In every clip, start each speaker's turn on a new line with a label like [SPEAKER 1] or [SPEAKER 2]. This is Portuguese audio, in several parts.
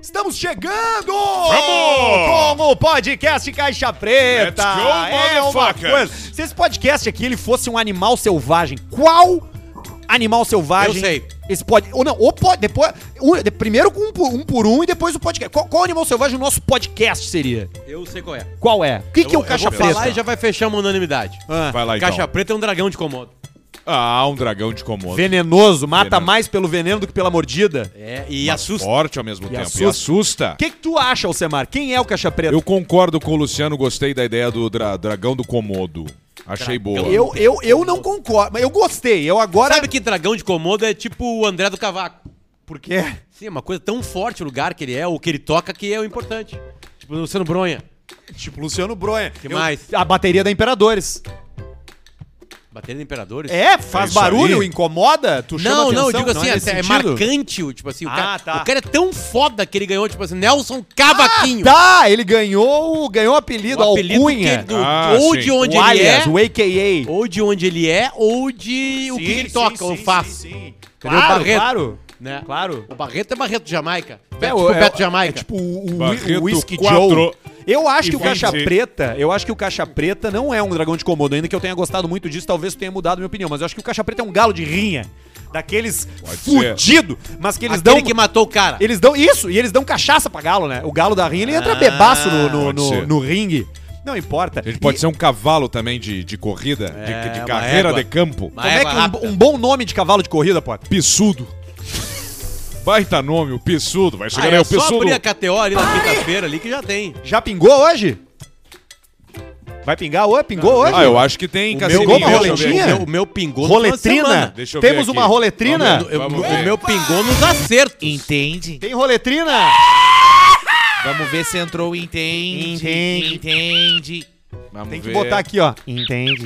[SPEAKER 1] Estamos chegando!
[SPEAKER 2] Vamos!
[SPEAKER 1] Com o podcast Caixa Preta!
[SPEAKER 2] Let's go,
[SPEAKER 1] é uma
[SPEAKER 2] motherfuckers!
[SPEAKER 1] coisa. Se esse podcast aqui ele fosse um animal selvagem, qual animal selvagem?
[SPEAKER 3] Eu sei.
[SPEAKER 1] Esse pod... Ou não, ou po- depois, um- de- primeiro com um por, um por um e depois o podcast. Qual, qual animal selvagem o nosso podcast seria?
[SPEAKER 3] Eu sei qual é.
[SPEAKER 1] Qual é? O que, que é o
[SPEAKER 3] eu
[SPEAKER 1] Caixa
[SPEAKER 3] vou
[SPEAKER 1] Preta?
[SPEAKER 3] falar e já vai fechar uma unanimidade.
[SPEAKER 1] Ah.
[SPEAKER 2] Vai lá, então.
[SPEAKER 3] Caixa preta é um dragão de comodo.
[SPEAKER 2] Ah, um dragão de Komodo.
[SPEAKER 1] Venenoso, mata
[SPEAKER 2] Veneno.
[SPEAKER 1] mais pelo veneno do que pela mordida.
[SPEAKER 3] É, e
[SPEAKER 2] Mas
[SPEAKER 3] assusta.
[SPEAKER 2] Forte ao mesmo tempo. E assusta.
[SPEAKER 1] O que, que tu acha, Alcemar? Quem é o Caixa Preta?
[SPEAKER 2] Eu concordo com o Luciano, gostei da ideia do dra- dragão do Komodo. Achei boa.
[SPEAKER 1] Eu, eu, eu não concordo, mas eu gostei. Eu agora.
[SPEAKER 3] Sabe que dragão de comodo é tipo o André do Cavaco.
[SPEAKER 1] por quê?
[SPEAKER 3] Sim, é uma coisa tão forte o lugar que ele é, ou que ele toca, que é o importante. Tipo o Luciano Bronha.
[SPEAKER 1] Tipo, Luciano Bronha.
[SPEAKER 3] que
[SPEAKER 1] Eu-
[SPEAKER 3] mais?
[SPEAKER 1] A bateria da Imperadores.
[SPEAKER 3] Batendo Imperadores?
[SPEAKER 1] É, faz
[SPEAKER 2] isso
[SPEAKER 1] barulho,
[SPEAKER 2] aí?
[SPEAKER 1] incomoda, tu chama
[SPEAKER 3] Não, não,
[SPEAKER 1] atenção.
[SPEAKER 3] eu digo assim,
[SPEAKER 1] nesse
[SPEAKER 3] é, é
[SPEAKER 1] sentido?
[SPEAKER 3] marcante, o- tipo assim, o,
[SPEAKER 1] Ah,
[SPEAKER 3] cara,
[SPEAKER 1] tá.
[SPEAKER 3] o cara é tão foda que ele ganhou, tipo assim, Nelson
[SPEAKER 1] Ah,
[SPEAKER 3] Cavaquinho.
[SPEAKER 1] tá, ele ganhou, o- ganhou o apelido,
[SPEAKER 3] O apelido que ele-
[SPEAKER 1] alcunha.
[SPEAKER 3] do,
[SPEAKER 2] Ah,
[SPEAKER 3] ou
[SPEAKER 2] sim.
[SPEAKER 3] de onde
[SPEAKER 1] o
[SPEAKER 3] ele
[SPEAKER 1] alias,
[SPEAKER 3] é,
[SPEAKER 1] o AKA.
[SPEAKER 3] ou de onde ele é, ou de o que ele toca, ou faz. Entendeu?
[SPEAKER 1] Claro,
[SPEAKER 3] Barreto,
[SPEAKER 1] claro.
[SPEAKER 3] né?
[SPEAKER 1] Claro.
[SPEAKER 3] O Barreto é Barreto Jamaica. É,
[SPEAKER 1] É,
[SPEAKER 3] tipo
[SPEAKER 1] é,
[SPEAKER 3] Beto
[SPEAKER 1] é
[SPEAKER 3] Jamaica.
[SPEAKER 1] tipo o, o,
[SPEAKER 2] Barreto
[SPEAKER 1] o Whisky
[SPEAKER 2] quatro
[SPEAKER 1] Joe. Eu acho
[SPEAKER 2] e
[SPEAKER 1] que o Caixa
[SPEAKER 2] vinte.
[SPEAKER 1] Preta, eu acho que o Caixa Preta não é um dragão de Komodo, ainda que eu tenha gostado muito disso, talvez tenha mudado minha opinião, mas eu acho que o Caixa Preta é um galo de rinha, daqueles
[SPEAKER 2] Pode ser.
[SPEAKER 1] fudido, mas que eles
[SPEAKER 3] Aquele
[SPEAKER 1] dão
[SPEAKER 3] que matou o cara.
[SPEAKER 1] Eles dão isso, e eles dão cachaça pra galo, né? O galo da rinha, ele entra
[SPEAKER 3] Ah,
[SPEAKER 1] bebaço no, no,
[SPEAKER 2] pode
[SPEAKER 1] no-
[SPEAKER 2] ser.
[SPEAKER 1] no ringue. Não importa.
[SPEAKER 2] Ele pode
[SPEAKER 1] E
[SPEAKER 2] ser um cavalo também de, de corrida, de-
[SPEAKER 3] É,
[SPEAKER 2] de,
[SPEAKER 3] uma
[SPEAKER 2] carreira
[SPEAKER 3] égua.
[SPEAKER 2] de campo.
[SPEAKER 3] Uma
[SPEAKER 1] Como é
[SPEAKER 3] égua
[SPEAKER 1] que
[SPEAKER 3] rápida.
[SPEAKER 1] um, um bom nome de cavalo de corrida, pô?
[SPEAKER 2] Pissudo. Baita nome, o Pissudo. Vai
[SPEAKER 3] Ah,
[SPEAKER 1] né,
[SPEAKER 2] chegar aí
[SPEAKER 3] é
[SPEAKER 2] o
[SPEAKER 3] só
[SPEAKER 2] Pissudo.
[SPEAKER 3] abrir a KTO ali na quinta-feira ali que já tem.
[SPEAKER 1] Já pingou hoje? Vai pingar hoje? Pingou hoje?
[SPEAKER 2] Ah, eu acho que tem
[SPEAKER 1] meu-
[SPEAKER 3] é
[SPEAKER 2] cassininho,
[SPEAKER 1] uma
[SPEAKER 2] deixa eu ver
[SPEAKER 1] roletinha?
[SPEAKER 3] o
[SPEAKER 2] aqui.
[SPEAKER 3] assim, meu- o meu pingou no final de
[SPEAKER 1] Roletrina? Ah,
[SPEAKER 3] semana.
[SPEAKER 2] Deixa eu ver
[SPEAKER 1] Temos
[SPEAKER 2] aqui.
[SPEAKER 1] uma roletrina?
[SPEAKER 2] Vamos ver.
[SPEAKER 3] Eu-
[SPEAKER 2] Vamos
[SPEAKER 3] o meu pingou nos acertos.
[SPEAKER 4] Entende?
[SPEAKER 1] Tem roletrina?
[SPEAKER 4] Vamos ver se entrou o entende.
[SPEAKER 1] Entende.
[SPEAKER 4] Entende.
[SPEAKER 2] Vamos
[SPEAKER 1] Tem que
[SPEAKER 2] ver.
[SPEAKER 1] botar aqui, ó. Entende.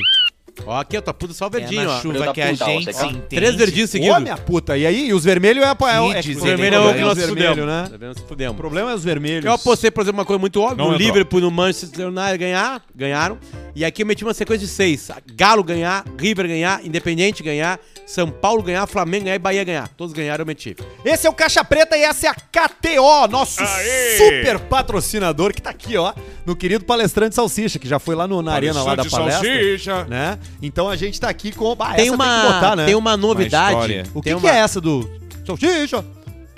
[SPEAKER 3] Ó, aqui, ó, tá tudo só
[SPEAKER 4] é
[SPEAKER 3] verdinho,
[SPEAKER 4] na
[SPEAKER 3] ó. um
[SPEAKER 4] chuva
[SPEAKER 5] Filho da
[SPEAKER 4] que a
[SPEAKER 5] puta, ó,
[SPEAKER 4] gente
[SPEAKER 5] você
[SPEAKER 4] se
[SPEAKER 5] quer?
[SPEAKER 4] entende.
[SPEAKER 3] Três verdinhos
[SPEAKER 1] Ô,
[SPEAKER 3] seguidos.
[SPEAKER 1] minha puta. E aí? E os vermelhos é... pra- é, o- é,
[SPEAKER 4] Ih,
[SPEAKER 1] que-
[SPEAKER 3] O vermelho é o que
[SPEAKER 1] é
[SPEAKER 3] nós
[SPEAKER 1] os vermelhos,
[SPEAKER 3] fudemos.
[SPEAKER 1] né?
[SPEAKER 3] Tá vendo? Nós
[SPEAKER 1] O
[SPEAKER 3] fudemos.
[SPEAKER 1] problema é os vermelhos.
[SPEAKER 3] Eu apostei, por exemplo, uma coisa muito óbvia.
[SPEAKER 2] Não
[SPEAKER 3] o
[SPEAKER 2] entrou.
[SPEAKER 3] Liverpool no Manchester United ganhar, ganharam. E aqui eu meti uma sequência de seis. Galo ganhar, River ganhar, Independente ganhar, São Paulo ganhar, Flamengo ganhar e Bahia ganhar. Todos ganharam, eu meti.
[SPEAKER 1] Esse é o Caixa Preta e essa é a KTO, nosso
[SPEAKER 2] Aê!
[SPEAKER 1] super patrocinador que tá aqui, ó, no querido palestrante Salsicha, que já foi lá no, na arena lá da
[SPEAKER 2] Palestrante
[SPEAKER 1] palestra.
[SPEAKER 2] Salsicha.
[SPEAKER 1] Né? Então a gente tá aqui com. Ah,
[SPEAKER 3] tem,
[SPEAKER 1] essa
[SPEAKER 3] uma,
[SPEAKER 1] tem que botar, né?
[SPEAKER 3] tem uma novidade.
[SPEAKER 2] história.
[SPEAKER 1] O que,
[SPEAKER 3] tem
[SPEAKER 1] que
[SPEAKER 3] uma-
[SPEAKER 1] é essa do Salsicha?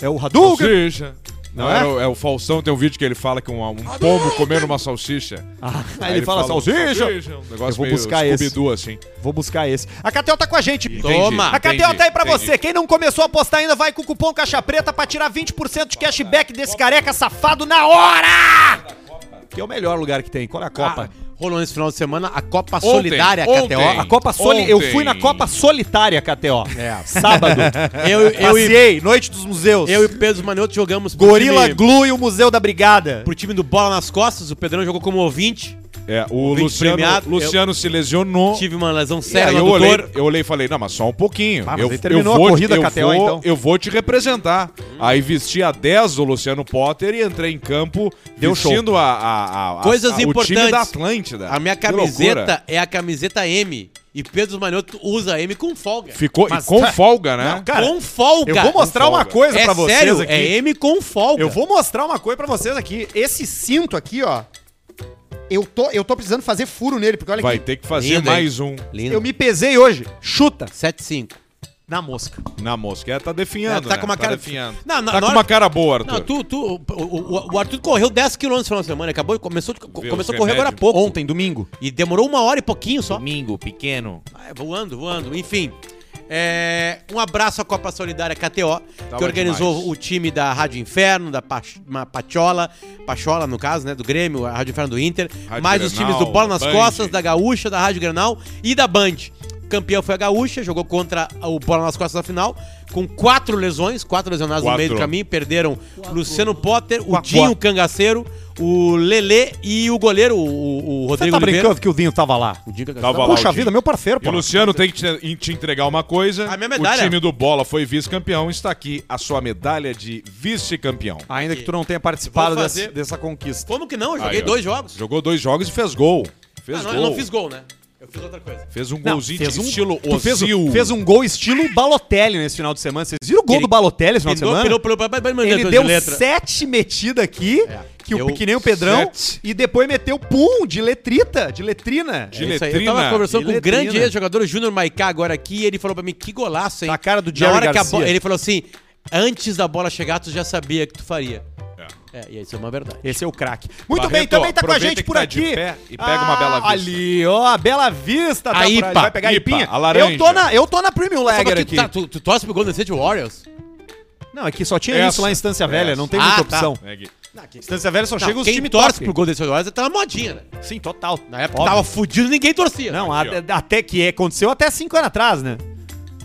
[SPEAKER 1] É o Hadouken?
[SPEAKER 2] Salsicha. Não,
[SPEAKER 1] Não é?
[SPEAKER 2] é? o, é o Faustão, tem um vídeo que ele fala que um, um pombo comendo uma salsicha.
[SPEAKER 1] Ah, aí ele fala,
[SPEAKER 3] assim,
[SPEAKER 1] Salsicha.
[SPEAKER 2] Um
[SPEAKER 1] Eu
[SPEAKER 2] negócio
[SPEAKER 1] vou
[SPEAKER 2] meio
[SPEAKER 1] buscar esse.
[SPEAKER 2] Scooby-Doo, assim.
[SPEAKER 1] Vou buscar esse. A KTO tá com a gente.
[SPEAKER 2] Entendi,
[SPEAKER 3] Toma.
[SPEAKER 1] A KTO
[SPEAKER 2] Então, entendi,
[SPEAKER 1] tá aí pra
[SPEAKER 2] entendi.
[SPEAKER 1] você. Quem não começou a apostar ainda, vai com o cupom Caixa Preta pra tirar 20% de cashback desse careca safado na hora! Que é o melhor lugar que tem. Qual é a Copa?
[SPEAKER 3] Ah, rolou nesse final de semana a Copa
[SPEAKER 2] Ontem,
[SPEAKER 3] Solidária, é
[SPEAKER 2] ontem.
[SPEAKER 3] KTO.
[SPEAKER 1] É, A Copa Soli...
[SPEAKER 2] Ontem.
[SPEAKER 1] Eu fui na Copa Solitária, KTO.
[SPEAKER 3] É.
[SPEAKER 1] Sábado.
[SPEAKER 3] Eu, eu, e,
[SPEAKER 1] Passei, Noite dos Museus.
[SPEAKER 3] eu e o Pedro Manioto jogamos pro
[SPEAKER 1] Gorila
[SPEAKER 3] time,
[SPEAKER 1] Glue e o Museu da Brigada.
[SPEAKER 3] pro time do Bola nas Costas. O Pedrão jogou como ouvinte.
[SPEAKER 2] É, o
[SPEAKER 3] vídeo
[SPEAKER 2] Luciano,
[SPEAKER 3] premiado,
[SPEAKER 2] Luciano se lesionou.
[SPEAKER 3] Tive uma
[SPEAKER 2] E
[SPEAKER 3] lesão
[SPEAKER 2] aí
[SPEAKER 3] séria
[SPEAKER 2] eu
[SPEAKER 3] no
[SPEAKER 2] olhei,
[SPEAKER 3] adutor.
[SPEAKER 2] eu olhei e falei, não, mas só um pouquinho.
[SPEAKER 1] Ah, mas
[SPEAKER 2] eu,
[SPEAKER 1] aí terminou
[SPEAKER 2] eu vou,
[SPEAKER 1] a corrida
[SPEAKER 2] eu
[SPEAKER 1] KTO,
[SPEAKER 2] vou,
[SPEAKER 1] então.
[SPEAKER 2] Eu vou te representar. Aí vesti a 10 do Luciano Potter e entrei em campo
[SPEAKER 1] Deu
[SPEAKER 2] vestindo a, a- a- a-
[SPEAKER 3] Coisas
[SPEAKER 2] a- o time
[SPEAKER 3] importantes.
[SPEAKER 2] da Atlântida.
[SPEAKER 3] A minha
[SPEAKER 2] Que loucura.
[SPEAKER 3] camiseta é a camiseta M. E Pedro Manioto usa M com folga.
[SPEAKER 2] Ficou e
[SPEAKER 1] Mas
[SPEAKER 2] com
[SPEAKER 1] tá-
[SPEAKER 2] folga, né?
[SPEAKER 1] Não, cara,
[SPEAKER 3] com folga.
[SPEAKER 1] Eu vou mostrar
[SPEAKER 2] folga.
[SPEAKER 1] uma coisa
[SPEAKER 3] é
[SPEAKER 1] pra vocês
[SPEAKER 3] sério,
[SPEAKER 1] aqui.
[SPEAKER 3] é M com folga.
[SPEAKER 1] Eu vou mostrar uma coisa pra vocês aqui. Esse cinto aqui, ó. Eu tô, eu tô precisando fazer furo nele, porque olha
[SPEAKER 2] Vai
[SPEAKER 1] aqui.
[SPEAKER 2] ter que fazer
[SPEAKER 3] Lindo,
[SPEAKER 2] mais um
[SPEAKER 3] Lindo.
[SPEAKER 1] Eu me pesei hoje. Chuta.
[SPEAKER 3] 7-5.
[SPEAKER 1] Na mosca.
[SPEAKER 2] na mosca. É, tá definhando.
[SPEAKER 3] Tá com uma
[SPEAKER 2] né? Tá,
[SPEAKER 3] cara-
[SPEAKER 2] definhando.
[SPEAKER 3] Não, na-
[SPEAKER 2] tá
[SPEAKER 3] na
[SPEAKER 2] com
[SPEAKER 3] hora-
[SPEAKER 2] uma cara boa, Arthur.
[SPEAKER 3] Não, tu, tu, o, o- o Arthur correu 10 km no final de semana. Acabou, começou, de-
[SPEAKER 2] Vê
[SPEAKER 3] começou a
[SPEAKER 2] os
[SPEAKER 3] correr
[SPEAKER 2] remédios.
[SPEAKER 3] agora há pouco.
[SPEAKER 1] Ontem, domingo.
[SPEAKER 3] E demorou uma hora e pouquinho só.
[SPEAKER 4] Domingo, pequeno.
[SPEAKER 3] Ah, voando, voando. Enfim. é, um abraço à Copa Solidária KTO, que
[SPEAKER 2] Tava
[SPEAKER 3] organizou
[SPEAKER 2] Tá demais.
[SPEAKER 3] o time da Rádio Inferno, da Pach- Ma- Pachola, Pachola no caso, né, do Grêmio, a Rádio Inferno do Inter,
[SPEAKER 2] Rádio
[SPEAKER 3] mais os
[SPEAKER 2] Grenal,
[SPEAKER 3] times do Bola nas
[SPEAKER 2] Band.
[SPEAKER 3] Costas, da Gaúcha, da Rádio Granal e da Band. O campeão foi a Gaúcha, jogou contra o Bola nas Costas na final, com quatro lesões, quatro lesionados no
[SPEAKER 2] Quatro.
[SPEAKER 3] meio do caminho, perderam Luciano Potter, o
[SPEAKER 1] Quatro.
[SPEAKER 3] Dinho Cangaceiro, o Lele e o goleiro, o, o- o
[SPEAKER 1] Você
[SPEAKER 3] Rodrigo
[SPEAKER 1] tá
[SPEAKER 3] Oliveira.
[SPEAKER 1] brincando que o Dinho tava lá?
[SPEAKER 3] O Dinho Cangaceiro
[SPEAKER 2] Tava lá o
[SPEAKER 1] Puxa
[SPEAKER 2] time.
[SPEAKER 1] vida, meu parceiro,
[SPEAKER 2] E o
[SPEAKER 1] pô.
[SPEAKER 2] Luciano tem que te, te entregar uma coisa.
[SPEAKER 3] A minha medalha.
[SPEAKER 2] O time do Bola foi vice-campeão. Está aqui a sua medalha de vice-campeão.
[SPEAKER 1] Ainda que tu não tenha participado
[SPEAKER 3] Vou
[SPEAKER 1] desse-
[SPEAKER 3] fazer-
[SPEAKER 1] dessa conquista.
[SPEAKER 3] Como que não? Eu joguei
[SPEAKER 2] Aí, ó.
[SPEAKER 3] dois jogos.
[SPEAKER 2] Jogou dois jogos e fez gol. Fez
[SPEAKER 3] Ah, não,
[SPEAKER 2] gol.
[SPEAKER 3] eu não fiz gol, né? Eu fiz outra coisa.
[SPEAKER 2] Fez um
[SPEAKER 1] Não,
[SPEAKER 2] golzinho
[SPEAKER 1] fez
[SPEAKER 2] de
[SPEAKER 1] um-
[SPEAKER 2] estilo
[SPEAKER 1] tu fez,
[SPEAKER 2] Ozil.
[SPEAKER 1] um- fez um gol estilo Balotelli nesse final de semana. Vocês viram o gol
[SPEAKER 3] Ele
[SPEAKER 1] do Balotelli nesse final de semana?
[SPEAKER 3] Pirou, pirou, pirou, pirou, pirou,
[SPEAKER 1] Ele
[SPEAKER 3] pirou,
[SPEAKER 1] deu
[SPEAKER 3] de letra.
[SPEAKER 1] sete metidas aqui, que, o,
[SPEAKER 3] eu-
[SPEAKER 1] que nem o Pedrão,
[SPEAKER 2] É, sete.
[SPEAKER 1] e depois meteu pum de letrita, de letrina.
[SPEAKER 2] De
[SPEAKER 3] É isso aí. Eu
[SPEAKER 2] letrina.
[SPEAKER 3] tava conversando com o
[SPEAKER 1] Letrina.
[SPEAKER 3] grande ex-jogador Júnior Maiká agora aqui e ele falou pra mim que golaço, hein?
[SPEAKER 1] Tá a cara do
[SPEAKER 3] Na
[SPEAKER 1] Jerry
[SPEAKER 3] hora que a
[SPEAKER 1] Garcia.
[SPEAKER 3] bola. Ele falou assim: antes da bola chegar, tu já sabia que tu faria. É, e isso é uma verdade.
[SPEAKER 1] Esse é o craque. Muito
[SPEAKER 2] Barreto,
[SPEAKER 1] bem, também tá com a
[SPEAKER 2] aproveita
[SPEAKER 1] gente
[SPEAKER 2] que
[SPEAKER 1] por
[SPEAKER 2] tá
[SPEAKER 1] aqui. Ah,
[SPEAKER 2] de pé e pega uma Bela Vista.
[SPEAKER 1] Ali, ó, a Bela Vista. tá
[SPEAKER 3] A
[SPEAKER 1] por aí.
[SPEAKER 3] Ipa,
[SPEAKER 1] Vai pegar a
[SPEAKER 2] Ipa,
[SPEAKER 1] Ipinha.
[SPEAKER 2] a laranja.
[SPEAKER 1] Eu tô na, eu tô na Premium
[SPEAKER 3] Só
[SPEAKER 1] Lager
[SPEAKER 3] que
[SPEAKER 1] é aqui.
[SPEAKER 3] tu, tá, tu, tu torce pro Golden State Warriors?
[SPEAKER 1] Não, é que só tinha isso
[SPEAKER 2] Essa,
[SPEAKER 1] lá em Instância Velha, não tem
[SPEAKER 3] essa.
[SPEAKER 1] muita
[SPEAKER 3] Ah, tá.
[SPEAKER 1] opção.
[SPEAKER 2] É, Gui.
[SPEAKER 1] Instância Velha só
[SPEAKER 3] Não,
[SPEAKER 1] chega os
[SPEAKER 3] quem
[SPEAKER 1] times
[SPEAKER 3] torce
[SPEAKER 1] top.
[SPEAKER 3] pro Golden State Warriors tá na modinha, né?
[SPEAKER 1] Sim, total.
[SPEAKER 3] Na época
[SPEAKER 1] Óbvio.
[SPEAKER 3] tava fudido ninguém torcia.
[SPEAKER 1] Não,
[SPEAKER 2] Aqui,
[SPEAKER 1] a- até que é, aconteceu até cinco anos atrás, né?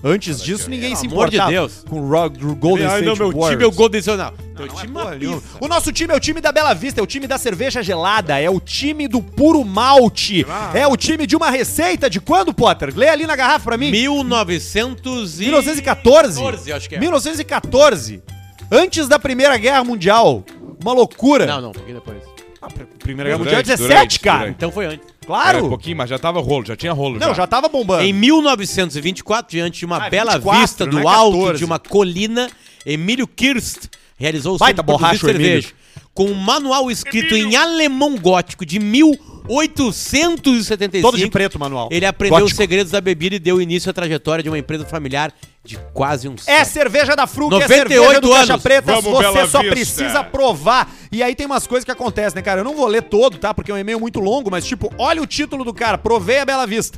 [SPEAKER 1] Antes disso, ninguém se
[SPEAKER 3] é. amor de
[SPEAKER 1] importava
[SPEAKER 3] Deus.
[SPEAKER 1] com o Ro- o Golden
[SPEAKER 3] Ai,
[SPEAKER 1] State
[SPEAKER 3] não, meu time é o
[SPEAKER 1] Warriors.
[SPEAKER 3] Golden State. Não, teu time é uma
[SPEAKER 1] Porra nenhuma.
[SPEAKER 3] pizza.
[SPEAKER 1] O nosso time é o time da Bela Vista, é o time da cerveja gelada, é o time do puro malte,
[SPEAKER 3] Ah.
[SPEAKER 1] é o time de uma receita de quando, Potter? Lê ali na garrafa pra mim.
[SPEAKER 3] 1900 e...
[SPEAKER 1] 1914?
[SPEAKER 3] 14, acho que é.
[SPEAKER 1] 1914. Antes da Primeira Guerra Mundial. Uma loucura.
[SPEAKER 3] Não, não, um pouquinho depois.
[SPEAKER 1] A pr- Primeira Guerra
[SPEAKER 2] Durante,
[SPEAKER 1] Mundial é 17,
[SPEAKER 2] durante,
[SPEAKER 1] cara.
[SPEAKER 2] durante.
[SPEAKER 3] Então foi antes.
[SPEAKER 2] É, um
[SPEAKER 1] Claro.
[SPEAKER 2] pouquinho, mas já tava rolo, já tinha rolo.
[SPEAKER 1] não, já tava bombando.
[SPEAKER 3] Em 1924, diante de uma
[SPEAKER 1] Ah,
[SPEAKER 3] bela
[SPEAKER 1] 24,
[SPEAKER 3] vista do
[SPEAKER 1] não é
[SPEAKER 3] alto
[SPEAKER 1] 14.
[SPEAKER 3] de uma colina, Emílio Kirst realizou o
[SPEAKER 1] Baita
[SPEAKER 3] seu produzir
[SPEAKER 1] borracha, o Emílio.
[SPEAKER 3] com um manual escrito em alemão gótico de 1875.
[SPEAKER 1] Todo de preto, manual.
[SPEAKER 3] Ele aprendeu
[SPEAKER 1] Gótico.
[SPEAKER 3] os segredos da bebida e deu início à trajetória de uma empresa familiar de quase um
[SPEAKER 1] É
[SPEAKER 3] século.
[SPEAKER 1] cerveja da Fruc, é
[SPEAKER 3] 98
[SPEAKER 1] cerveja do Caixa
[SPEAKER 3] anos.
[SPEAKER 1] Preta,
[SPEAKER 2] Vamos,
[SPEAKER 1] você
[SPEAKER 2] Bela
[SPEAKER 1] só
[SPEAKER 2] Vista.
[SPEAKER 1] precisa provar. E aí tem umas coisas que acontecem, né, cara? Eu não vou ler todo, tá? Porque é um e-mail muito longo, mas tipo, olha o título do cara, provei a Bela Vista.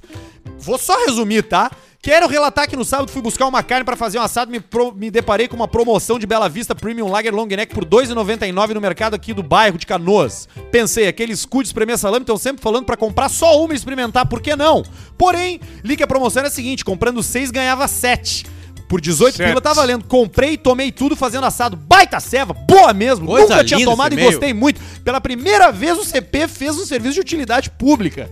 [SPEAKER 1] Vou só resumir, tá? Quero relatar que no sábado fui buscar uma carne pra fazer um assado, me, pro- me deparei com uma promoção de Bela Vista Premium Lager Long Neck por R$ 2,99 no mercado aqui do bairro de Canoas. Pensei, aqueles cu de espremer salame estão sempre falando pra comprar só uma e experimentar, por que não? Porém, li que a promoção era a seguinte, comprando seis ganhava sete. Por 18
[SPEAKER 2] Sete.
[SPEAKER 1] pila tá valendo valendo. Comprei e tomei tudo fazendo assado. Baita ceva, boa mesmo.
[SPEAKER 3] Coisa
[SPEAKER 1] Nunca tinha
[SPEAKER 3] linda
[SPEAKER 1] tomado
[SPEAKER 3] esse
[SPEAKER 1] e
[SPEAKER 3] e-mail.
[SPEAKER 1] gostei muito. Pela primeira vez o CP fez um serviço de utilidade pública.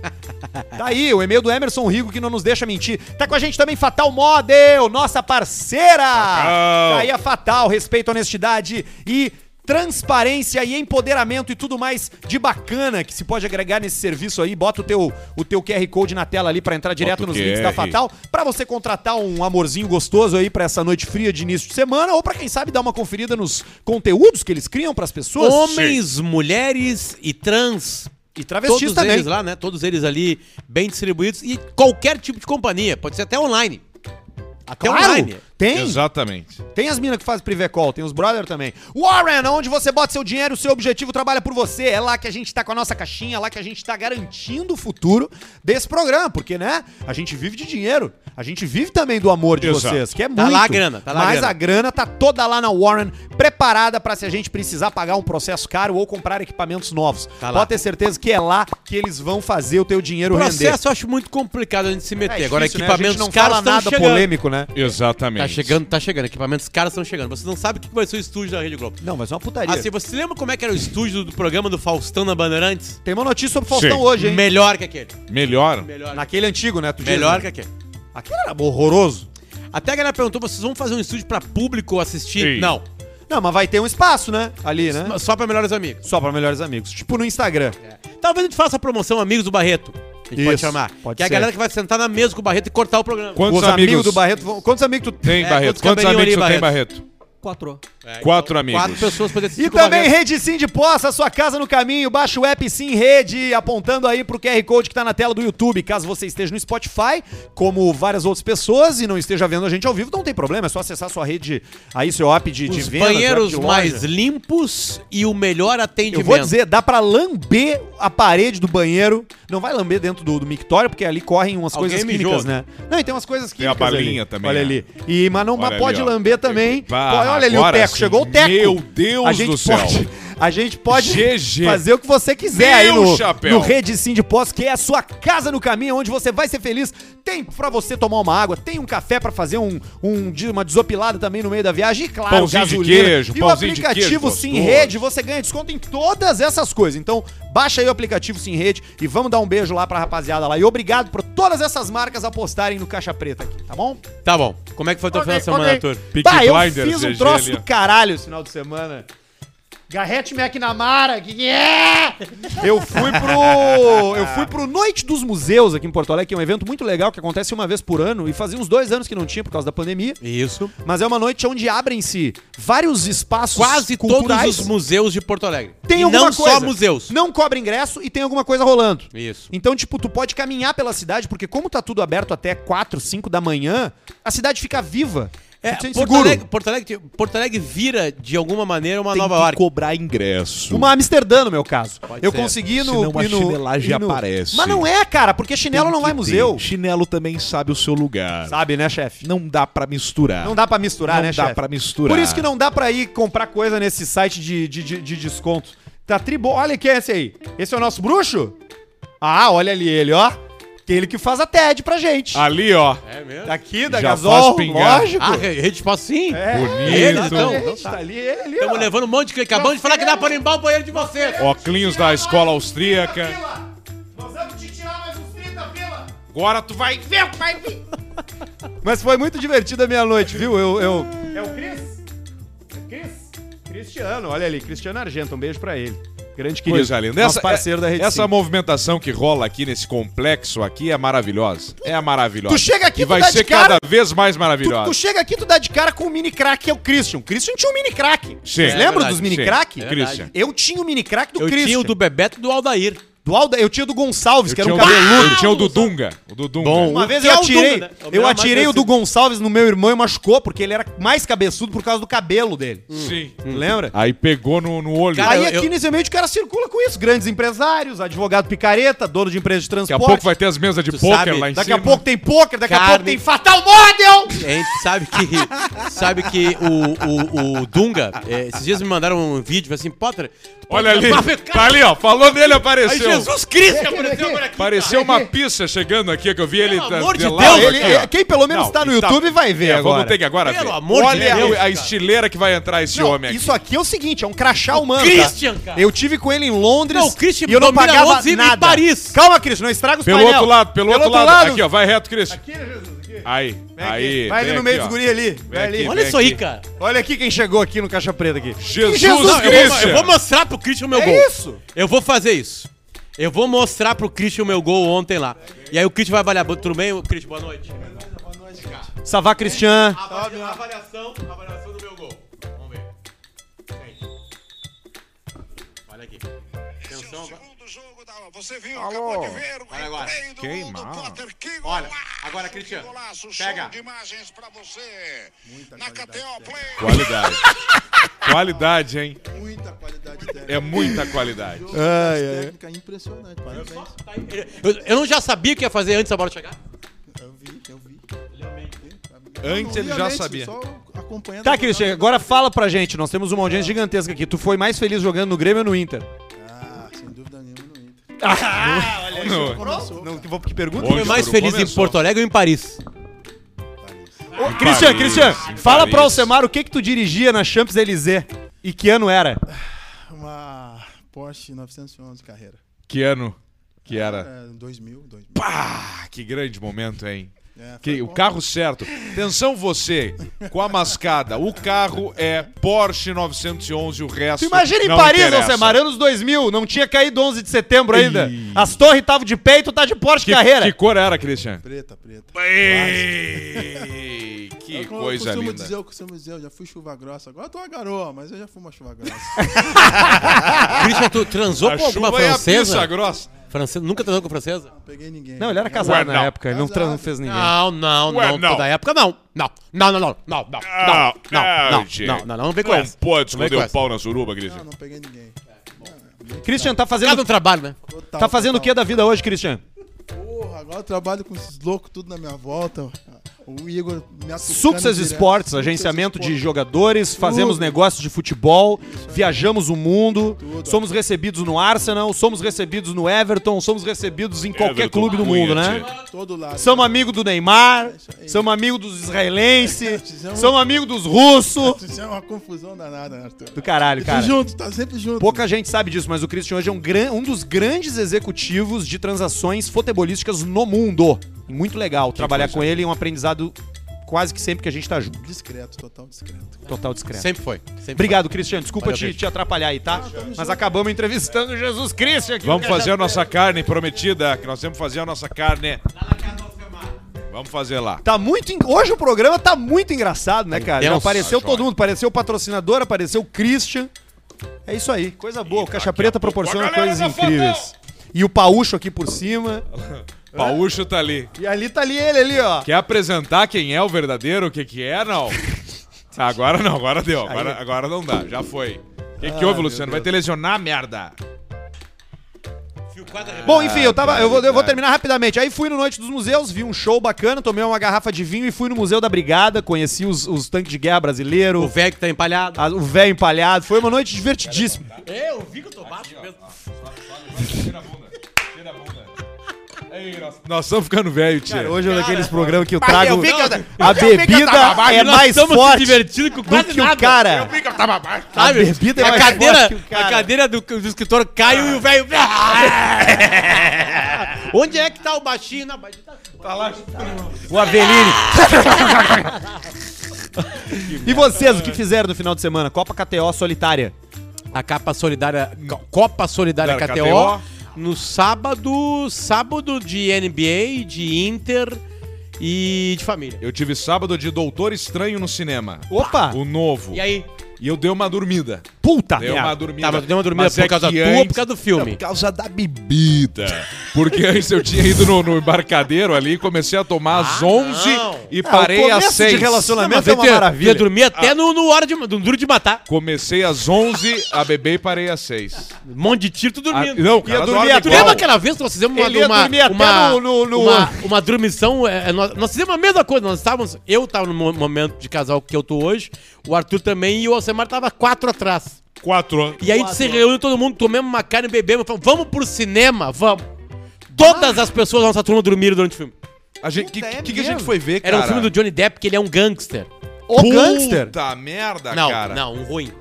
[SPEAKER 1] tá aí o e-mail do Emerson Rigo que não nos deixa mentir. Tá com a gente também Fatal Model, nossa parceira. Tá aí a Fatal, respeito, honestidade e transparência e empoderamento e tudo mais de bacana que se pode agregar nesse serviço aí. Bota o teu, o teu QR Code na tela ali pra entrar direto
[SPEAKER 2] o
[SPEAKER 1] nos links da
[SPEAKER 2] QR.
[SPEAKER 1] Fatal para você contratar um amorzinho gostoso aí pra essa noite fria de início de semana ou pra quem sabe dar uma conferida nos conteúdos que eles criam pras pessoas.
[SPEAKER 3] Homens, mulheres e trans
[SPEAKER 1] e travestis
[SPEAKER 3] todos
[SPEAKER 1] também.
[SPEAKER 3] eles lá, né? Todos eles ali bem distribuídos e qualquer tipo de companhia, pode ser até online. Até
[SPEAKER 1] Ah, Claro,
[SPEAKER 3] online.
[SPEAKER 1] tem. Tá
[SPEAKER 2] Exatamente.
[SPEAKER 1] Tem as minas que fazem privé call, tem os brother também. Warren, onde você bota seu dinheiro, o seu objetivo trabalha por você. É lá que a gente tá com a nossa caixinha, é lá que a gente tá garantindo o futuro desse programa, porque, né? A gente vive de dinheiro, a gente vive também do amor de
[SPEAKER 2] Exato.
[SPEAKER 1] vocês, que é
[SPEAKER 3] Tá
[SPEAKER 1] muito.
[SPEAKER 3] lá a grana, tá lá a
[SPEAKER 1] mas
[SPEAKER 3] grana.
[SPEAKER 1] a grana tá toda lá na Warren, preparada pra se a gente precisar pagar um processo caro ou comprar equipamentos novos.
[SPEAKER 3] Tá lá.
[SPEAKER 1] Pode ter certeza que é lá que eles vão fazer o teu dinheiro render.
[SPEAKER 3] Processo eu acho muito complicado a gente se meter.
[SPEAKER 1] É
[SPEAKER 3] Agora,
[SPEAKER 1] difícil, né? A
[SPEAKER 3] equipamentos
[SPEAKER 1] gente não
[SPEAKER 3] caros
[SPEAKER 1] fala
[SPEAKER 3] estão
[SPEAKER 1] nada
[SPEAKER 3] chegando.
[SPEAKER 1] polêmico, né?
[SPEAKER 2] Exatamente.
[SPEAKER 3] Tá chegando, tá chegando. Equipamentos caros estão chegando. Você não sabe o que vai ser o estúdio da Rede Globo.
[SPEAKER 1] Não, mas é uma putaria.
[SPEAKER 3] Assim, você lembra como é que era o estúdio do programa do Faustão na Bandeirantes?
[SPEAKER 1] Tem uma notícia sobre o Faustão
[SPEAKER 2] Sim.
[SPEAKER 1] hoje, hein?
[SPEAKER 3] Melhor que aquele.
[SPEAKER 2] Melhor.
[SPEAKER 3] Melhor,
[SPEAKER 1] Naquele antigo, né? Tu diz, né?
[SPEAKER 3] melhor que aquele.
[SPEAKER 1] Aquilo era horroroso.
[SPEAKER 3] Até a galera perguntou, vocês vão fazer um estúdio pra público assistir?
[SPEAKER 2] Sim.
[SPEAKER 3] Não.
[SPEAKER 1] Não, mas vai ter um espaço, né? Ali, né?
[SPEAKER 3] Só pra melhores amigos. É.
[SPEAKER 1] Só pra melhores amigos. Tipo no Instagram.
[SPEAKER 3] Talvez a gente faça a promoção Amigos do Barreto. A gente pode
[SPEAKER 1] Isso,
[SPEAKER 3] chamar.
[SPEAKER 1] pode
[SPEAKER 3] que é a
[SPEAKER 1] ser.
[SPEAKER 3] galera que vai sentar na mesa com o Barreto e cortar o programa.
[SPEAKER 2] Quantos
[SPEAKER 1] Os amigos...
[SPEAKER 2] amigos,
[SPEAKER 1] do Barreto vão... Quantos amigos tu
[SPEAKER 2] tem,
[SPEAKER 3] É,
[SPEAKER 2] Barreto?
[SPEAKER 3] quantos
[SPEAKER 2] Quantos, amigos
[SPEAKER 3] cabelinhos
[SPEAKER 2] tu
[SPEAKER 3] ali,
[SPEAKER 2] tem, Barreto?
[SPEAKER 1] Quatro.
[SPEAKER 3] É, então,
[SPEAKER 2] Quatro amigos.
[SPEAKER 3] Quatro pessoas podem assistir
[SPEAKER 1] E
[SPEAKER 3] com o
[SPEAKER 1] também
[SPEAKER 3] Barreto.
[SPEAKER 1] Rede Sim de Poça, sua casa no caminho. Baixa o app Sim Rede, apontando aí pro QR Code que tá na tela do YouTube. Caso você esteja no Spotify, como várias outras pessoas, e não esteja vendo a gente ao vivo, não tem problema. É só acessar sua rede aí, seu app de, de
[SPEAKER 3] Os
[SPEAKER 1] vendas,
[SPEAKER 3] banheiros
[SPEAKER 1] app de loja.
[SPEAKER 3] mais limpos e o melhor atendimento.
[SPEAKER 1] Eu vou dizer, dá pra lamber a parede do banheiro. Não vai lamber dentro do, do mictório, porque ali correm umas
[SPEAKER 3] Alguém
[SPEAKER 1] coisas
[SPEAKER 3] mijou.
[SPEAKER 1] químicas, né? Não, e tem umas coisas
[SPEAKER 2] a
[SPEAKER 1] químicas
[SPEAKER 2] balinha
[SPEAKER 1] ali.
[SPEAKER 2] também,
[SPEAKER 1] Olha
[SPEAKER 2] é.
[SPEAKER 1] ali. E, mas não,
[SPEAKER 2] Olha
[SPEAKER 1] mas
[SPEAKER 2] ali,
[SPEAKER 1] pode
[SPEAKER 2] ó.
[SPEAKER 1] lamber também.
[SPEAKER 2] Bah,
[SPEAKER 1] Pô, olha ali o
[SPEAKER 2] agora
[SPEAKER 1] teco,
[SPEAKER 2] sim.
[SPEAKER 1] chegou o teco.
[SPEAKER 2] Meu Deus
[SPEAKER 1] a gente
[SPEAKER 2] do céu.
[SPEAKER 1] pode- a gente pode
[SPEAKER 2] GG.
[SPEAKER 1] fazer o que você quiser
[SPEAKER 2] Meu
[SPEAKER 1] aí no,
[SPEAKER 2] chapéu.
[SPEAKER 1] no Rede Sim de Pós, que é a sua casa no caminho, onde você vai ser feliz. Tem pra você tomar uma água, tem um café pra fazer um, um de- uma desopilada também no meio da viagem. E claro,
[SPEAKER 2] Pãozinho de queijo,
[SPEAKER 1] e o
[SPEAKER 2] pãozinho de
[SPEAKER 1] aplicativo
[SPEAKER 2] queijo,
[SPEAKER 1] Sim
[SPEAKER 2] gostoso.
[SPEAKER 1] Rede Rede, você ganha desconto em todas essas coisas. Então, baixa aí o aplicativo Sim Rede e vamos dar um beijo lá pra rapaziada lá. E obrigado por todas essas marcas apostarem no Caixa Preta aqui, tá bom?
[SPEAKER 3] Tá bom. Como é que foi o teu final de semana, Arthur?
[SPEAKER 2] Peaky
[SPEAKER 1] Bah, eu
[SPEAKER 2] Blinders,
[SPEAKER 1] fiz um
[SPEAKER 2] GG
[SPEAKER 1] troço
[SPEAKER 2] ali, ó.
[SPEAKER 1] do caralho esse final de semana. Garrett McNamara, que que é? Eu fui pro. Eu fui pro Noite dos Museus aqui em Porto Alegre, que é um evento muito legal que acontece uma vez por ano, e fazia uns dois anos que não tinha por causa da pandemia.
[SPEAKER 3] Isso.
[SPEAKER 1] Mas é uma noite onde abrem-se vários espaços
[SPEAKER 3] Quase
[SPEAKER 1] culturais.
[SPEAKER 3] todos os museus de Porto Alegre.
[SPEAKER 1] Tem
[SPEAKER 3] e
[SPEAKER 1] alguma
[SPEAKER 3] não
[SPEAKER 1] coisa.
[SPEAKER 3] só museus.
[SPEAKER 1] Não cobra ingresso e tem alguma coisa rolando.
[SPEAKER 3] Isso.
[SPEAKER 1] Então, tipo, tu pode caminhar pela cidade, porque como tá tudo aberto até 4, 5 da manhã, a cidade fica viva.
[SPEAKER 3] É,
[SPEAKER 1] Tu te sente
[SPEAKER 3] Porto,
[SPEAKER 1] seguro.
[SPEAKER 3] Alegre, Porto, Alegre, Porto Alegre vira, de alguma maneira, uma
[SPEAKER 2] Tem
[SPEAKER 3] Nova
[SPEAKER 2] que
[SPEAKER 3] York.
[SPEAKER 2] cobrar ingresso.
[SPEAKER 1] Uma Amsterdã, no meu caso. eu
[SPEAKER 3] ser.
[SPEAKER 1] consegui no.
[SPEAKER 2] Senão a
[SPEAKER 1] ir no-
[SPEAKER 2] chinelagem
[SPEAKER 1] ir no-
[SPEAKER 2] aparece.
[SPEAKER 1] Mas não é, cara, porque chinelo
[SPEAKER 2] Tem
[SPEAKER 1] não
[SPEAKER 2] que
[SPEAKER 1] vai
[SPEAKER 2] ter.
[SPEAKER 1] museu.
[SPEAKER 2] Chinelo também sabe o seu lugar.
[SPEAKER 1] Sabe, né, chefe?
[SPEAKER 2] Não dá pra misturar.
[SPEAKER 1] Não dá pra misturar,
[SPEAKER 2] Não
[SPEAKER 1] né,
[SPEAKER 2] dá
[SPEAKER 1] chefe?
[SPEAKER 2] pra misturar.
[SPEAKER 1] Por isso que não dá pra ir comprar coisa nesse site de, de, de- de desconto. Tá tribo. Olha quem é esse aí. Esse é o nosso bruxo? Ah, olha ali ele, ó. Aquele que faz a TED pra gente.
[SPEAKER 2] Ali, ó.
[SPEAKER 3] É mesmo?
[SPEAKER 1] Daqui, da
[SPEAKER 2] Ah, Já
[SPEAKER 1] Gasol,
[SPEAKER 2] faz pingar.
[SPEAKER 1] lógico.
[SPEAKER 3] Ah, rede tipo assim?
[SPEAKER 1] Tá É,
[SPEAKER 2] Bonito.
[SPEAKER 1] ele, então,
[SPEAKER 3] Então
[SPEAKER 1] tá ali, ele ali, ó.
[SPEAKER 3] Estamos levando um monte de... Acabamos de falar que dá pra limpar o banheiro de vocês.
[SPEAKER 2] Oclinhos da escola austríaca.
[SPEAKER 1] Pila, Nós vamos te tirar mais uns 30 pila.
[SPEAKER 2] Agora tu vai ver.
[SPEAKER 1] Mas foi muito divertida a minha noite, viu? Eu, eu... É o Cris? É Cris? Cristiano, olha ali, Cristiano Argento, um beijo pra ele. Grande querido.
[SPEAKER 2] Coisa linda.
[SPEAKER 1] Nosso
[SPEAKER 2] é, Essa,
[SPEAKER 1] é, parceiro da Rede
[SPEAKER 2] essa
[SPEAKER 1] 5.
[SPEAKER 2] movimentação que rola aqui nesse complexo aqui é maravilhosa. É maravilhosa.
[SPEAKER 1] Tu chega aqui,
[SPEAKER 2] e
[SPEAKER 1] tu
[SPEAKER 2] vai
[SPEAKER 1] dá de
[SPEAKER 2] ser
[SPEAKER 1] cara-
[SPEAKER 2] cada vez mais
[SPEAKER 1] Tu,
[SPEAKER 2] maravilhosa.
[SPEAKER 1] tu chega aqui, tu dá de cara com o mini crack, que é o Christian. O Christian tinha um mini crack. Vocês
[SPEAKER 2] É
[SPEAKER 1] lembram
[SPEAKER 3] verdade,
[SPEAKER 1] dos mini
[SPEAKER 2] sim.
[SPEAKER 1] crack?
[SPEAKER 2] É verdade.
[SPEAKER 1] Eu tinha o mini crack do
[SPEAKER 3] Eu
[SPEAKER 1] Christian.
[SPEAKER 3] tinha o do Bebeto e do Aldair.
[SPEAKER 1] Do Alda- eu tinha do Gonçalves, que era um
[SPEAKER 2] o
[SPEAKER 1] cabelo.
[SPEAKER 2] cabeludo. Eu tinha o do Dunga. O do Dunga.
[SPEAKER 3] Bom.
[SPEAKER 1] Uma vez
[SPEAKER 3] que
[SPEAKER 1] eu
[SPEAKER 3] é o
[SPEAKER 1] atirei,
[SPEAKER 3] Dunga, né? É o
[SPEAKER 1] eu
[SPEAKER 3] melhor
[SPEAKER 1] atirei
[SPEAKER 3] mais
[SPEAKER 1] o do Gonçalves no meu irmão e machucou, porque ele era mais cabeçudo por causa do cabelo dele.
[SPEAKER 2] Sim.
[SPEAKER 1] Lembra?
[SPEAKER 2] Aí pegou no, no olho.
[SPEAKER 3] Cara,
[SPEAKER 1] Aí
[SPEAKER 3] eu-
[SPEAKER 1] aqui
[SPEAKER 3] eu-
[SPEAKER 1] nesse meio de cara circula com isso. Grandes empresários, advogado picareta, dono de empresa de
[SPEAKER 2] Daqui a
[SPEAKER 1] transporte.
[SPEAKER 2] pouco vai ter as mesas de
[SPEAKER 3] Tu
[SPEAKER 2] pôquer
[SPEAKER 3] sabe,
[SPEAKER 2] lá em
[SPEAKER 1] Daqui
[SPEAKER 2] cima.
[SPEAKER 1] a pouco tem pôquer, daqui a
[SPEAKER 3] Carne.
[SPEAKER 1] pouco tem Fatal Model!
[SPEAKER 3] A gente sabe que, sabe que o, o, o Dunga, é, esses dias me mandaram um vídeo assim, Potter. tu pode
[SPEAKER 2] Olha ali.
[SPEAKER 3] levar- Cara,
[SPEAKER 2] Tá ali, ó. Falou nele,
[SPEAKER 3] Aí
[SPEAKER 2] apareceu.
[SPEAKER 3] Jesus Cristo apareceu por aqui.
[SPEAKER 2] Apareceu uma pista chegando aqui que eu vi ele.
[SPEAKER 3] Pelo
[SPEAKER 2] tá-
[SPEAKER 3] amor de
[SPEAKER 2] lado
[SPEAKER 3] Deus,
[SPEAKER 2] aqui,
[SPEAKER 1] Ele-
[SPEAKER 2] ó.
[SPEAKER 1] ele- quem pelo menos
[SPEAKER 2] Não,
[SPEAKER 1] tá no
[SPEAKER 2] está-
[SPEAKER 1] YouTube vai ver
[SPEAKER 2] É,
[SPEAKER 1] agora.
[SPEAKER 2] vamos ter que agora
[SPEAKER 3] Pelo
[SPEAKER 2] ver.
[SPEAKER 3] amor de
[SPEAKER 2] Olha
[SPEAKER 3] Deus,
[SPEAKER 2] a,
[SPEAKER 3] cara.
[SPEAKER 2] a estileira que vai entrar esse
[SPEAKER 1] Não,
[SPEAKER 2] homem aqui.
[SPEAKER 1] isso aqui é o seguinte, é um crachá humano. tá?
[SPEAKER 3] Christian, cara.
[SPEAKER 1] Eu tive com ele em Londres
[SPEAKER 3] Não, o Christian
[SPEAKER 1] e eu não
[SPEAKER 3] domina
[SPEAKER 1] pagava
[SPEAKER 3] Londres e- e
[SPEAKER 1] nada.
[SPEAKER 3] Paris.
[SPEAKER 1] Calma, Christian, não estraga os
[SPEAKER 2] Pelo
[SPEAKER 1] painel.
[SPEAKER 2] outro lado, pelo, outro, lado. Aqui, ó. Vai reto, Cris.
[SPEAKER 1] Aqui, Jesus, aqui.
[SPEAKER 2] Aí,
[SPEAKER 1] Vem
[SPEAKER 2] aí.
[SPEAKER 1] aqui. Vai ali
[SPEAKER 2] vem
[SPEAKER 1] no meio
[SPEAKER 2] aqui,
[SPEAKER 1] dos
[SPEAKER 2] ó.
[SPEAKER 1] guri ali. Vem ali.
[SPEAKER 2] aqui.
[SPEAKER 1] Olha,
[SPEAKER 3] Olha isso aí,
[SPEAKER 2] aqui.
[SPEAKER 3] cara.
[SPEAKER 1] olha aqui quem chegou aqui no Caixa Preta aqui.
[SPEAKER 2] Jesus,
[SPEAKER 1] Jesus,
[SPEAKER 3] Eu vou,
[SPEAKER 2] Cristo.
[SPEAKER 3] eu vou mostrar pro Christian o meu
[SPEAKER 1] É
[SPEAKER 3] gol.
[SPEAKER 1] isso.
[SPEAKER 3] Eu vou fazer isso. Eu vou mostrar pro Christian o meu gol ontem lá. E aí o Christian vai avaliar. Bo- Tudo bem, Christian? Boa noite.
[SPEAKER 1] Savá Christian.
[SPEAKER 3] avaliação, avaliação do meu gol. Vamos ver. Olha aqui.
[SPEAKER 5] Seu segundo jogo da Você viu, acabou de ver o
[SPEAKER 3] Olha agora.
[SPEAKER 5] replay do
[SPEAKER 2] Que
[SPEAKER 5] gol do
[SPEAKER 2] mal.
[SPEAKER 5] Potter. Que
[SPEAKER 3] Olha,
[SPEAKER 5] golaço,
[SPEAKER 3] agora,
[SPEAKER 5] que
[SPEAKER 3] Cristiano,
[SPEAKER 5] golaço,
[SPEAKER 3] pega.
[SPEAKER 5] show de imagens pra você. Na KTO Play.
[SPEAKER 2] Qualidade. qualidade, hein?
[SPEAKER 6] Muita qualidade técnica.
[SPEAKER 2] É muita qualidade.
[SPEAKER 1] Ai, ai.
[SPEAKER 6] técnica é impressionante. Parabéns.
[SPEAKER 3] Eu, eu não já sabia o que ia fazer antes da bola chegar?
[SPEAKER 6] Eu vi, eu vi.
[SPEAKER 2] Antes ele já sabia.
[SPEAKER 6] Só acompanhando
[SPEAKER 1] Tá,
[SPEAKER 6] a
[SPEAKER 1] Christian,
[SPEAKER 6] jogada.
[SPEAKER 1] agora fala pra gente. Nós temos uma audiência gigantesca aqui. Tu foi mais feliz jogando no Grêmio ou no Inter?
[SPEAKER 6] Ah, sem dúvida nenhuma no Inter.
[SPEAKER 2] Não.
[SPEAKER 6] Começou,
[SPEAKER 1] Não,
[SPEAKER 6] cara.
[SPEAKER 1] que vou que um pergunta.
[SPEAKER 2] Hoje
[SPEAKER 3] Foi mais
[SPEAKER 2] o
[SPEAKER 3] feliz em
[SPEAKER 2] começou.
[SPEAKER 3] Porto Alegre ou em Paris?
[SPEAKER 1] Ô, Christian,
[SPEAKER 2] Paris,
[SPEAKER 1] Christian,
[SPEAKER 2] em
[SPEAKER 1] fala
[SPEAKER 2] Paris.
[SPEAKER 1] pra Alcemar o que que tu dirigia na Champs-Élysées e que ano era?
[SPEAKER 6] Uma Porsche 911 carreira.
[SPEAKER 2] Que ano que era?
[SPEAKER 6] É, 2000, 2000.
[SPEAKER 2] Pá, que grande momento, hein?
[SPEAKER 6] É, foi
[SPEAKER 2] Que, o
[SPEAKER 6] bom.
[SPEAKER 2] carro certo. Atenção você, com a mascada. O carro é Porsche 911, o resto
[SPEAKER 1] Tu imagina em
[SPEAKER 2] não
[SPEAKER 1] Paris, é
[SPEAKER 2] interessa.
[SPEAKER 1] Alcemar, anos 2000, não tinha caído 11 de setembro ainda.
[SPEAKER 2] Ih.
[SPEAKER 1] As torres estavam de pé e tu tá de Porsche
[SPEAKER 2] Que,
[SPEAKER 1] Carreira.
[SPEAKER 2] que cor era, Christian?
[SPEAKER 6] Preta, preta.
[SPEAKER 2] Ei, que
[SPEAKER 6] Eu
[SPEAKER 2] coisa
[SPEAKER 6] costumo
[SPEAKER 2] linda.
[SPEAKER 6] Dizer, eu costumo dizer, eu já fui chuva grossa. Agora eu tô uma garoa, mas eu já fui uma chuva grossa.
[SPEAKER 3] Christian, tu transou
[SPEAKER 2] A
[SPEAKER 3] com alguma
[SPEAKER 2] chuva é a
[SPEAKER 3] francesa?
[SPEAKER 2] pizza grossa.
[SPEAKER 3] francesa? Nunca transou com francesa?
[SPEAKER 6] Não peguei ninguém.
[SPEAKER 1] Não, ele era
[SPEAKER 6] Peguei
[SPEAKER 1] casado
[SPEAKER 2] Ué,
[SPEAKER 1] na
[SPEAKER 2] não.
[SPEAKER 1] época, ele não,
[SPEAKER 6] Casado.
[SPEAKER 1] tra- não fez ninguém.
[SPEAKER 3] Não, não,
[SPEAKER 2] Ué,
[SPEAKER 3] não.
[SPEAKER 2] não.
[SPEAKER 3] Toda época, não. Não, não, não, não, não, não,
[SPEAKER 2] Ah,
[SPEAKER 3] não, não, não,
[SPEAKER 2] gente.
[SPEAKER 3] não, não, não vem com
[SPEAKER 1] é
[SPEAKER 2] Não
[SPEAKER 3] essa.
[SPEAKER 2] pode
[SPEAKER 3] Não vem
[SPEAKER 2] esconder
[SPEAKER 3] com
[SPEAKER 2] o
[SPEAKER 3] essa.
[SPEAKER 2] pau na suruba,
[SPEAKER 6] ninguém. Não,
[SPEAKER 2] Christian.
[SPEAKER 6] não peguei ninguém.
[SPEAKER 1] Tá Christian, tá
[SPEAKER 3] Cada
[SPEAKER 1] fazendo,
[SPEAKER 3] um trabalho, né?
[SPEAKER 6] Total,
[SPEAKER 1] tá fazendo o que
[SPEAKER 6] total.
[SPEAKER 1] da vida hoje, Christian?
[SPEAKER 6] Porra, agora eu trabalho com esses loucos tudo na minha volta. O Igor me atucando
[SPEAKER 1] Success
[SPEAKER 6] direto.
[SPEAKER 1] Sports,
[SPEAKER 6] Success
[SPEAKER 1] agenciamento de
[SPEAKER 6] Sports.
[SPEAKER 1] jogadores, fazemos
[SPEAKER 6] Tudo.
[SPEAKER 1] negócios de futebol, viajamos o mundo,
[SPEAKER 6] Tudo.
[SPEAKER 1] somos recebidos no Arsenal, somos recebidos no Everton, somos recebidos em qualquer
[SPEAKER 2] Everton
[SPEAKER 1] clube do
[SPEAKER 2] Cunha,
[SPEAKER 1] mundo, né?
[SPEAKER 2] tchê.
[SPEAKER 6] Todo lado.
[SPEAKER 1] Somos amigo do Neymar,
[SPEAKER 6] isso aí.
[SPEAKER 1] somos amigo dos israelenses,
[SPEAKER 6] Fizemos-
[SPEAKER 1] somos amigo dos russos.
[SPEAKER 6] Isso é uma confusão danada, Arthur.
[SPEAKER 1] Do caralho,
[SPEAKER 6] Tá
[SPEAKER 1] cara.
[SPEAKER 6] junto, tá sempre junto.
[SPEAKER 1] Pouca gente sabe disso, mas o Christian hoje é um, gran- um dos grandes executivos de transações futebolísticas no mundo. E Muito legal trabalhar com ele, é um aprendizado quase que sempre que a gente tá junto.
[SPEAKER 6] Discreto, total discreto.
[SPEAKER 1] Total discreto.
[SPEAKER 3] Sempre foi. Sempre
[SPEAKER 1] Obrigado, Cristiano. Desculpa
[SPEAKER 3] Valeu,
[SPEAKER 1] te,
[SPEAKER 3] Cristian.
[SPEAKER 1] te atrapalhar aí, tá? Mas acabamos entrevistando o Jesus Cristo aqui.
[SPEAKER 2] Vamos fazer um- a nossa carne prometida, que nós temos que fazer a nossa carne. Vamos fazer lá.
[SPEAKER 1] Tá muito. en- Hoje o programa tá muito engraçado, né, cara? Já
[SPEAKER 3] intenso,
[SPEAKER 1] apareceu
[SPEAKER 2] tá
[SPEAKER 1] todo
[SPEAKER 2] joia.
[SPEAKER 1] mundo, apareceu o patrocinador, apareceu o Christian. É isso aí, coisa boa.
[SPEAKER 2] tá
[SPEAKER 1] O Caixa Preta proporciona coisas incríveis. E o Paúcho aqui por cima.
[SPEAKER 2] Paúcho tá ali.
[SPEAKER 1] E ali tá ali ele ali, ó.
[SPEAKER 2] Quer apresentar quem é o verdadeiro, o que que é, não? Tá, agora não, agora deu. Agora, agora não dá, já foi. O que, que
[SPEAKER 1] Ah,
[SPEAKER 2] houve, Luciano? Vai te lesionar, merda.
[SPEAKER 1] Bom, enfim, eu tava. Eu vou, eu vou terminar rapidamente. Aí fui no Noite dos Museus, vi um show bacana, tomei uma garrafa de vinho e fui no Museu da Brigada, conheci os, os tanques de guerra
[SPEAKER 3] O
[SPEAKER 1] brasileiro,
[SPEAKER 3] velho que tá empalhado.
[SPEAKER 1] a- o velho empalhado. Foi uma noite divertidíssima.
[SPEAKER 3] É, eu vi que eu tô baixo mesmo.
[SPEAKER 2] Tira a bunda. Tira a bunda. Aí, nós- nós estamos ficando velho, tio.
[SPEAKER 1] Cara, hoje é daqueles programas que eu
[SPEAKER 4] Mas eu
[SPEAKER 1] trago.
[SPEAKER 4] vi que eu-
[SPEAKER 1] a
[SPEAKER 4] mas eu vi que eu
[SPEAKER 1] bebida
[SPEAKER 4] tava baixo,
[SPEAKER 1] é mais forte do
[SPEAKER 3] divertindo com
[SPEAKER 1] que o cara.
[SPEAKER 4] que eu tava baixo.
[SPEAKER 1] A
[SPEAKER 3] Sabe?
[SPEAKER 1] bebida é
[SPEAKER 3] a
[SPEAKER 1] mais forte que
[SPEAKER 3] cadeira,
[SPEAKER 1] o cara.
[SPEAKER 3] a cadeira do, do escritório caiu e o velho. Ah! Onde é que tá o baixinho? Na baixinha tá-
[SPEAKER 1] O Aveline. e vocês, o que fizeram no final de semana? Copa KTO solitária.
[SPEAKER 3] A capa solidária, Co- Copa Solidária
[SPEAKER 2] Cara,
[SPEAKER 3] KTO, no sábado, sábado de NBA, de Inter e de família.
[SPEAKER 2] Eu tive sábado de Doutor Estranho no cinema.
[SPEAKER 1] Opa!
[SPEAKER 2] O novo.
[SPEAKER 3] E aí?
[SPEAKER 2] E eu dei uma dormida.
[SPEAKER 1] Puta
[SPEAKER 2] Deu
[SPEAKER 1] merda.
[SPEAKER 2] uma dormida.
[SPEAKER 3] Tá, mas tu deu uma dormida
[SPEAKER 2] Mas
[SPEAKER 3] por
[SPEAKER 2] é
[SPEAKER 3] causa
[SPEAKER 2] que
[SPEAKER 3] tua ou
[SPEAKER 2] antes- É
[SPEAKER 3] por causa do filme?
[SPEAKER 2] Por causa da bebida. Porque antes eu tinha ido no, no embarcadero ali, comecei a tomar às 11
[SPEAKER 3] Ah, não. É,
[SPEAKER 2] e parei
[SPEAKER 1] o
[SPEAKER 2] às
[SPEAKER 1] começo de
[SPEAKER 2] 6.
[SPEAKER 1] relacionamento
[SPEAKER 2] Não, mas
[SPEAKER 1] é uma
[SPEAKER 2] eu te-
[SPEAKER 1] maravilha.
[SPEAKER 3] Eu dormi até
[SPEAKER 2] Ah.
[SPEAKER 3] no, no hora de, no duro de matar.
[SPEAKER 2] Comecei às 11 a beber e parei às 6.
[SPEAKER 3] Um monte de tiro, tu dormindo.
[SPEAKER 2] Ah, não, cara,
[SPEAKER 1] dormir
[SPEAKER 2] dorme
[SPEAKER 1] até-
[SPEAKER 3] Tu
[SPEAKER 2] igual.
[SPEAKER 3] lembra aquela vez que nós fizemos uma
[SPEAKER 1] Ele ia
[SPEAKER 3] uma,
[SPEAKER 1] dormir até
[SPEAKER 3] uma,
[SPEAKER 1] no- no- no-
[SPEAKER 3] uma, uma dormição? é, é, nós, nós fizemos a mesma coisa. Nós estávamos. Eu tava no mo- momento de casal que eu tô hoje, o Arthur também e o Alcemar tava quatro atrás.
[SPEAKER 2] Quatro.
[SPEAKER 3] E aí a gente se reúne todo mundo, comemos uma carne, bebemos, falamos, vamos pro cinema, vamos.
[SPEAKER 2] Ah.
[SPEAKER 3] Todas as pessoas da nossa turma dormiram durante o filme.
[SPEAKER 2] O que,
[SPEAKER 1] Puta, é
[SPEAKER 2] que, que a gente
[SPEAKER 1] mesmo?
[SPEAKER 2] foi ver, cara?
[SPEAKER 3] Era um filme do Johnny Depp, que ele é um gangster.
[SPEAKER 1] O gangster.
[SPEAKER 2] Puta merda,
[SPEAKER 3] não,
[SPEAKER 2] Tá cara.
[SPEAKER 3] não, um ruim.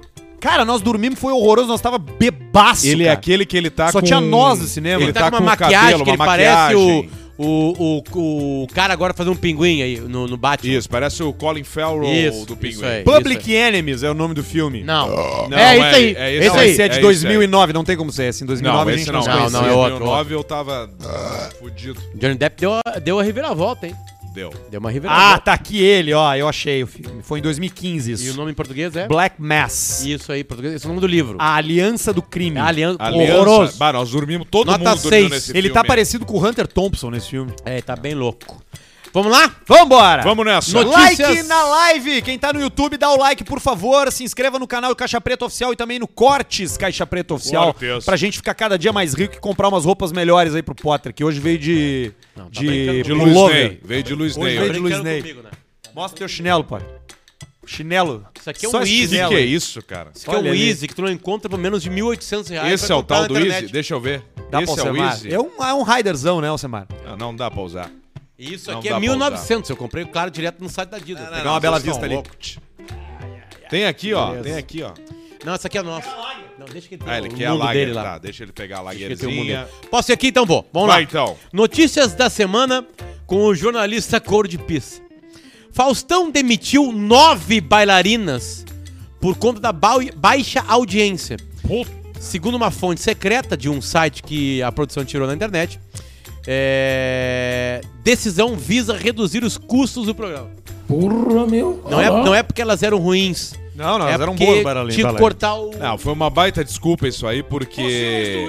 [SPEAKER 1] Cara, nós dormimos, foi horroroso, nós tava bebaço.
[SPEAKER 2] Ele é
[SPEAKER 1] cara.
[SPEAKER 2] aquele que ele tá
[SPEAKER 1] Só
[SPEAKER 2] com...
[SPEAKER 1] tinha nós no cinema.
[SPEAKER 2] Ele,
[SPEAKER 3] Ele
[SPEAKER 2] tá,
[SPEAKER 3] tá, com uma maquiagem
[SPEAKER 2] cabelo,
[SPEAKER 3] que ele
[SPEAKER 2] uma maquiagem.
[SPEAKER 3] parece o, o, o, o cara agora fazendo um pinguim aí no, no Batman.
[SPEAKER 2] Isso, parece o Colin Farrell
[SPEAKER 3] Isso,
[SPEAKER 2] do
[SPEAKER 3] isso
[SPEAKER 2] Pinguim.
[SPEAKER 3] aí.
[SPEAKER 1] Public
[SPEAKER 3] Isso
[SPEAKER 1] Enemies é o nome do filme.
[SPEAKER 3] Não.
[SPEAKER 2] Não,
[SPEAKER 3] é isso aí.
[SPEAKER 2] é
[SPEAKER 3] É
[SPEAKER 2] esse
[SPEAKER 3] isso
[SPEAKER 1] Não,
[SPEAKER 2] aí.
[SPEAKER 1] esse é de
[SPEAKER 2] É isso aí.
[SPEAKER 1] 2009, não tem como ser esse. Em 2009
[SPEAKER 2] Não,
[SPEAKER 1] a
[SPEAKER 2] esse
[SPEAKER 1] gente
[SPEAKER 2] não.
[SPEAKER 1] não,
[SPEAKER 3] Não,
[SPEAKER 1] conhecia.
[SPEAKER 3] não, é outro,
[SPEAKER 2] 2009 eu tava ah, fudido.
[SPEAKER 3] Johnny Depp deu, a- deu a reviravolta, hein?
[SPEAKER 2] Deu.
[SPEAKER 3] Deu uma
[SPEAKER 1] Ah,
[SPEAKER 3] reviravolta.
[SPEAKER 1] tá aqui ele, ó. Eu achei o filme. Foi em 2015
[SPEAKER 3] E o
[SPEAKER 1] isso.
[SPEAKER 3] nome em português é?
[SPEAKER 1] Black Mass.
[SPEAKER 3] Isso aí, em português. Esse é o nome do livro.
[SPEAKER 1] A Aliança do Crime.
[SPEAKER 3] Aliança.
[SPEAKER 2] Aliança.
[SPEAKER 3] Horroroso.
[SPEAKER 2] Bah, nós dormimos, todo
[SPEAKER 3] Nota
[SPEAKER 2] mundo dormiu
[SPEAKER 3] seis.
[SPEAKER 2] nesse
[SPEAKER 1] Ele
[SPEAKER 2] filme.
[SPEAKER 1] tá parecido com o Hunter Thompson nesse filme.
[SPEAKER 3] É, tá bem louco. Vamos lá?
[SPEAKER 1] Vambora!
[SPEAKER 2] Vamos nessa.
[SPEAKER 3] Notícia.
[SPEAKER 1] Like
[SPEAKER 3] Notícias.
[SPEAKER 1] na live! Quem tá no YouTube, dá o like, por favor. Se inscreva no canal do Caixa Preta Oficial e também no Cortes Caixa Preta Oficial.
[SPEAKER 2] Cortes.
[SPEAKER 1] Pra gente ficar cada dia mais rico e comprar umas roupas melhores aí pro Potter, que hoje veio de.
[SPEAKER 3] Não, tá
[SPEAKER 1] de.
[SPEAKER 3] brincando
[SPEAKER 2] De Luiz
[SPEAKER 1] pullover.
[SPEAKER 2] Ney. Veio de Luiz
[SPEAKER 1] Hoje
[SPEAKER 2] Ney.
[SPEAKER 1] veio
[SPEAKER 2] ó.
[SPEAKER 1] de Luiz Ney.
[SPEAKER 3] né?
[SPEAKER 1] Mostra teu chinelo, Potter. Chinelo.
[SPEAKER 3] Isso aqui é um
[SPEAKER 1] Só
[SPEAKER 3] Easy.
[SPEAKER 2] Que
[SPEAKER 1] chinelo.
[SPEAKER 2] que é isso, cara?
[SPEAKER 3] Isso aqui é
[SPEAKER 1] Olha
[SPEAKER 3] o
[SPEAKER 1] ali.
[SPEAKER 3] Easy, que tu não encontra por menos de 1.800 reais.
[SPEAKER 2] Esse
[SPEAKER 3] pra
[SPEAKER 2] é o
[SPEAKER 3] comprar
[SPEAKER 2] tal
[SPEAKER 3] na
[SPEAKER 2] do Easy?
[SPEAKER 3] internet.
[SPEAKER 2] Deixa eu ver.
[SPEAKER 1] Dá pra
[SPEAKER 2] Esse é o
[SPEAKER 1] Alcemar.
[SPEAKER 2] Easy?
[SPEAKER 1] É, um, é um Raiderzão, né, Alcemar?
[SPEAKER 2] Ah, Não dá pra usar.
[SPEAKER 3] Isso
[SPEAKER 2] Não
[SPEAKER 3] aqui
[SPEAKER 2] dá
[SPEAKER 3] é
[SPEAKER 2] pra
[SPEAKER 3] 1.900. Eu comprei, claro, direto no site da Adidas. Pegar
[SPEAKER 1] não,
[SPEAKER 3] uma
[SPEAKER 1] bela
[SPEAKER 3] promoção.
[SPEAKER 1] vista ali.
[SPEAKER 2] Tem aqui, ó. Tem aqui, ó.
[SPEAKER 3] Não, essa aqui é nossa. Não, deixa que ele
[SPEAKER 2] Ah, ele
[SPEAKER 3] o
[SPEAKER 2] quer a
[SPEAKER 3] mundo
[SPEAKER 2] lager,
[SPEAKER 3] dele lá.
[SPEAKER 2] tá. Deixa ele pegar a
[SPEAKER 3] Deixa que ele tem o mundo
[SPEAKER 2] lagerzinha.
[SPEAKER 3] dele. um Posso ir aqui então, vou. Vamos lá.
[SPEAKER 2] Vai, então.
[SPEAKER 3] Notícias da semana com o jornalista Cor de Pis. Faustão demitiu nove bailarinas por conta da bau- baixa audiência. Segundo uma fonte secreta de um site que a produção tirou na internet, é, decisão visa reduzir os custos do programa. Porra, meu! Não é, não é porque elas eram ruins.
[SPEAKER 1] Não, não,
[SPEAKER 3] é
[SPEAKER 1] elas eram
[SPEAKER 3] porque
[SPEAKER 1] boas para
[SPEAKER 3] tinha que cortar o...
[SPEAKER 2] Não, foi uma baita desculpa isso aí, porque.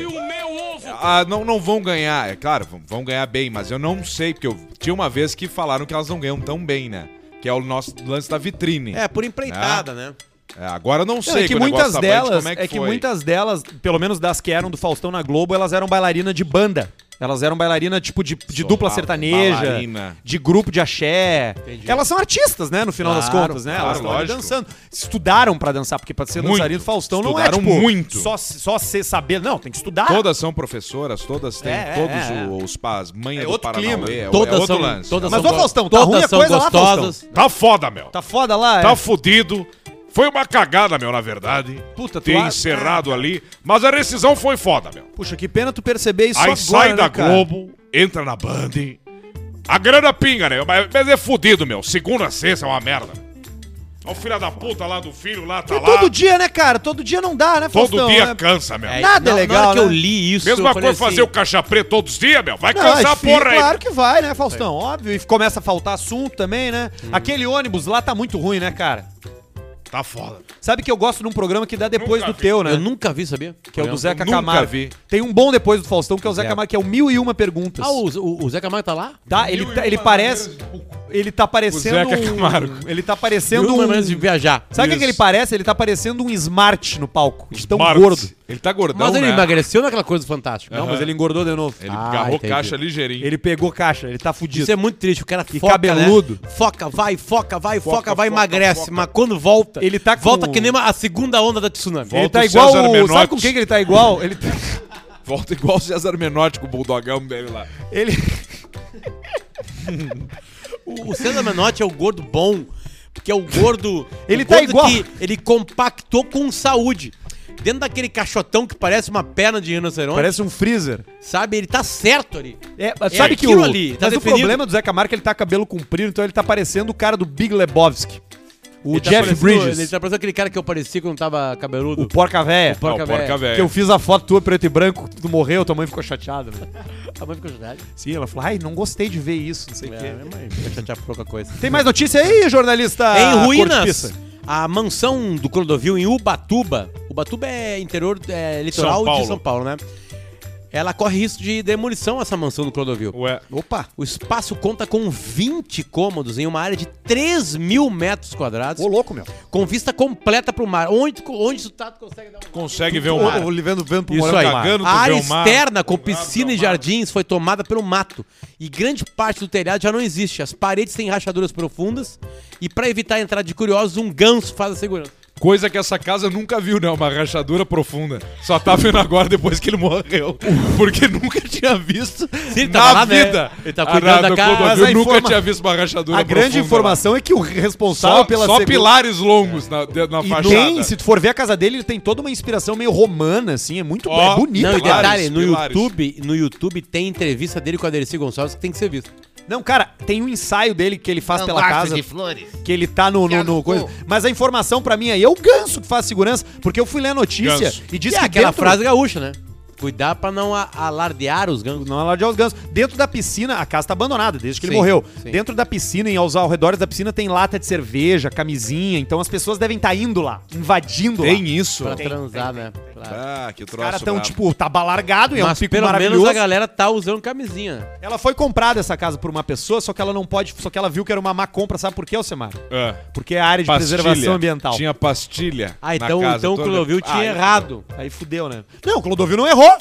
[SPEAKER 2] Ah, não, não vão ganhar, é claro, vão- vão ganhar bem, mas eu não sei, porque eu tinha uma vez que falaram que elas não ganham tão bem, né? Que é o nosso lance da vitrine.
[SPEAKER 3] É, por empreitada, né?
[SPEAKER 2] É, agora eu não
[SPEAKER 1] Não,
[SPEAKER 2] sei
[SPEAKER 1] é que
[SPEAKER 2] com o negócio
[SPEAKER 1] muitas
[SPEAKER 2] da Band,
[SPEAKER 1] delas,
[SPEAKER 2] como
[SPEAKER 1] é
[SPEAKER 2] é
[SPEAKER 1] que,
[SPEAKER 2] que foi.
[SPEAKER 1] muitas delas, pelo menos das que eram do Faustão na Globo, elas eram bailarinas de banda. Elas eram bailarinas tipo de, de
[SPEAKER 2] Sou
[SPEAKER 1] dupla
[SPEAKER 2] ba-
[SPEAKER 1] sertaneja,
[SPEAKER 2] bailarina.
[SPEAKER 1] de grupo de axé.
[SPEAKER 3] Entendi.
[SPEAKER 1] Elas são artistas, né, no final das
[SPEAKER 3] Claro,
[SPEAKER 1] contas, né?
[SPEAKER 2] claro,
[SPEAKER 1] elas estão ali
[SPEAKER 2] lógico.
[SPEAKER 1] dançando. Estudaram pra dançar, porque pra ser
[SPEAKER 2] Muito.
[SPEAKER 1] dançarino do Faustão
[SPEAKER 2] Estudaram
[SPEAKER 1] não é tipo
[SPEAKER 2] muito.
[SPEAKER 1] só só ser saber, não, tem que estudar.
[SPEAKER 2] Todas são professoras, todas têm
[SPEAKER 1] É, é,
[SPEAKER 2] todos
[SPEAKER 1] é.
[SPEAKER 2] o- os pais, mãe
[SPEAKER 1] É
[SPEAKER 2] do
[SPEAKER 1] outro
[SPEAKER 2] Paranauê,
[SPEAKER 1] clima.
[SPEAKER 2] é, o- é
[SPEAKER 3] Todas
[SPEAKER 2] outro
[SPEAKER 3] são,
[SPEAKER 2] lance.
[SPEAKER 3] todas
[SPEAKER 1] Mas,
[SPEAKER 3] são
[SPEAKER 1] ô,
[SPEAKER 3] boas.
[SPEAKER 1] Faustão, tá
[SPEAKER 3] todas
[SPEAKER 1] ruim a
[SPEAKER 3] são
[SPEAKER 1] coisa lá,
[SPEAKER 3] gostosas.
[SPEAKER 2] Tá foda, meu.
[SPEAKER 1] Tá foda lá, é.
[SPEAKER 2] Tá fudido. Foi uma cagada, meu, na verdade.
[SPEAKER 1] Puta, tu
[SPEAKER 2] Ter
[SPEAKER 1] acha-
[SPEAKER 2] encerrado ali. Mas a decisão foi foda, meu.
[SPEAKER 1] Puxa, que pena tu perceber isso
[SPEAKER 2] Aí
[SPEAKER 1] agora,
[SPEAKER 2] sai
[SPEAKER 1] né,
[SPEAKER 2] da
[SPEAKER 1] cara?
[SPEAKER 2] Globo, entra na Band. A grana pinga, né? Mas mas é fudido, meu. Segunda a sexta é uma merda. Olha o filho da puta lá do filho, lá, tá
[SPEAKER 1] E
[SPEAKER 2] lá.
[SPEAKER 1] todo dia, né, cara? Todo dia não dá, né,
[SPEAKER 2] Todo
[SPEAKER 1] Faustão?
[SPEAKER 2] dia
[SPEAKER 1] né?
[SPEAKER 2] cansa, meu.
[SPEAKER 1] É, Nada
[SPEAKER 3] na,
[SPEAKER 1] legal,
[SPEAKER 3] Na hora que
[SPEAKER 1] né?
[SPEAKER 3] eu li isso. eu
[SPEAKER 2] Mesma
[SPEAKER 3] falei
[SPEAKER 2] coisa fazer o
[SPEAKER 3] assim,
[SPEAKER 2] caixa preta todos os dias, meu. Vai
[SPEAKER 1] Não,
[SPEAKER 2] cansar a
[SPEAKER 1] é difícil,
[SPEAKER 2] porra aí.
[SPEAKER 1] Claro que vai, né, Faustão? Óbvio. E começa a faltar assunto também, né? Aquele ônibus lá tá muito ruim, né, cara?
[SPEAKER 2] Hum. Tá foda.
[SPEAKER 1] Sabe que eu gosto de um programa que dá depois
[SPEAKER 2] Nunca
[SPEAKER 1] do
[SPEAKER 2] vi.
[SPEAKER 1] teu, né?
[SPEAKER 3] Eu nunca vi, sabia?
[SPEAKER 1] Que é o do Zeca
[SPEAKER 2] Nunca
[SPEAKER 1] Camargo.
[SPEAKER 2] vi.
[SPEAKER 1] Tem um bom depois do Faustão, que é o Zeca Camargo, que é o Mil e Uma Perguntas.
[SPEAKER 3] Ah, o, o, o Zeca Camargo tá lá?
[SPEAKER 1] Tá? Ele, tá- ele parece. Ele tá parecendo.
[SPEAKER 2] Zeca
[SPEAKER 1] um-
[SPEAKER 2] Camargo.
[SPEAKER 1] ele tá parecendo.
[SPEAKER 3] Mil
[SPEAKER 1] Um,
[SPEAKER 3] maneiras de viajar.
[SPEAKER 1] sabe o que, que ele
[SPEAKER 2] Isso.
[SPEAKER 1] parece? Ele tá parecendo um Smart no palco. De tão
[SPEAKER 2] Marx.
[SPEAKER 1] gordo.
[SPEAKER 2] Ele tá gordão,
[SPEAKER 3] Mas ele
[SPEAKER 2] né?
[SPEAKER 3] emagreceu naquela coisa do Fantástico.
[SPEAKER 1] é. Não, mas ele engordou de novo.
[SPEAKER 2] Ele
[SPEAKER 3] Ah,
[SPEAKER 2] agarrou
[SPEAKER 3] entendi.
[SPEAKER 2] caixa ligeirinho.
[SPEAKER 1] Ele pegou caixa, ele tá fudido.
[SPEAKER 3] Isso é muito triste, o cara
[SPEAKER 1] E
[SPEAKER 3] foca,
[SPEAKER 1] cabeludo.
[SPEAKER 3] né? Foca, vai, foca, vai, foca, vai,
[SPEAKER 2] foca,
[SPEAKER 3] emagrece.
[SPEAKER 2] foca.
[SPEAKER 3] Mas quando volta,
[SPEAKER 1] Ele tá com-
[SPEAKER 3] volta que nem uma- a segunda onda da tsunami.
[SPEAKER 1] Ele
[SPEAKER 2] Volta
[SPEAKER 1] tá
[SPEAKER 2] o
[SPEAKER 1] igual.
[SPEAKER 2] César
[SPEAKER 1] o- Sabe
[SPEAKER 2] Menotti.
[SPEAKER 1] com quem que ele tá igual? Ele. tá-
[SPEAKER 2] Volta igual o César Menotti com o bulldogão dele lá.
[SPEAKER 1] ele...
[SPEAKER 3] O, o César Menotti é o gordo bom, porque é o gordo.
[SPEAKER 1] Ele
[SPEAKER 3] o
[SPEAKER 1] tá
[SPEAKER 3] gordo
[SPEAKER 1] igual-
[SPEAKER 3] Que ele compactou com saúde. Dentro daquele caixotão que parece uma perna de rinoceronte,
[SPEAKER 1] Parece um freezer.
[SPEAKER 3] sabe? Ele tá certo ali.
[SPEAKER 1] É, mas sabe que
[SPEAKER 3] aquilo
[SPEAKER 1] o,
[SPEAKER 3] ali, tá
[SPEAKER 1] mas o
[SPEAKER 3] definido.
[SPEAKER 1] problema do Zé Camargo é que ele tá com cabelo comprido, então ele tá parecendo o cara do Big Lebowski. O
[SPEAKER 3] Ele tá
[SPEAKER 1] Jeff
[SPEAKER 3] parecendo-
[SPEAKER 1] Bridges.
[SPEAKER 3] Ele tá parecendo aquele cara que eu parecia quando tava cabeludo.
[SPEAKER 1] O porca véia.
[SPEAKER 3] Porca
[SPEAKER 2] Não, porca
[SPEAKER 3] véia.
[SPEAKER 1] Que eu fiz a foto tua preto e branco, tu morreu, tua mãe ficou chateada. né?
[SPEAKER 3] A mãe ficou chateada.
[SPEAKER 1] Sim, ela falou, ai, não gostei de ver isso, não sei o
[SPEAKER 3] É, minha
[SPEAKER 1] quê.
[SPEAKER 3] mãe fica chateada por pouca coisa.
[SPEAKER 1] Tem mais notícia aí, jornalista?
[SPEAKER 3] Em
[SPEAKER 1] Corte
[SPEAKER 3] ruínas,
[SPEAKER 1] Pisa?
[SPEAKER 3] a mansão do Clodovil em Ubatuba. Ubatuba é interior, é litoral
[SPEAKER 2] São
[SPEAKER 3] de
[SPEAKER 2] Paulo.
[SPEAKER 3] São Paulo, né? Ela corre risco de demolição, essa mansão do Clodovil.
[SPEAKER 2] Ué.
[SPEAKER 1] Opa,
[SPEAKER 3] O espaço conta com 20 cômodos em uma área de 3 mil metros quadrados,
[SPEAKER 1] ô louco, meu.
[SPEAKER 3] com vista completa pro mar. Onde, tu- onde isso tá, tu consegue dar um...
[SPEAKER 2] Consegue ver o
[SPEAKER 1] Ô,
[SPEAKER 2] mar.
[SPEAKER 1] ô, vendo, vendo pro
[SPEAKER 3] Isso
[SPEAKER 1] morango
[SPEAKER 3] aí.
[SPEAKER 1] do mar.
[SPEAKER 2] cagando, tu
[SPEAKER 3] a
[SPEAKER 2] vê
[SPEAKER 3] área
[SPEAKER 2] o mar,
[SPEAKER 3] externa com
[SPEAKER 2] do lado
[SPEAKER 3] piscina e
[SPEAKER 2] do mar.
[SPEAKER 3] jardins foi tomada pelo mato e grande parte do telhado já não existe. As paredes têm rachaduras profundas e para evitar a entrada de curiosos, um ganso faz a segurança.
[SPEAKER 2] Coisa que essa casa nunca viu, né? Uma rachadura profunda. Só tá vendo agora depois que ele morreu. Porque nunca tinha visto
[SPEAKER 3] ele
[SPEAKER 2] na
[SPEAKER 3] tava lá, né?
[SPEAKER 2] vida.
[SPEAKER 3] Ele tá cuidando da
[SPEAKER 2] do
[SPEAKER 3] casa.
[SPEAKER 2] Clodovil,
[SPEAKER 1] Mas a
[SPEAKER 2] nunca
[SPEAKER 1] informa-
[SPEAKER 2] tinha visto uma rachadura
[SPEAKER 1] A grande
[SPEAKER 2] profunda
[SPEAKER 1] informação é que o
[SPEAKER 2] lá.
[SPEAKER 1] responsável
[SPEAKER 2] Só,
[SPEAKER 1] pela
[SPEAKER 2] só
[SPEAKER 1] segu-
[SPEAKER 2] pilares longos na, de- na
[SPEAKER 1] E
[SPEAKER 2] fachada.
[SPEAKER 1] tem, se tu for ver a casa dele, ele tem toda uma inspiração meio romana, assim, é muito
[SPEAKER 2] Ó.
[SPEAKER 1] é bonito.
[SPEAKER 3] não, e
[SPEAKER 2] pilares,
[SPEAKER 3] detalhe, no
[SPEAKER 2] pilares.
[SPEAKER 3] YouTube, no YouTube tem entrevista dele com a Dercy Gonçalves que tem que ser vista.
[SPEAKER 1] Não, cara, tem um ensaio dele que ele faz
[SPEAKER 4] Um
[SPEAKER 1] pela
[SPEAKER 4] vaso
[SPEAKER 1] casa.
[SPEAKER 4] de flores.
[SPEAKER 1] Que ele tá no. no,
[SPEAKER 4] Enfiado
[SPEAKER 1] no
[SPEAKER 4] no
[SPEAKER 1] coisa.
[SPEAKER 4] cu.
[SPEAKER 1] Mas a informação pra mim aí é o ganso que faz segurança, porque eu fui ler a notícia
[SPEAKER 2] Ganso.
[SPEAKER 1] e
[SPEAKER 3] Diz
[SPEAKER 1] disse
[SPEAKER 3] que é
[SPEAKER 1] que
[SPEAKER 3] aquela
[SPEAKER 1] dentro-
[SPEAKER 3] frase gaúcha, né? Cuidar pra não a- alardear os gansos.
[SPEAKER 1] Não alardear os gansos. Dentro da piscina, a casa tá abandonada desde que ele
[SPEAKER 3] Sim,
[SPEAKER 1] morreu.
[SPEAKER 3] sim.
[SPEAKER 1] Dentro da piscina, e aos arredores da piscina, tem lata de cerveja, camisinha. Então as pessoas devem estar indo lá, invadindo lá.
[SPEAKER 2] Tem isso.
[SPEAKER 3] Pra transar, né? Pra-
[SPEAKER 2] Ah, que troço
[SPEAKER 1] Os caras tão,
[SPEAKER 2] brabo.
[SPEAKER 1] tipo, tá balargado e é um
[SPEAKER 3] Mas
[SPEAKER 1] pico
[SPEAKER 3] pelo menos
[SPEAKER 1] maravilhoso.
[SPEAKER 3] a galera tá usando camisinha.
[SPEAKER 1] Ela foi comprada essa casa por uma pessoa, só que ela não pode. Só que ela viu que era uma má compra, sabe por quê, Alcemar?
[SPEAKER 2] É.
[SPEAKER 1] Porque é a área de
[SPEAKER 2] Pastilha.
[SPEAKER 1] preservação ambiental.
[SPEAKER 2] Tinha pastilha
[SPEAKER 3] Ah,
[SPEAKER 2] na
[SPEAKER 3] então,
[SPEAKER 2] casa
[SPEAKER 3] então o
[SPEAKER 2] toda.
[SPEAKER 3] Clodovil tinha
[SPEAKER 2] Ah,
[SPEAKER 3] errado.
[SPEAKER 1] Aí fudeu, né? Não, o Clodovil não errou.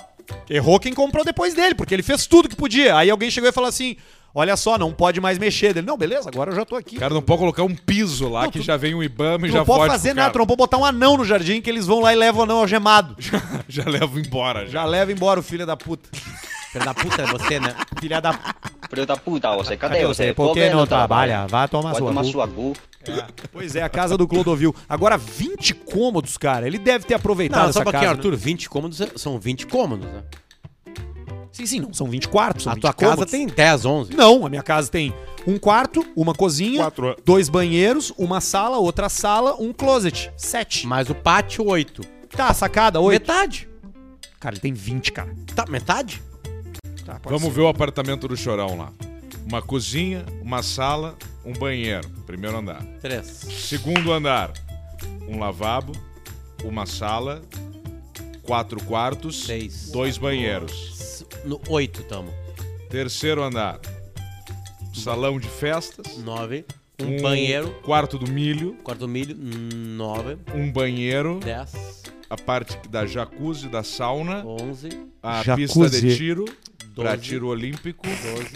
[SPEAKER 1] Errou quem comprou depois dele, porque ele fez tudo que podia. Aí alguém chegou e falou assim: Olha só, não pode mais mexer dele. Não, beleza, agora eu já tô aqui.
[SPEAKER 2] O cara não pode colocar um piso lá
[SPEAKER 1] Não,
[SPEAKER 2] que
[SPEAKER 1] tu-
[SPEAKER 2] já vem um Ibama e
[SPEAKER 1] tu
[SPEAKER 2] já
[SPEAKER 1] não pode
[SPEAKER 2] fode
[SPEAKER 1] fazer
[SPEAKER 2] com o
[SPEAKER 1] nada, tu
[SPEAKER 2] cara.
[SPEAKER 1] não pode botar um anão no jardim que eles vão lá e levam o anão algemado.
[SPEAKER 2] Já leva embora. Já.
[SPEAKER 1] Já leva embora o filho da puta.
[SPEAKER 3] Filha da puta é você, né?
[SPEAKER 1] Filha da puta.
[SPEAKER 7] Filho da puta, você, cadê,
[SPEAKER 1] Cadê
[SPEAKER 7] você?
[SPEAKER 1] você? Por
[SPEAKER 7] Tô
[SPEAKER 1] que
[SPEAKER 7] vendo,
[SPEAKER 1] não trabalha? Vá tomar
[SPEAKER 7] Vai
[SPEAKER 1] sua.
[SPEAKER 7] tomar
[SPEAKER 1] cu.
[SPEAKER 7] sua gu.
[SPEAKER 1] Pois é, a casa do Clodovil. Agora, 20 cômodos, cara. Ele deve ter aproveitado
[SPEAKER 3] Não,
[SPEAKER 1] essa
[SPEAKER 3] só pra quem,
[SPEAKER 1] casa. né?
[SPEAKER 3] Arthur, 20 cômodos é- são 20 cômodos, né?
[SPEAKER 1] né? Sim, sim, não. São 20 quartos. São
[SPEAKER 3] a
[SPEAKER 1] 20
[SPEAKER 3] tua casa
[SPEAKER 1] cômodos.
[SPEAKER 3] tem 10, 11.
[SPEAKER 1] Não, a minha casa tem um quarto, uma cozinha,
[SPEAKER 2] Quatro.
[SPEAKER 1] dois banheiros, uma sala, outra sala, um closet. Sete.
[SPEAKER 3] Mas o pátio, 8.
[SPEAKER 1] Tá, sacada, oito.
[SPEAKER 3] Metade.
[SPEAKER 1] Cara, ele tem 20, cara.
[SPEAKER 3] Tá, metade?
[SPEAKER 1] Tá, pode
[SPEAKER 2] Vamos
[SPEAKER 1] ser.
[SPEAKER 2] ver o apartamento do Chorão lá. Uma cozinha, uma sala, um banheiro. Primeiro andar.
[SPEAKER 3] 3.
[SPEAKER 2] Segundo andar, um lavabo, uma sala, quatro quartos,
[SPEAKER 3] Seis.
[SPEAKER 2] dois banheiros.
[SPEAKER 3] No 8 tamo.
[SPEAKER 2] Terceiro andar, salão de festas,
[SPEAKER 3] 9. Um banheiro.
[SPEAKER 2] quarto do milho,
[SPEAKER 3] Quarto milho. 9.
[SPEAKER 2] um banheiro,
[SPEAKER 3] 10.
[SPEAKER 2] a parte da jacuzzi, da sauna,
[SPEAKER 3] 11.
[SPEAKER 2] a
[SPEAKER 1] Jacuzzi.
[SPEAKER 2] pista de tiro, pra
[SPEAKER 3] Doze.
[SPEAKER 2] tiro olímpico,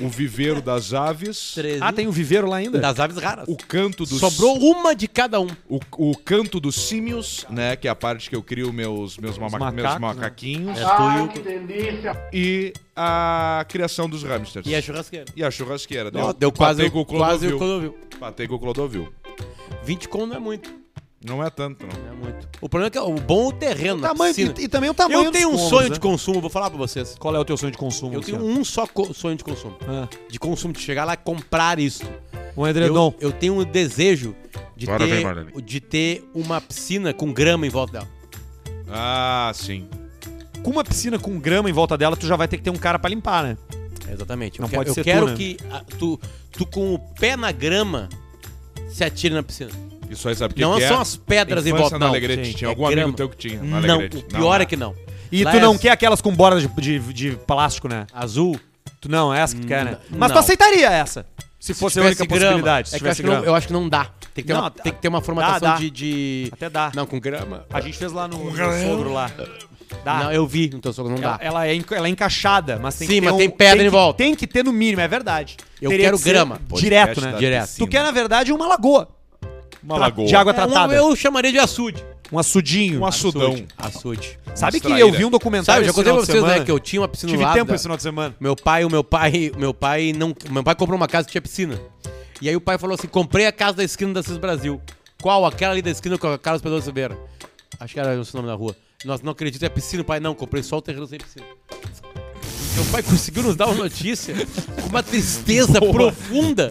[SPEAKER 2] o viveiro das aves,
[SPEAKER 3] 13.
[SPEAKER 1] Ah, tem um viveiro lá ainda?
[SPEAKER 3] Das aves raras.
[SPEAKER 2] o canto dos
[SPEAKER 3] Sobrou uma de cada um.
[SPEAKER 2] o, o canto dos símios, né, que é a parte que eu crio meus meus, mama-
[SPEAKER 1] macacos,
[SPEAKER 2] meus
[SPEAKER 1] né?
[SPEAKER 2] macaquinhos.
[SPEAKER 3] É tu e, o...
[SPEAKER 2] e a criação dos hamsters.
[SPEAKER 3] e a churrasqueira.
[SPEAKER 2] E a churrasqueira.
[SPEAKER 3] Deu, quase,
[SPEAKER 2] patei com tá o
[SPEAKER 3] quase o
[SPEAKER 2] Clodovil.
[SPEAKER 3] Clodovil.
[SPEAKER 2] Patei com o Clodovil.
[SPEAKER 3] 20 com não é muito.
[SPEAKER 2] Não é tanto, não.
[SPEAKER 3] É muito. O problema é que o bom é o terreno, na
[SPEAKER 1] Tamanho,
[SPEAKER 3] piscina.
[SPEAKER 1] Tá, e, e também o tamanho
[SPEAKER 3] Eu tenho um
[SPEAKER 1] dos cômodos,
[SPEAKER 3] sonho
[SPEAKER 1] né?
[SPEAKER 3] de consumo, vou falar pra vocês.
[SPEAKER 1] Qual é o teu sonho de consumo?
[SPEAKER 3] Eu tenho
[SPEAKER 1] Luciano?
[SPEAKER 3] um só co- sonho de consumo.
[SPEAKER 1] Ah,
[SPEAKER 3] De consumo, de chegar lá e comprar isso.
[SPEAKER 1] um edredom.
[SPEAKER 3] Eu, eu tenho um desejo de
[SPEAKER 2] Agora vem,
[SPEAKER 3] ter,
[SPEAKER 2] Marlene.
[SPEAKER 3] de ter uma piscina com grama em volta dela.
[SPEAKER 2] Ah, sim.
[SPEAKER 1] Com uma piscina com grama em volta dela, tu já vai ter que ter um cara pra limpar, né?
[SPEAKER 3] Exatamente. Eu,
[SPEAKER 1] Não
[SPEAKER 3] que-
[SPEAKER 1] pode
[SPEAKER 3] eu
[SPEAKER 1] ser tu,
[SPEAKER 3] quero
[SPEAKER 1] né?
[SPEAKER 3] que a- tu, tu, com o pé na grama, se atire na piscina.
[SPEAKER 2] Isso aí sabe o que,
[SPEAKER 3] não
[SPEAKER 2] que é?
[SPEAKER 3] são as pedras em
[SPEAKER 2] Infância
[SPEAKER 3] volta,
[SPEAKER 2] na
[SPEAKER 3] não.
[SPEAKER 2] Alegrete.
[SPEAKER 3] gente,
[SPEAKER 2] Tinha
[SPEAKER 3] é
[SPEAKER 2] algum amigo
[SPEAKER 3] grama.
[SPEAKER 2] teu que tinha na
[SPEAKER 3] Não,
[SPEAKER 2] Alegrete.
[SPEAKER 3] o
[SPEAKER 2] Não,
[SPEAKER 3] pior
[SPEAKER 2] não.
[SPEAKER 3] é que não.
[SPEAKER 1] E
[SPEAKER 3] Lá
[SPEAKER 1] tu
[SPEAKER 3] é
[SPEAKER 1] não
[SPEAKER 3] as-
[SPEAKER 1] quer aquelas com borda de, de- de plástico, né?
[SPEAKER 3] Azul. Hum,
[SPEAKER 1] Tu não, é essa que tu quer, né? Mas tu
[SPEAKER 3] não.
[SPEAKER 1] aceitaria essa, se, fosse a única
[SPEAKER 3] tivesse grama.
[SPEAKER 1] possibilidade. se
[SPEAKER 3] É que eu,
[SPEAKER 1] tivesse
[SPEAKER 3] acho que não,
[SPEAKER 1] grama.
[SPEAKER 3] eu acho que não dá. Tem que ter,
[SPEAKER 1] Não,
[SPEAKER 3] uma,
[SPEAKER 1] dá-
[SPEAKER 3] tem que ter uma formatação
[SPEAKER 1] dá.
[SPEAKER 3] de, de-
[SPEAKER 1] Até dá.
[SPEAKER 3] Não, com grama.
[SPEAKER 1] A gente fez lá no, no sogro lá. Dá.
[SPEAKER 3] Não, eu vi no teu sogro, não
[SPEAKER 1] ela,
[SPEAKER 3] dá.
[SPEAKER 1] ela é, enca- ela é encaixada, mas tem
[SPEAKER 3] Sim,
[SPEAKER 1] que ter
[SPEAKER 3] mas
[SPEAKER 1] um-
[SPEAKER 3] tem pedra
[SPEAKER 1] tem que-
[SPEAKER 3] em volta.
[SPEAKER 1] Tem que ter no mínimo, é verdade.
[SPEAKER 3] Eu
[SPEAKER 1] Teria
[SPEAKER 3] quero
[SPEAKER 1] que ser
[SPEAKER 3] grama.
[SPEAKER 1] Direto, né?
[SPEAKER 2] da
[SPEAKER 3] Direto.
[SPEAKER 1] Tu
[SPEAKER 2] piscina.
[SPEAKER 1] quer, na verdade, uma lagoa.
[SPEAKER 2] uma
[SPEAKER 1] Tra-
[SPEAKER 2] lagoa.
[SPEAKER 1] De água
[SPEAKER 3] É, um-
[SPEAKER 1] tratada.
[SPEAKER 3] eu chamaria de açude.
[SPEAKER 1] Um açudinho.
[SPEAKER 2] Um açudão.
[SPEAKER 3] Açude.
[SPEAKER 1] Sabe que
[SPEAKER 2] Extraída.
[SPEAKER 1] eu vi um documentário
[SPEAKER 3] Sabe, eu já
[SPEAKER 1] esse
[SPEAKER 3] contei
[SPEAKER 1] final
[SPEAKER 3] pra
[SPEAKER 1] de
[SPEAKER 3] vocês,
[SPEAKER 1] semana.
[SPEAKER 3] né, que eu tinha uma piscina no
[SPEAKER 1] Tive
[SPEAKER 3] lado.
[SPEAKER 1] tempo
[SPEAKER 3] da-
[SPEAKER 1] esse final de semana.
[SPEAKER 3] Meu pai, o meu pai, meu pai não, meu pai comprou uma casa que tinha piscina. E aí o pai falou assim: "Comprei a casa da esquina da Cis Brasil. Qual? Aquela ali da esquina com a Carlos Pedroso Ribeira. Acho que era esse o nome da rua. Nós não acredito, é piscina, pai. Não, comprei só o terreno sem piscina. Meu pai conseguiu nos dar uma notícia com uma tristeza profunda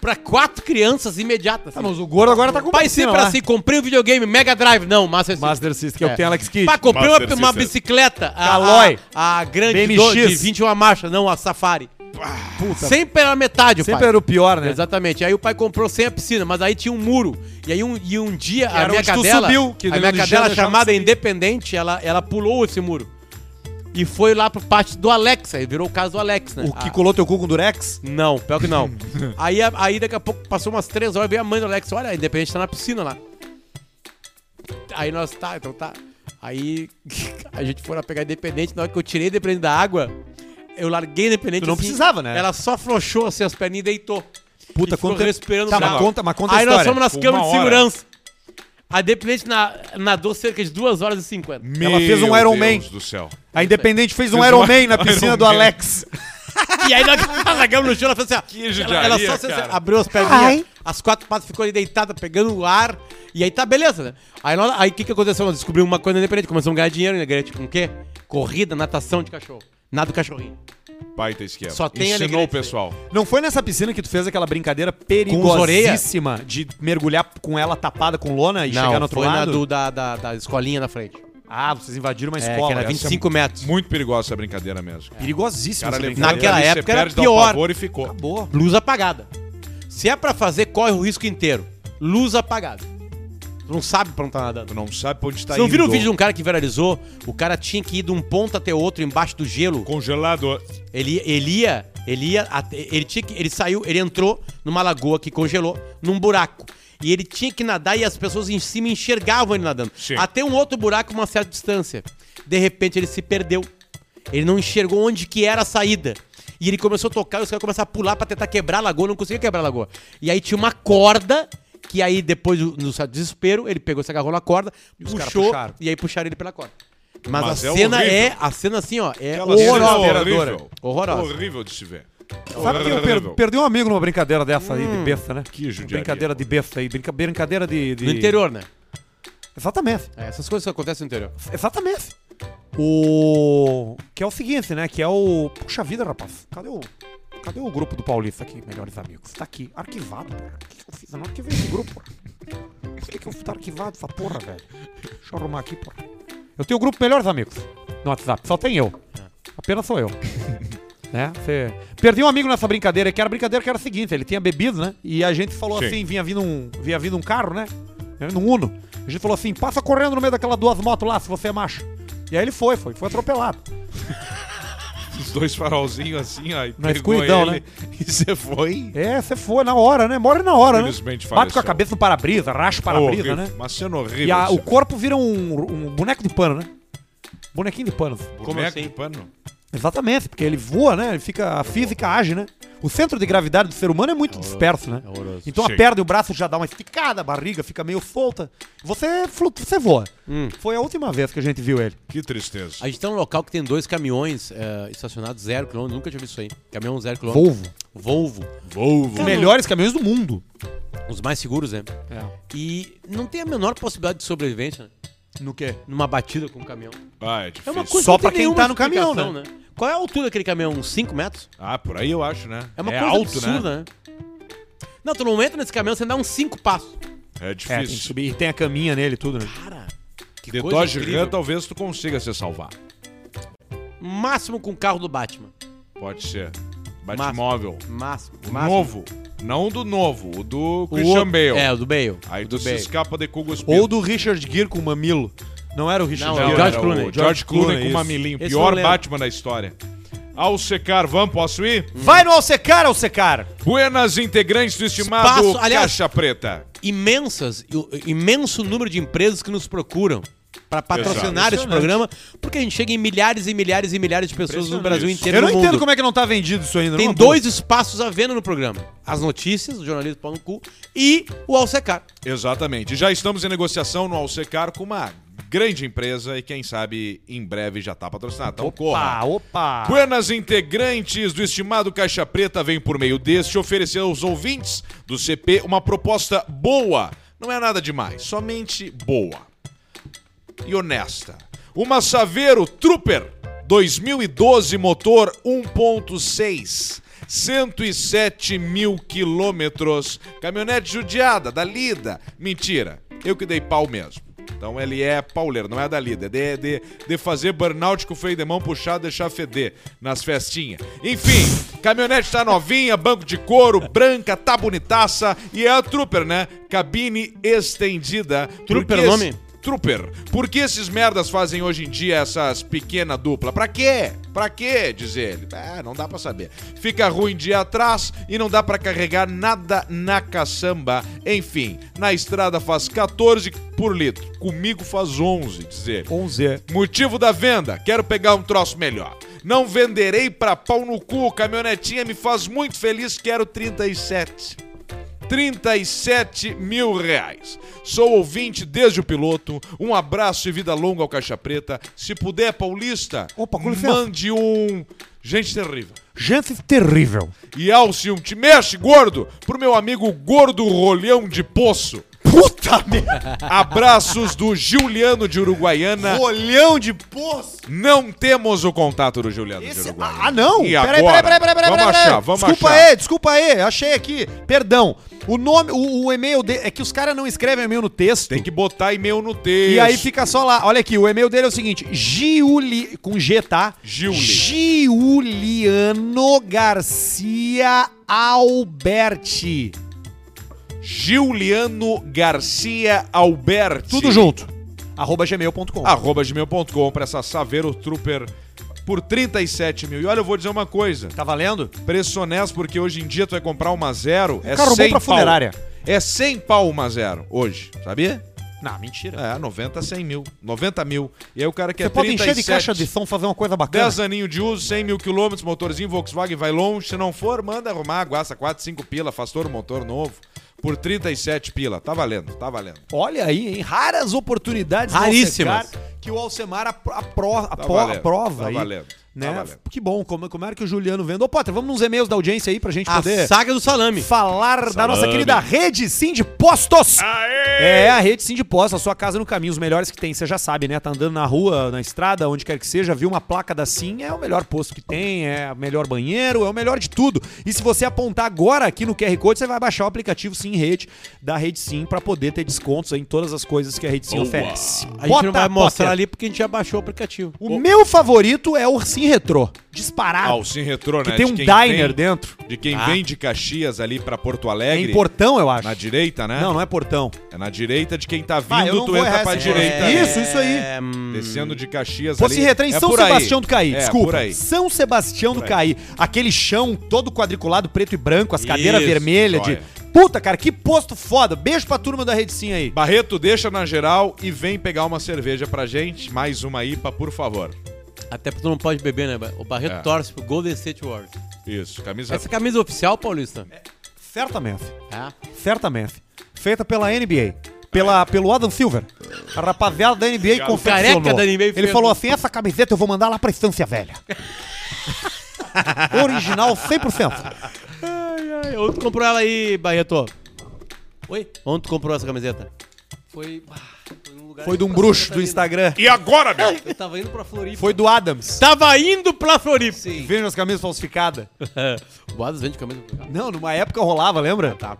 [SPEAKER 3] pra quatro crianças imediatas.
[SPEAKER 1] Ah, mas o gordo agora tá com
[SPEAKER 3] O pai
[SPEAKER 1] piscina
[SPEAKER 3] sempre
[SPEAKER 1] lá.
[SPEAKER 3] assim, comprei um videogame, Mega Drive, não, Master System.
[SPEAKER 1] Master System, que é o que tem Alex Kidd.
[SPEAKER 3] Pá, comprei uma,
[SPEAKER 2] Master
[SPEAKER 3] uma
[SPEAKER 2] System.
[SPEAKER 3] bicicleta. a-
[SPEAKER 1] Calói.
[SPEAKER 3] A, a grande
[SPEAKER 1] BMX.
[SPEAKER 3] do, de 21 marcha, não, a Safari.
[SPEAKER 6] Puta.
[SPEAKER 3] Sempre era metade, o
[SPEAKER 1] Ah, Sempre
[SPEAKER 3] pai.
[SPEAKER 1] era o pior, né?
[SPEAKER 3] Exatamente. Aí o pai comprou sem a piscina, mas aí tinha um muro. E aí um, e um dia a
[SPEAKER 1] era
[SPEAKER 3] minha
[SPEAKER 1] onde tu
[SPEAKER 3] cadela,
[SPEAKER 1] subiu, que
[SPEAKER 3] a minha
[SPEAKER 1] onde
[SPEAKER 3] cadela
[SPEAKER 1] deixava
[SPEAKER 3] chamada
[SPEAKER 1] subir.
[SPEAKER 3] Independente, ela, ela pulou esse muro. E foi lá pro pátio do Alex, aí virou o caso do Alex, né?
[SPEAKER 1] O que
[SPEAKER 3] A-
[SPEAKER 1] colou teu cu com durex?
[SPEAKER 3] não, pior que não. aí, a- aí daqui a pouco passou umas três horas, veio a mãe do Alex, olha, a Independente tá na piscina lá. Aí nós tá, então tá. Aí a gente foi lá pegar a Independente, na hora que eu tirei a Independente da água, eu larguei a Independente. assim,
[SPEAKER 1] Tu não precisava, né?
[SPEAKER 3] Ela só afrouxou assim as perninhas e deitou.
[SPEAKER 1] Puta,
[SPEAKER 3] e ficou
[SPEAKER 1] conta-
[SPEAKER 3] respirando
[SPEAKER 1] Tá, mas
[SPEAKER 3] brava.
[SPEAKER 1] conta- mas conta a
[SPEAKER 3] Aí nós
[SPEAKER 1] história.
[SPEAKER 3] fomos nas
[SPEAKER 2] Uma
[SPEAKER 3] câmeras de
[SPEAKER 2] hora.
[SPEAKER 3] segurança. A Independente na, nadou cerca de 2 horas e 50.
[SPEAKER 1] Ela fez um
[SPEAKER 2] Meu
[SPEAKER 1] Iron
[SPEAKER 2] Deus
[SPEAKER 1] Man.
[SPEAKER 2] do céu.
[SPEAKER 1] A Independente fez um
[SPEAKER 2] Fez
[SPEAKER 1] Iron
[SPEAKER 2] uma-
[SPEAKER 1] Man na piscina
[SPEAKER 2] Iron
[SPEAKER 1] do
[SPEAKER 2] Man.
[SPEAKER 1] Alex.
[SPEAKER 3] E aí nós largamos no chão, ela fez assim, ó.
[SPEAKER 2] Que
[SPEAKER 3] ela, ela
[SPEAKER 2] judiaria,
[SPEAKER 3] só assim,
[SPEAKER 2] cara.
[SPEAKER 3] abriu as perninhas, as quatro patas ficou ali deitada, pegando o ar. E aí tá beleza, né? Aí nós- aí o que, que aconteceu? Nós descobrimos uma coisa independente, começamos a ganhar dinheiro, né, Grete? Com o quê? Corrida, natação de cachorro. Nada do cachorrinho.
[SPEAKER 2] Baita esquema.
[SPEAKER 3] Só tem
[SPEAKER 2] Ensinou
[SPEAKER 3] alegria
[SPEAKER 2] o pessoal.
[SPEAKER 1] Não foi nessa piscina que tu fez aquela brincadeira
[SPEAKER 3] orelha?
[SPEAKER 1] perigosíssima de mergulhar com ela tapada com lona e chegar no outro
[SPEAKER 3] foi na
[SPEAKER 1] lado?
[SPEAKER 3] do, da, da, da escolinha na frente.
[SPEAKER 1] Ah, vocês invadiram uma
[SPEAKER 3] É,
[SPEAKER 1] escola.
[SPEAKER 3] que era
[SPEAKER 1] Essa
[SPEAKER 3] 25 metros.
[SPEAKER 2] Muito perigosa essa brincadeira mesmo.
[SPEAKER 1] é perigosíssima.
[SPEAKER 2] Cara,
[SPEAKER 1] essa
[SPEAKER 2] levou-
[SPEAKER 1] brincadeira.
[SPEAKER 3] Naquela
[SPEAKER 2] ali,
[SPEAKER 3] época era
[SPEAKER 2] perde, dá o
[SPEAKER 3] pior.
[SPEAKER 2] pavor e ficou.
[SPEAKER 1] Acabou.
[SPEAKER 3] Luz apagada. Se é pra fazer, corre o risco inteiro. Luz apagada. Tu não sabe pra não tá nadando.
[SPEAKER 2] Tu não sabe pra onde tá
[SPEAKER 3] Vocês não
[SPEAKER 2] indo.
[SPEAKER 3] viram o vídeo de um cara que viralizou? O cara tinha que ir de um ponto até outro embaixo do gelo.
[SPEAKER 2] Congelado.
[SPEAKER 3] Ele, ele ia, ele ia, até- ele tinha que, ele saiu, ele entrou numa lagoa que congelou, num buraco. E ele tinha que nadar e as pessoas em cima enxergavam ele nadando.
[SPEAKER 2] Sim.
[SPEAKER 3] Até um outro buraco, uma certa distância. De repente ele se perdeu. Ele não enxergou onde que era a saída. E ele começou a tocar e os caras começaram a pular pra tentar quebrar a lagoa, não conseguia quebrar a lagoa. E aí tinha uma corda que aí depois do, do certo desespero, ele pegou, se agarrou na corda,
[SPEAKER 1] os caras
[SPEAKER 3] puxou
[SPEAKER 1] puxaram.
[SPEAKER 3] e aí puxaram ele pela corda. Mas,
[SPEAKER 2] Mas
[SPEAKER 3] a
[SPEAKER 2] é
[SPEAKER 3] cena
[SPEAKER 2] horrível.
[SPEAKER 3] é, a cena assim, ó, é
[SPEAKER 2] Aquela cena
[SPEAKER 3] horrorosa.
[SPEAKER 2] horrível.
[SPEAKER 3] Horrorosa.
[SPEAKER 2] Horrível de se ver.
[SPEAKER 1] Sabe que eu per-
[SPEAKER 2] Horrível.
[SPEAKER 1] perdi um amigo numa brincadeira dessa aí, de besta, né?
[SPEAKER 2] Hum, que judiaria,
[SPEAKER 1] Brincadeira de besta aí. brinca- Brincadeira de... de-
[SPEAKER 3] No interior, né?
[SPEAKER 1] Exatamente.
[SPEAKER 3] É, essas coisas que acontecem no interior.
[SPEAKER 1] Exatamente. O... Que é o seguinte, né? Que é o... Puxa vida, rapaz. Cadê o... Cadê o grupo do Paulista aqui, melhores amigos? Tá aqui, arquivado, porra. O que que eu fiz? Eu não arquivei esse grupo, porra. Por que, que eu tá arquivado essa porra, velho? Deixa eu arrumar aqui, porra. Eu tenho o grupo Melhores Amigos no WhatsApp. Só tem eu. Apenas sou eu. né? Cê- Perdi um amigo nessa brincadeira, que era a brincadeira que era a seguinte, ele tinha bebido, né? E a gente falou
[SPEAKER 2] Sim.
[SPEAKER 1] assim, vinha vindo um, vinha vindo um carro, né? Vinha vindo Um Uno. A gente falou assim, passa correndo no meio daquelas duas motos lá, se você é macho. E aí ele foi, foi, foi atropelado.
[SPEAKER 2] Os dois farolzinhos assim, ó. e
[SPEAKER 1] Na
[SPEAKER 2] pegou
[SPEAKER 1] escuridão,
[SPEAKER 2] ele.
[SPEAKER 1] né?
[SPEAKER 2] E você foi.
[SPEAKER 1] É, você foi na hora, né? Morre na hora, né?
[SPEAKER 2] Infelizmente
[SPEAKER 1] Bate com a
[SPEAKER 2] faleceu.
[SPEAKER 1] cabeça no para-brisa, racha o para-brisa,
[SPEAKER 2] Horrível.
[SPEAKER 1] né?
[SPEAKER 2] Uma cena horrível.
[SPEAKER 1] E a-
[SPEAKER 2] de
[SPEAKER 1] o
[SPEAKER 2] se ver.
[SPEAKER 1] corpo vira um, um boneco de pano, né? Bonequinho de pano.
[SPEAKER 2] Boneco de pano.
[SPEAKER 1] Exatamente, porque ele voa, né? Ele fica, a física age, né? O centro de gravidade do ser humano é muito disperso, né?
[SPEAKER 3] horroroso.
[SPEAKER 1] Então a
[SPEAKER 2] Sim.
[SPEAKER 1] perna e o braço já dá uma esticada, a barriga fica meio solta. Você, flu- você voa.
[SPEAKER 2] Hum.
[SPEAKER 1] Foi a última vez que a gente viu ele.
[SPEAKER 2] Que tristeza.
[SPEAKER 3] A gente tá num local que tem dois caminhões eh, estacionados zero quilômetro, nunca tinha visto isso aí. Caminhão zero quilômetro.
[SPEAKER 1] Volvo.
[SPEAKER 3] Volvo.
[SPEAKER 2] Volvo.
[SPEAKER 1] Os melhores caminhões do mundo.
[SPEAKER 3] Os mais seguros, né?
[SPEAKER 2] É.
[SPEAKER 3] E não tem a menor possibilidade de sobrevivência, né?
[SPEAKER 1] No quê?
[SPEAKER 3] Numa batida com um caminhão.
[SPEAKER 2] Ah, é difícil.
[SPEAKER 3] É uma coisa
[SPEAKER 1] Só
[SPEAKER 3] que não
[SPEAKER 1] pra
[SPEAKER 3] tem
[SPEAKER 1] quem
[SPEAKER 3] nenhuma
[SPEAKER 1] tá no caminhão,
[SPEAKER 3] explicação,
[SPEAKER 2] né?
[SPEAKER 3] Qual é a altura daquele caminhão? Uns 5 metros?
[SPEAKER 2] Ah, por aí eu acho, né?
[SPEAKER 3] É uma coisa
[SPEAKER 2] alto, né?
[SPEAKER 3] absurda, né? Não, tu não entra nesse caminhão, você dá uns 5 passos.
[SPEAKER 2] É
[SPEAKER 1] É, tem que
[SPEAKER 2] difícil.
[SPEAKER 1] subir. E tem a caminha nele e tudo, né?
[SPEAKER 3] Cara, que
[SPEAKER 2] De
[SPEAKER 3] coisa
[SPEAKER 2] Dodge
[SPEAKER 3] incrível.
[SPEAKER 2] Ram, talvez tu consiga se salvar.
[SPEAKER 3] Máximo com o carro do Batman.
[SPEAKER 2] Pode ser. Batmóvel.
[SPEAKER 3] Máximo.
[SPEAKER 2] O
[SPEAKER 3] máximo.
[SPEAKER 2] Novo. Não o do novo, o do
[SPEAKER 3] O
[SPEAKER 2] Christian
[SPEAKER 3] outro-
[SPEAKER 2] Bale.
[SPEAKER 3] É, o do Bale.
[SPEAKER 2] Aí
[SPEAKER 3] O do
[SPEAKER 2] tu se
[SPEAKER 3] Bale.
[SPEAKER 2] escapa de Cugo
[SPEAKER 1] Ou do Richard Gere com o mamilo. Não era o Richard
[SPEAKER 3] Não,
[SPEAKER 2] Não,
[SPEAKER 1] Gere.
[SPEAKER 3] George
[SPEAKER 2] era o
[SPEAKER 3] Clooney.
[SPEAKER 2] George,
[SPEAKER 1] George
[SPEAKER 2] Clooney,
[SPEAKER 1] Clooney,
[SPEAKER 2] com
[SPEAKER 1] isso.
[SPEAKER 2] Mamilinho.
[SPEAKER 3] Esse eu
[SPEAKER 2] Pior
[SPEAKER 3] lembro.
[SPEAKER 2] Batman da história. Ao secar, vamos, posso ir?
[SPEAKER 1] Vai no Alcecar, Alcecar!
[SPEAKER 2] Buenas integrantes do estimado
[SPEAKER 3] Espaço, aliás-
[SPEAKER 2] Caixa Preta.
[SPEAKER 3] imensas, i- imenso número de empresas que nos procuram para patrocinar
[SPEAKER 2] Exato.
[SPEAKER 3] esse programa, porque a gente chega em milhares e milhares e milhares de pessoas no Brasil inteiro. e
[SPEAKER 1] Eu não
[SPEAKER 3] no
[SPEAKER 1] entendo
[SPEAKER 3] mundo.
[SPEAKER 1] como é que não tá vendido isso ainda.
[SPEAKER 3] Tem
[SPEAKER 1] não
[SPEAKER 3] dois espaços à venda no programa: as notícias, o jornalismo pau no cu e o Alcecar.
[SPEAKER 2] Exatamente. Já estamos em negociação no Alsecar com uma grande empresa e quem sabe em breve já está patrocinado. Então corra.
[SPEAKER 1] Opa, opa!
[SPEAKER 2] Buenas integrantes do estimado Caixa Preta vem por meio deste oferecer aos ouvintes do CP uma proposta boa. Não é nada demais, somente boa e honesta. Uma Saveiro Trooper 2012 motor 1.6. 107 mil quilômetros. Caminhonete judiada, da Lida. Mentira, eu que dei pau mesmo. Então ele é pauleiro, não é da Lida. É de, de, de fazer burnout com o freio de mão puxar, deixar feder nas festinhas. Enfim, caminhonete tá novinha, banco de couro, branca, tá bonitaça. E é a Trooper, né? Cabine estendida.
[SPEAKER 3] Trooper
[SPEAKER 2] Porque-
[SPEAKER 3] nome?
[SPEAKER 2] Trooper, por que esses merdas fazem hoje em dia essas pequena dupla? Pra quê? Pra quê? Diz ele. É, não dá pra saber. Fica ruim de atrás e não dá pra carregar nada na caçamba. Enfim, na estrada faz 14 por litro. Comigo faz 11, diz ele.
[SPEAKER 1] 11.
[SPEAKER 2] Motivo da venda, quero pegar um troço melhor. Não venderei pra pau no cu, caminhonetinha me faz muito feliz, quero 37. 37 mil reais. Sou ouvinte desde o piloto. Um abraço e vida longa ao Caixa Preta. Se puder, paulista,
[SPEAKER 1] Opa, com licença.
[SPEAKER 2] mande um. Gente terrível.
[SPEAKER 1] Gente terrível.
[SPEAKER 2] E Alcium, te mexe, gordo, pro meu amigo gordo rolhão de poço.
[SPEAKER 1] Puta merda!
[SPEAKER 2] Abraços do Juliano de Uruguaiana.
[SPEAKER 1] Olhão de poço!
[SPEAKER 2] Não temos o contato do Juliano de
[SPEAKER 1] Esse-
[SPEAKER 2] Uruguai.
[SPEAKER 1] Ah, não!
[SPEAKER 2] E agora? Vamos achar, vamos
[SPEAKER 1] desculpa
[SPEAKER 2] achar.
[SPEAKER 1] aí, desculpa aí, achei aqui. Perdão. O nome, o, o e-mail dele. É que os caras não escrevem e-mail no texto.
[SPEAKER 2] Tem que botar e-mail no texto.
[SPEAKER 1] E aí fica só lá. Olha aqui, o e-mail dele é o seguinte: Giuli. Com G, tá?
[SPEAKER 2] Giuli.
[SPEAKER 1] Giuliano Garcia Alberti.
[SPEAKER 2] Giuliano Garcia Alberti.
[SPEAKER 1] Tudo junto. Arroba gmail.com.
[SPEAKER 2] Arroba gmail.com pra essa Saveiro Trooper por 37 mil. E olha, eu vou dizer uma coisa.
[SPEAKER 1] Tá valendo?
[SPEAKER 2] Preço honesto, porque hoje em dia tu vai comprar uma zero. É
[SPEAKER 1] carro bom
[SPEAKER 2] 100
[SPEAKER 1] pra
[SPEAKER 2] pau.
[SPEAKER 1] funerária.
[SPEAKER 2] É 100 pau uma zero hoje, sabia?
[SPEAKER 1] Não, mentira.
[SPEAKER 2] É, 90, 100 mil. 90 mil. E aí o cara é quer
[SPEAKER 1] Você pode
[SPEAKER 2] 37.
[SPEAKER 1] encher de caixa de som, fazer uma coisa bacana.
[SPEAKER 2] 10 aninho de uso, 100 mil quilômetros, motorzinho Volkswagen vai longe. Se não for, manda arrumar, guaça 4, 5 pila, faz todo o motor novo. Por 37 pila. Tá valendo, tá valendo.
[SPEAKER 1] Olha aí, hein? Raras oportunidades do
[SPEAKER 3] Raríssimas.
[SPEAKER 1] Alcecar que o Alcemar apro apro apro
[SPEAKER 2] valendo,
[SPEAKER 1] aprova
[SPEAKER 2] tá
[SPEAKER 1] aí.
[SPEAKER 2] valendo, tá
[SPEAKER 1] né?
[SPEAKER 2] valendo.
[SPEAKER 1] Que bom, como, como era que o Juliano vendo. Ô, Potter, vamos nos e-mails da audiência aí pra gente
[SPEAKER 2] Ah,
[SPEAKER 3] A
[SPEAKER 1] poder
[SPEAKER 3] saga do salame.
[SPEAKER 1] falar da nossa querida Rede Sim de Postos. É, a Rede Sim de Postos, a sua casa no caminho, os melhores que tem, você já sabe, né? Tá andando na rua, na estrada, onde quer que seja, viu uma placa da Sim, é o melhor posto que tem, é o melhor banheiro, é o melhor de tudo. E se você apontar agora aqui no QR Code, você vai baixar o aplicativo Sim Rede da Rede Sim pra poder ter descontos aí em todas as coisas que a Rede Sim oferece.
[SPEAKER 3] A gente
[SPEAKER 1] Bota,
[SPEAKER 3] não vai mostrar
[SPEAKER 1] Potter.
[SPEAKER 3] ali porque a gente já baixou o aplicativo.
[SPEAKER 1] O meu favorito é o Sim Retrô, disparado,
[SPEAKER 2] Ah, o Sim Retrô, né?
[SPEAKER 1] que tem
[SPEAKER 2] De
[SPEAKER 1] um
[SPEAKER 2] quem
[SPEAKER 1] diner
[SPEAKER 2] vem-
[SPEAKER 1] dentro.
[SPEAKER 2] De quem
[SPEAKER 3] Ah.
[SPEAKER 2] vem de Caxias ali pra Porto
[SPEAKER 1] É
[SPEAKER 2] Alegre.
[SPEAKER 1] em Portão, eu acho.
[SPEAKER 2] Na direita, né?
[SPEAKER 1] Não, não é Portão.
[SPEAKER 2] É na direita de quem tá
[SPEAKER 1] Ah, eu
[SPEAKER 2] vindo,
[SPEAKER 1] não
[SPEAKER 2] tu
[SPEAKER 1] vou
[SPEAKER 2] entra
[SPEAKER 1] errar
[SPEAKER 2] pra
[SPEAKER 1] essa
[SPEAKER 2] direita.
[SPEAKER 1] porra. Isso, isso aí.
[SPEAKER 3] É, hum,
[SPEAKER 2] Descendo de Caxias
[SPEAKER 1] Fosse
[SPEAKER 2] ali.
[SPEAKER 1] retrar em
[SPEAKER 2] É
[SPEAKER 1] São
[SPEAKER 2] por aí.
[SPEAKER 1] Sebastião do Caí,
[SPEAKER 2] É,
[SPEAKER 1] desculpa.
[SPEAKER 2] por aí.
[SPEAKER 1] São Sebastião do Caí. Aquele chão todo quadriculado, preto e branco, as cadeiras
[SPEAKER 3] Isso,
[SPEAKER 1] vermelhas de.
[SPEAKER 2] joia.
[SPEAKER 1] Puta, cara, que posto foda. Beijo pra turma da Rede Sim aí.
[SPEAKER 2] Barreto, deixa na geral e vem pegar uma cerveja pra gente. Mais uma IPA, por favor.
[SPEAKER 3] Até porque tu não pode beber, né? O Barreto
[SPEAKER 2] É.
[SPEAKER 3] torce pro Golden State Warriors.
[SPEAKER 2] Isso, camisa.
[SPEAKER 3] Essa camisa é oficial, Paulista?
[SPEAKER 1] É. Certamente.
[SPEAKER 3] É.
[SPEAKER 1] Certamente. Feita pela NBA. Pela, pelo Adam Silver. A rapaziada da NBA confeccionou.
[SPEAKER 3] Careca da NBA
[SPEAKER 1] Ele
[SPEAKER 3] fez.
[SPEAKER 1] falou assim, essa camiseta eu vou mandar lá pra Estância Velha. Original 100%.
[SPEAKER 3] Outro comprou ela aí, Barreto.
[SPEAKER 7] Oi?
[SPEAKER 3] Onde tu comprou essa camiseta?
[SPEAKER 7] Foi. ah, Foi num lugar.
[SPEAKER 1] Foi de um
[SPEAKER 7] pra
[SPEAKER 1] bruxo
[SPEAKER 7] Santa
[SPEAKER 1] do
[SPEAKER 7] Catarina.
[SPEAKER 1] Instagram.
[SPEAKER 2] E agora, meu?
[SPEAKER 7] Eu tava indo pra Floripa.
[SPEAKER 1] Foi do Adams.
[SPEAKER 3] Tava indo pra Floripa.
[SPEAKER 7] Sim.
[SPEAKER 1] Vejam as camisas falsificadas.
[SPEAKER 3] O Boadas vende camisa pra cá.
[SPEAKER 1] Não, numa época rolava, lembra? Tá.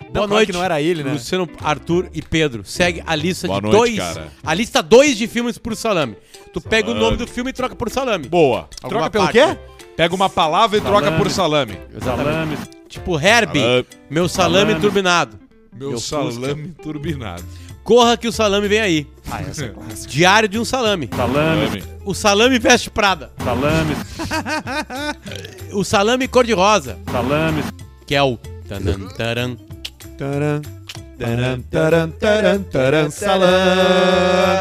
[SPEAKER 3] Boa
[SPEAKER 1] claro
[SPEAKER 3] noite.
[SPEAKER 1] que não era ele, né?
[SPEAKER 3] Luciano, Arthur e Pedro. Segue a lista
[SPEAKER 2] Boa
[SPEAKER 3] de
[SPEAKER 2] noite,
[SPEAKER 3] dois.
[SPEAKER 2] cara.
[SPEAKER 3] A lista dois de filmes por salame. Tu pega o nome do filme e troca por salame.
[SPEAKER 2] Boa.
[SPEAKER 1] Troca
[SPEAKER 3] Alguma
[SPEAKER 1] pelo
[SPEAKER 3] parte,
[SPEAKER 1] quê?
[SPEAKER 3] né?
[SPEAKER 2] Pega uma palavra e troca por salame.
[SPEAKER 3] Exatamente. Tipo Herbie,
[SPEAKER 2] Salame.
[SPEAKER 3] meu salame, turbinado.
[SPEAKER 2] Meu,
[SPEAKER 3] Meu
[SPEAKER 2] salame turbinado.
[SPEAKER 3] Corra que o salame vem aí. Diário de um salame.
[SPEAKER 2] Salame.
[SPEAKER 3] O salame veste Prada.
[SPEAKER 8] Salame,
[SPEAKER 3] O salame cor-de-rosa,
[SPEAKER 8] salame,
[SPEAKER 3] que é o tanan, taran,
[SPEAKER 1] Taran, taran, taran, taran, taran, salam,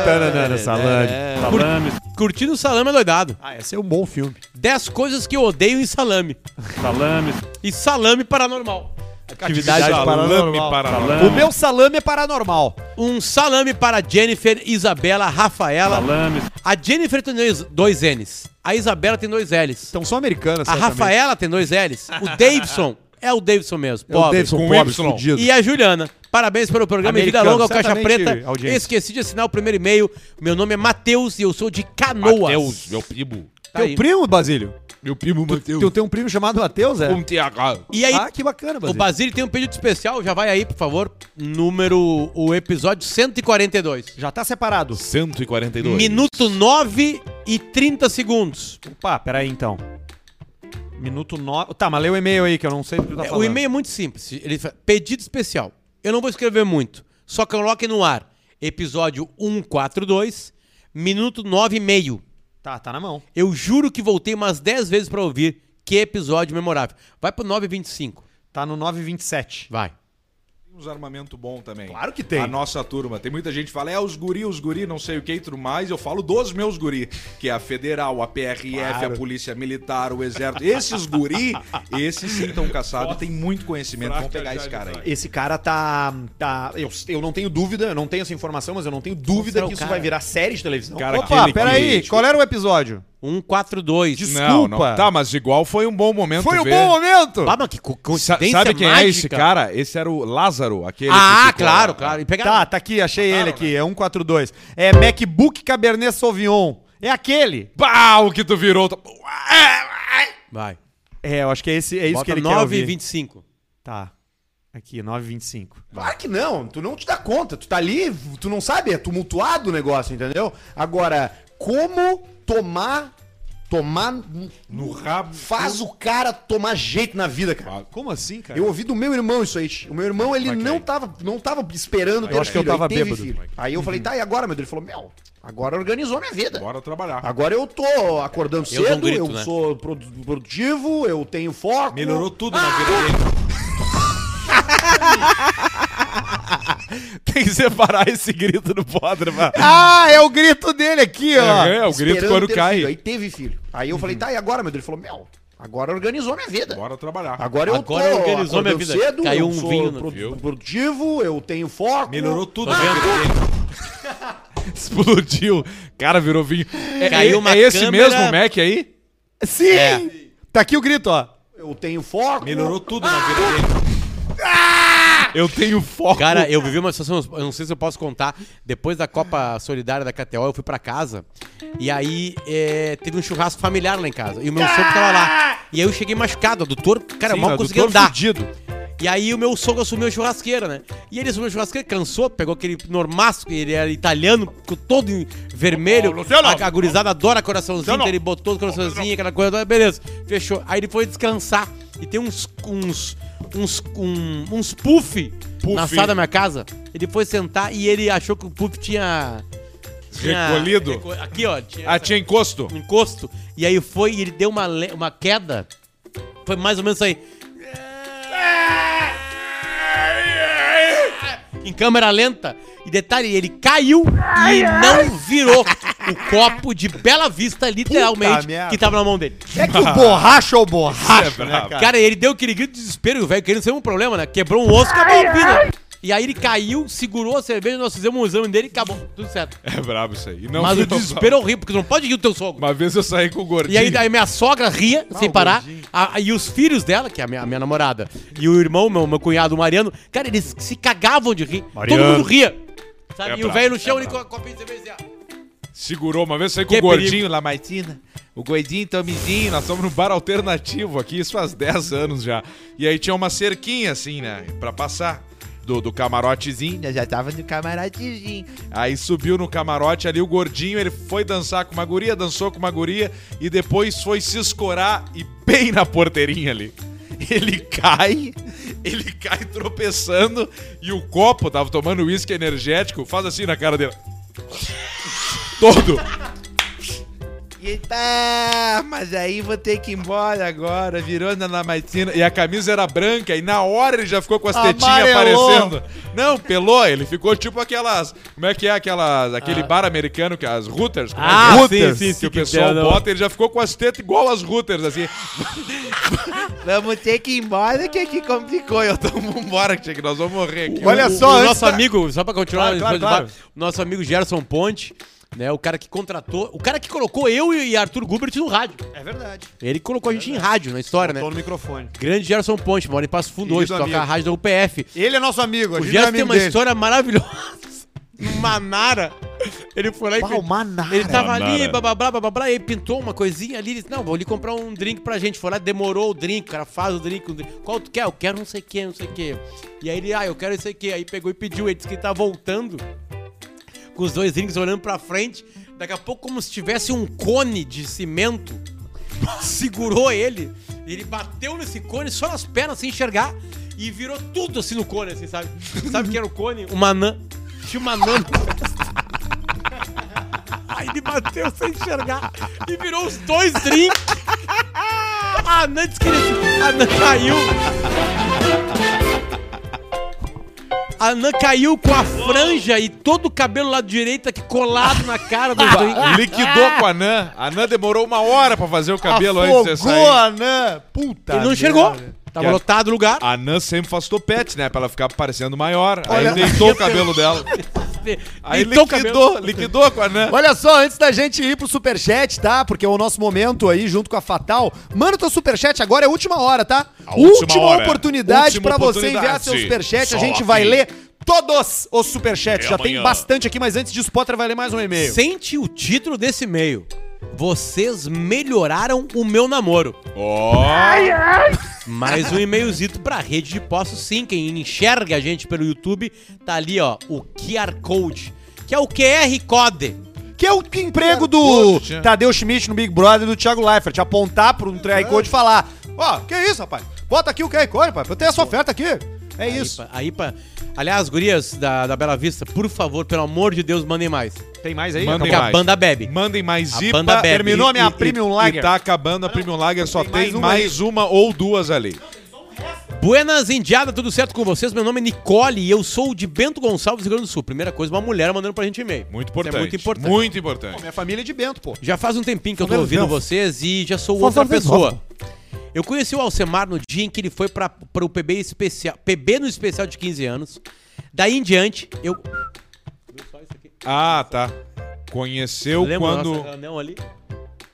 [SPEAKER 1] taranara, salam.
[SPEAKER 8] salame,
[SPEAKER 3] Curtindo o salame é doidado.
[SPEAKER 1] Ah, esse é um bom filme.
[SPEAKER 3] 10 coisas que eu odeio em salame.
[SPEAKER 8] salame,
[SPEAKER 3] E salame paranormal.
[SPEAKER 1] Atividade
[SPEAKER 2] salame
[SPEAKER 1] paranormal.
[SPEAKER 2] paranormal.
[SPEAKER 1] O meu salame é paranormal.
[SPEAKER 3] Um salame para Jennifer, Isabela, Rafaela.
[SPEAKER 8] salame,
[SPEAKER 3] A Jennifer tem dois, dois N's. A Isabela tem dois L's.
[SPEAKER 1] São só americanas,
[SPEAKER 3] A Rafaela tem dois L's. O Davidson é o Davidson mesmo.
[SPEAKER 1] É o
[SPEAKER 3] Pobre.
[SPEAKER 1] Davidson
[SPEAKER 2] Com
[SPEAKER 1] pobre,
[SPEAKER 2] Y.
[SPEAKER 1] fudido.
[SPEAKER 3] E a Juliana. Parabéns pelo programa e Vida
[SPEAKER 1] Americano,
[SPEAKER 3] Longa ao Caixa
[SPEAKER 1] certamente,
[SPEAKER 3] Preta.
[SPEAKER 1] audiência.
[SPEAKER 3] Esqueci de assinar o primeiro e-mail. Meu nome é Matheus e eu sou de Canoas.
[SPEAKER 2] Mateus, meu primo.
[SPEAKER 3] Tá aí.
[SPEAKER 1] Teu primo, Basílio?
[SPEAKER 2] Meu primo Mateus.
[SPEAKER 1] Tu tem um primo chamado Matheus, é?
[SPEAKER 2] Um TH.
[SPEAKER 3] E aí,
[SPEAKER 1] Ah, que bacana,
[SPEAKER 3] o
[SPEAKER 1] Basílio.
[SPEAKER 3] Basílio tem um pedido especial. Já vai aí, por favor. Número... O episódio 142.
[SPEAKER 1] Já tá separado.
[SPEAKER 2] 142.
[SPEAKER 3] Minuto 9 e 30 segundos.
[SPEAKER 1] Opa, peraí então. Minuto 9. Tá, mas lê o e-mail aí, que eu não sei do que tu tá
[SPEAKER 3] É,
[SPEAKER 1] falando.
[SPEAKER 3] o e-mail é muito simples. Ele fala, pedido especial. Eu não vou escrever muito. Só coloque no ar. Episódio 142, minuto 9 e meio.
[SPEAKER 1] Tá, tá na mão.
[SPEAKER 3] Eu juro que voltei umas 10 vezes pra ouvir. Que episódio memorável. Vai pro 9 e 25.
[SPEAKER 1] Tá no 927.
[SPEAKER 3] Vai.
[SPEAKER 2] Uns armamento bom também.
[SPEAKER 1] Claro que tem.
[SPEAKER 2] A nossa turma. Tem muita gente que fala, é os guri, os guri, não sei o que e tudo mais. Eu falo dos meus guri, que é a Federal, a PRF, a Polícia Militar, o Exército. Esses guri, esses sim estão caçados e tem muito conhecimento. Vamos pegar esse cara aí.
[SPEAKER 1] Esse cara tá. tá eu, eu não tenho dúvida, eu não tenho essa informação, mas eu não tenho dúvida
[SPEAKER 3] Qual
[SPEAKER 1] que
[SPEAKER 3] será o
[SPEAKER 1] isso
[SPEAKER 3] cara?
[SPEAKER 1] vai virar série de televisão.
[SPEAKER 2] Cara,
[SPEAKER 1] Opa,
[SPEAKER 2] aquele
[SPEAKER 1] peraí,
[SPEAKER 2] que-
[SPEAKER 1] qual era o episódio?
[SPEAKER 3] 142.
[SPEAKER 1] Des-
[SPEAKER 2] Não, não.
[SPEAKER 1] Desculpa.
[SPEAKER 2] Tá, mas igual foi um bom momento.
[SPEAKER 1] Foi um
[SPEAKER 2] ver.
[SPEAKER 1] bom momento!
[SPEAKER 3] Ah, mas que co-
[SPEAKER 2] Sa-
[SPEAKER 3] coincidência
[SPEAKER 2] Sabe quem é esse
[SPEAKER 3] mágica.
[SPEAKER 2] cara? Esse era o Lázaro, aquele.
[SPEAKER 3] Ah,
[SPEAKER 2] que ficou
[SPEAKER 3] claro,
[SPEAKER 2] lá.
[SPEAKER 3] claro. E pegaram-
[SPEAKER 1] Tá, tá aqui, achei ele
[SPEAKER 2] né?
[SPEAKER 1] aqui, é 142. É MacBook Cabernet Sauvignon. É aquele.
[SPEAKER 2] Pá, o que tu virou.
[SPEAKER 3] Vai.
[SPEAKER 1] É, eu acho que é, esse, é isso
[SPEAKER 3] Bota
[SPEAKER 1] que ele quer
[SPEAKER 3] 9
[SPEAKER 1] ouvir.
[SPEAKER 3] e 25.
[SPEAKER 1] Tá. Aqui, 925.
[SPEAKER 9] Claro que não, tu não te dá conta, tu tá ali, tu não sabe, é tumultuado o negócio, entendeu? Agora, como tomar, tomar,
[SPEAKER 2] No rabo.
[SPEAKER 9] faz o cara tomar jeito na vida, cara.
[SPEAKER 1] Como assim, cara?
[SPEAKER 9] Eu ouvi do meu irmão isso aí. O meu irmão, ele não tava, não tava esperando ter
[SPEAKER 1] acho que eu
[SPEAKER 9] filho, aí
[SPEAKER 1] tava
[SPEAKER 9] teve
[SPEAKER 1] bêbado.
[SPEAKER 9] filho. Aí eu falei, tá, e agora, meu Deus? Ele falou, meu, agora organizou minha vida.
[SPEAKER 2] Bora trabalhar.
[SPEAKER 9] Agora eu tô acordando
[SPEAKER 3] Eu
[SPEAKER 9] cedo,
[SPEAKER 3] dou um grito,
[SPEAKER 9] eu
[SPEAKER 3] né?
[SPEAKER 9] sou produ- produtivo, eu tenho foco.
[SPEAKER 2] Melhorou tudo na vida dele.
[SPEAKER 1] Tem que separar esse grito do podre, mano. Ah, é o grito dele aqui, ó.
[SPEAKER 2] É, o grito
[SPEAKER 9] esperando
[SPEAKER 2] quando
[SPEAKER 9] ter
[SPEAKER 2] cai.
[SPEAKER 9] filho. Aí teve filho. Aí eu falei, tá, e agora, meu Deus? Ele falou, meu, agora organizou minha vida.
[SPEAKER 2] Bora trabalhar.
[SPEAKER 9] Agora eu
[SPEAKER 3] Agora
[SPEAKER 9] tô,
[SPEAKER 3] organizou minha
[SPEAKER 9] acordando
[SPEAKER 3] vida.
[SPEAKER 9] Cedo,
[SPEAKER 3] Caiu
[SPEAKER 9] eu
[SPEAKER 3] um
[SPEAKER 9] sou
[SPEAKER 3] vinho no-
[SPEAKER 9] produ-
[SPEAKER 2] Viu?
[SPEAKER 9] produtivo, eu tenho foco.
[SPEAKER 2] Melhorou tudo
[SPEAKER 3] Tô
[SPEAKER 2] na
[SPEAKER 3] Tá vendo.
[SPEAKER 2] vida dele. Explodiu. Cara, virou vinho. É,
[SPEAKER 3] Caiu
[SPEAKER 2] é-
[SPEAKER 3] uma
[SPEAKER 2] é esse
[SPEAKER 3] câmera. É.
[SPEAKER 2] mesmo Mac aí?
[SPEAKER 1] Sim! Tá aqui o grito, ó.
[SPEAKER 9] Eu tenho foco.
[SPEAKER 2] Melhorou tudo na vida dele. Eu tenho foco.
[SPEAKER 3] Cara, eu vivi uma situação, eu não sei se eu posso contar. Depois da Copa Solidária da KTO, eu fui pra casa. E aí é, teve um churrasco familiar lá em casa. E o meu sogro tava lá. E aí eu cheguei machucado, a doutor, cara,
[SPEAKER 2] Sim,
[SPEAKER 3] mal
[SPEAKER 2] mas
[SPEAKER 3] conseguia
[SPEAKER 2] doutor
[SPEAKER 3] andar.
[SPEAKER 2] fudido.
[SPEAKER 3] E aí o meu sogro assumiu a churrasqueira, né? E ele assumiu a churrasqueira, cansou, pegou aquele normasco, ele era italiano, ficou todo em vermelho. a, a gurizada adora coraçãozinho, então ele botou o coraçãozinho, aquela coisa, toda, beleza, fechou. Aí ele foi descansar e tem uns. uns. uns. um- uns puff, na sala da minha casa. Ele foi sentar e ele achou que o puff tinha. tinha-
[SPEAKER 2] Recolhido?
[SPEAKER 3] reco- Aqui, ó. Tinha
[SPEAKER 2] Ah, tinha encosto?
[SPEAKER 3] um encosto. E aí foi e ele deu uma, le- uma queda. Foi mais ou menos aí. Em câmera lenta. E detalhe, ele caiu e não virou o copo de Bela Vista, literalmente,
[SPEAKER 1] merda.
[SPEAKER 3] que tava na mão dele.
[SPEAKER 1] É que o borracha ou borracha,
[SPEAKER 2] brabo.
[SPEAKER 1] né, cara?
[SPEAKER 3] Cara, ele deu aquele grito de desespero e o velho querendo ser um problema, né? Quebrou um osso, acabou a vida. E aí ele caiu, segurou a cerveja, nós fizemos um exame dele e acabou. Tudo certo.
[SPEAKER 2] É brabo isso aí. E não
[SPEAKER 3] Mas
[SPEAKER 2] foi
[SPEAKER 3] o desespero é horrível, porque tu não pode rir do teu sogro.
[SPEAKER 2] Uma vez eu saí com o gordinho. Ah,
[SPEAKER 3] E aí, aí minha sogra ria, sem
[SPEAKER 2] o
[SPEAKER 3] parar.
[SPEAKER 2] gordinho.
[SPEAKER 3] A- e os filhos dela, que é a minha, a minha namorada, e o irmão, meu, meu cunhado, o Mariano, cara, eles se cagavam de rir. Todo mundo ria.
[SPEAKER 2] É
[SPEAKER 3] Sabe? e o
[SPEAKER 2] brabo,
[SPEAKER 3] velho no chão, ele com a copinha de cerveja. assim, ó.
[SPEAKER 2] Segurou uma vez, eu saí com
[SPEAKER 3] Que
[SPEAKER 2] o gordinho
[SPEAKER 3] perigo.
[SPEAKER 2] lá, Martina. O Gordinho, Tomizinho, nós estamos no bar alternativo aqui, isso faz 10 anos já. E aí tinha uma cerquinha assim, né, pra passar do, do camarotezinho. né,
[SPEAKER 4] Eu já tava no camarotezinho.
[SPEAKER 2] Aí subiu no camarote ali o gordinho, ele foi dançar com uma guria, dançou com uma guria e depois foi se escorar e bem na porteirinha ali. Ele cai, ele cai tropeçando e o copo, tava tomando uísque energético, faz assim na cara dele. Todo.
[SPEAKER 4] E ele, tá, mas aí vou ter que ir embora agora. Virou na Lamartina.
[SPEAKER 2] E a camisa era branca e na hora ele já ficou com as tetinhas
[SPEAKER 4] Amarelou.
[SPEAKER 2] aparecendo. Não, pelou, ele ficou tipo aquelas. Como é que é aquelas. Aquele bar americano que as routers. como é que é?
[SPEAKER 3] Ah, sim,
[SPEAKER 2] Routers,
[SPEAKER 3] sim, sim,
[SPEAKER 2] Que o
[SPEAKER 3] que
[SPEAKER 2] pessoal
[SPEAKER 3] dela.
[SPEAKER 2] bota, ele já ficou com as tetas igual as routers, assim.
[SPEAKER 4] Vamos ter que ir embora que aqui complicou. Eu tô
[SPEAKER 2] Vambora, que nós vamos morrer aqui.
[SPEAKER 9] Olha
[SPEAKER 3] o, o
[SPEAKER 9] só, antes
[SPEAKER 3] nosso
[SPEAKER 9] da-
[SPEAKER 3] amigo, só pra continuar,
[SPEAKER 9] Claro, claro,
[SPEAKER 3] depois do
[SPEAKER 9] claro.
[SPEAKER 3] papo, o nosso amigo Gerson Ponte, né, o cara que contratou, o cara que colocou eu e Arthur Gubert no rádio.
[SPEAKER 1] É verdade.
[SPEAKER 3] Ele colocou a gente em rádio na história, né?
[SPEAKER 1] Tô no microfone.
[SPEAKER 3] Grande Gerson Ponte, mora em Passo Fundo hoje,
[SPEAKER 1] Querido
[SPEAKER 3] toca a
[SPEAKER 1] amigo.
[SPEAKER 3] rádio da UPF.
[SPEAKER 1] Ele é nosso amigo, a
[SPEAKER 3] O
[SPEAKER 1] gente é
[SPEAKER 3] Gerson tem
[SPEAKER 1] amigo
[SPEAKER 3] uma
[SPEAKER 1] dele.
[SPEAKER 3] história maravilhosa. No Manara, ele foi lá e
[SPEAKER 1] Uau, Manara.
[SPEAKER 3] Ele tava
[SPEAKER 2] Manara.
[SPEAKER 3] ali, blá blá blá blá blá, blá, e ele pintou uma coisinha ali, ele disse, não, vou ali comprar um drink pra gente. Foi lá, demorou o drink, o cara faz o drink, o drink. Qual tu quer? Eu quero não sei o que, não sei o que. E aí ele, ah, eu quero isso aqui. Aí pegou e pediu, ele disse que ele tá voltando com os dois drinks olhando pra frente. Daqui a pouco, como se tivesse um cone de cimento, segurou ele. e Ele bateu nesse cone só nas pernas sem enxergar e virou tudo assim no cone, assim, sabe? Sabe o que era o cone? Uma anã. Tinha uma anã no Aí ele bateu sem enxergar e virou os dois drinks. A Anã disse que ele- a Anã caiu. A Anã caiu com a franja e todo o cabelo lá do direito aqui colado na cara do
[SPEAKER 2] Ah,
[SPEAKER 3] drink.
[SPEAKER 2] Liquidou
[SPEAKER 3] É.
[SPEAKER 2] com a Nan. A Nan demorou uma hora pra fazer o cabelo antes de você
[SPEAKER 9] Afogou
[SPEAKER 2] sair.
[SPEAKER 9] a Nã. Puta
[SPEAKER 3] Ele não
[SPEAKER 9] merda.
[SPEAKER 3] enxergou. Tava
[SPEAKER 2] Que-
[SPEAKER 3] lotado o lugar.
[SPEAKER 2] A Nan sempre faz topete, né? Pra ela ficar parecendo maior.
[SPEAKER 9] Olha-
[SPEAKER 2] Aí deitou o cabelo dela. Aí
[SPEAKER 3] Deitou o cabelo.
[SPEAKER 2] liquidou, liquidou com a Nan.
[SPEAKER 1] Olha só, antes da gente ir pro superchat, tá? Porque é o nosso momento aí, junto com a Fatal. Manda teu superchat agora, é a última hora, tá?
[SPEAKER 2] última
[SPEAKER 1] última
[SPEAKER 2] hora.
[SPEAKER 1] oportunidade
[SPEAKER 2] Última
[SPEAKER 1] pra você
[SPEAKER 2] oportunidade.
[SPEAKER 1] enviar seu superchat. A
[SPEAKER 2] Só
[SPEAKER 1] gente vai
[SPEAKER 2] aqui.
[SPEAKER 1] ler todos os superchats.
[SPEAKER 2] É
[SPEAKER 1] Já
[SPEAKER 2] amanhã.
[SPEAKER 1] tem bastante aqui, mas antes disso, Potter vai ler mais um e-mail.
[SPEAKER 3] Sente o título desse e-mail. Vocês melhoraram o meu namoro.
[SPEAKER 2] Ó.
[SPEAKER 3] Mais um e-mailzito pra rede de postos, sim. Quem enxerga a gente pelo YouTube, tá ali, ó, o QR Code, que é o QR Code.
[SPEAKER 1] Que é o emprego do Tadeu Schmidt no Big Brother e do Thiago Leifert. Apontar pro um QR Code e falar: Ó, que isso, rapaz? Bota aqui o QR Code, rapaz. Eu tenho essa oferta aqui. É
[SPEAKER 3] Aí
[SPEAKER 1] isso.
[SPEAKER 3] pra- Aí, pra... Aliás, gurias da, da Bela Vista, por favor, pelo amor de Deus, mandem mais.
[SPEAKER 1] Tem mais aí?
[SPEAKER 2] Mandem
[SPEAKER 3] Porque a
[SPEAKER 2] mais.
[SPEAKER 3] banda bebe.
[SPEAKER 2] Mandem mais
[SPEAKER 3] A
[SPEAKER 2] IPA.
[SPEAKER 3] banda bebe.
[SPEAKER 2] Terminou a minha
[SPEAKER 1] E- e-
[SPEAKER 2] Premium
[SPEAKER 1] e
[SPEAKER 2] Lager.
[SPEAKER 1] tá
[SPEAKER 2] acabando a Premium Lager, só tem,
[SPEAKER 1] mais
[SPEAKER 2] mais,
[SPEAKER 1] uma
[SPEAKER 2] uma, ou duas ali.
[SPEAKER 3] Buenas, indiada, tudo certo com vocês? Meu nome é Nicole e eu sou de Bento Gonçalves, Rio Grande do Sul. Primeira coisa, uma mulher mandando pra gente e-mail.
[SPEAKER 2] Muito
[SPEAKER 3] Isso
[SPEAKER 2] importante.
[SPEAKER 3] É muito importante.
[SPEAKER 2] Muito importante.
[SPEAKER 1] Minha família é de Bento, pô.
[SPEAKER 3] Já faz um tempinho que eu tô
[SPEAKER 1] Deus,
[SPEAKER 3] ouvindo
[SPEAKER 1] Deus.
[SPEAKER 3] vocês e já sou
[SPEAKER 1] Por
[SPEAKER 3] outra
[SPEAKER 1] favor,
[SPEAKER 3] pessoa. Eu conheci o Alcemar no dia em que ele foi para o PB especial, PB no especial de 15 anos. Daí em diante, eu
[SPEAKER 2] Ah, tá. Conheceu
[SPEAKER 3] lembro da
[SPEAKER 2] quando.
[SPEAKER 3] nossa reunião ali.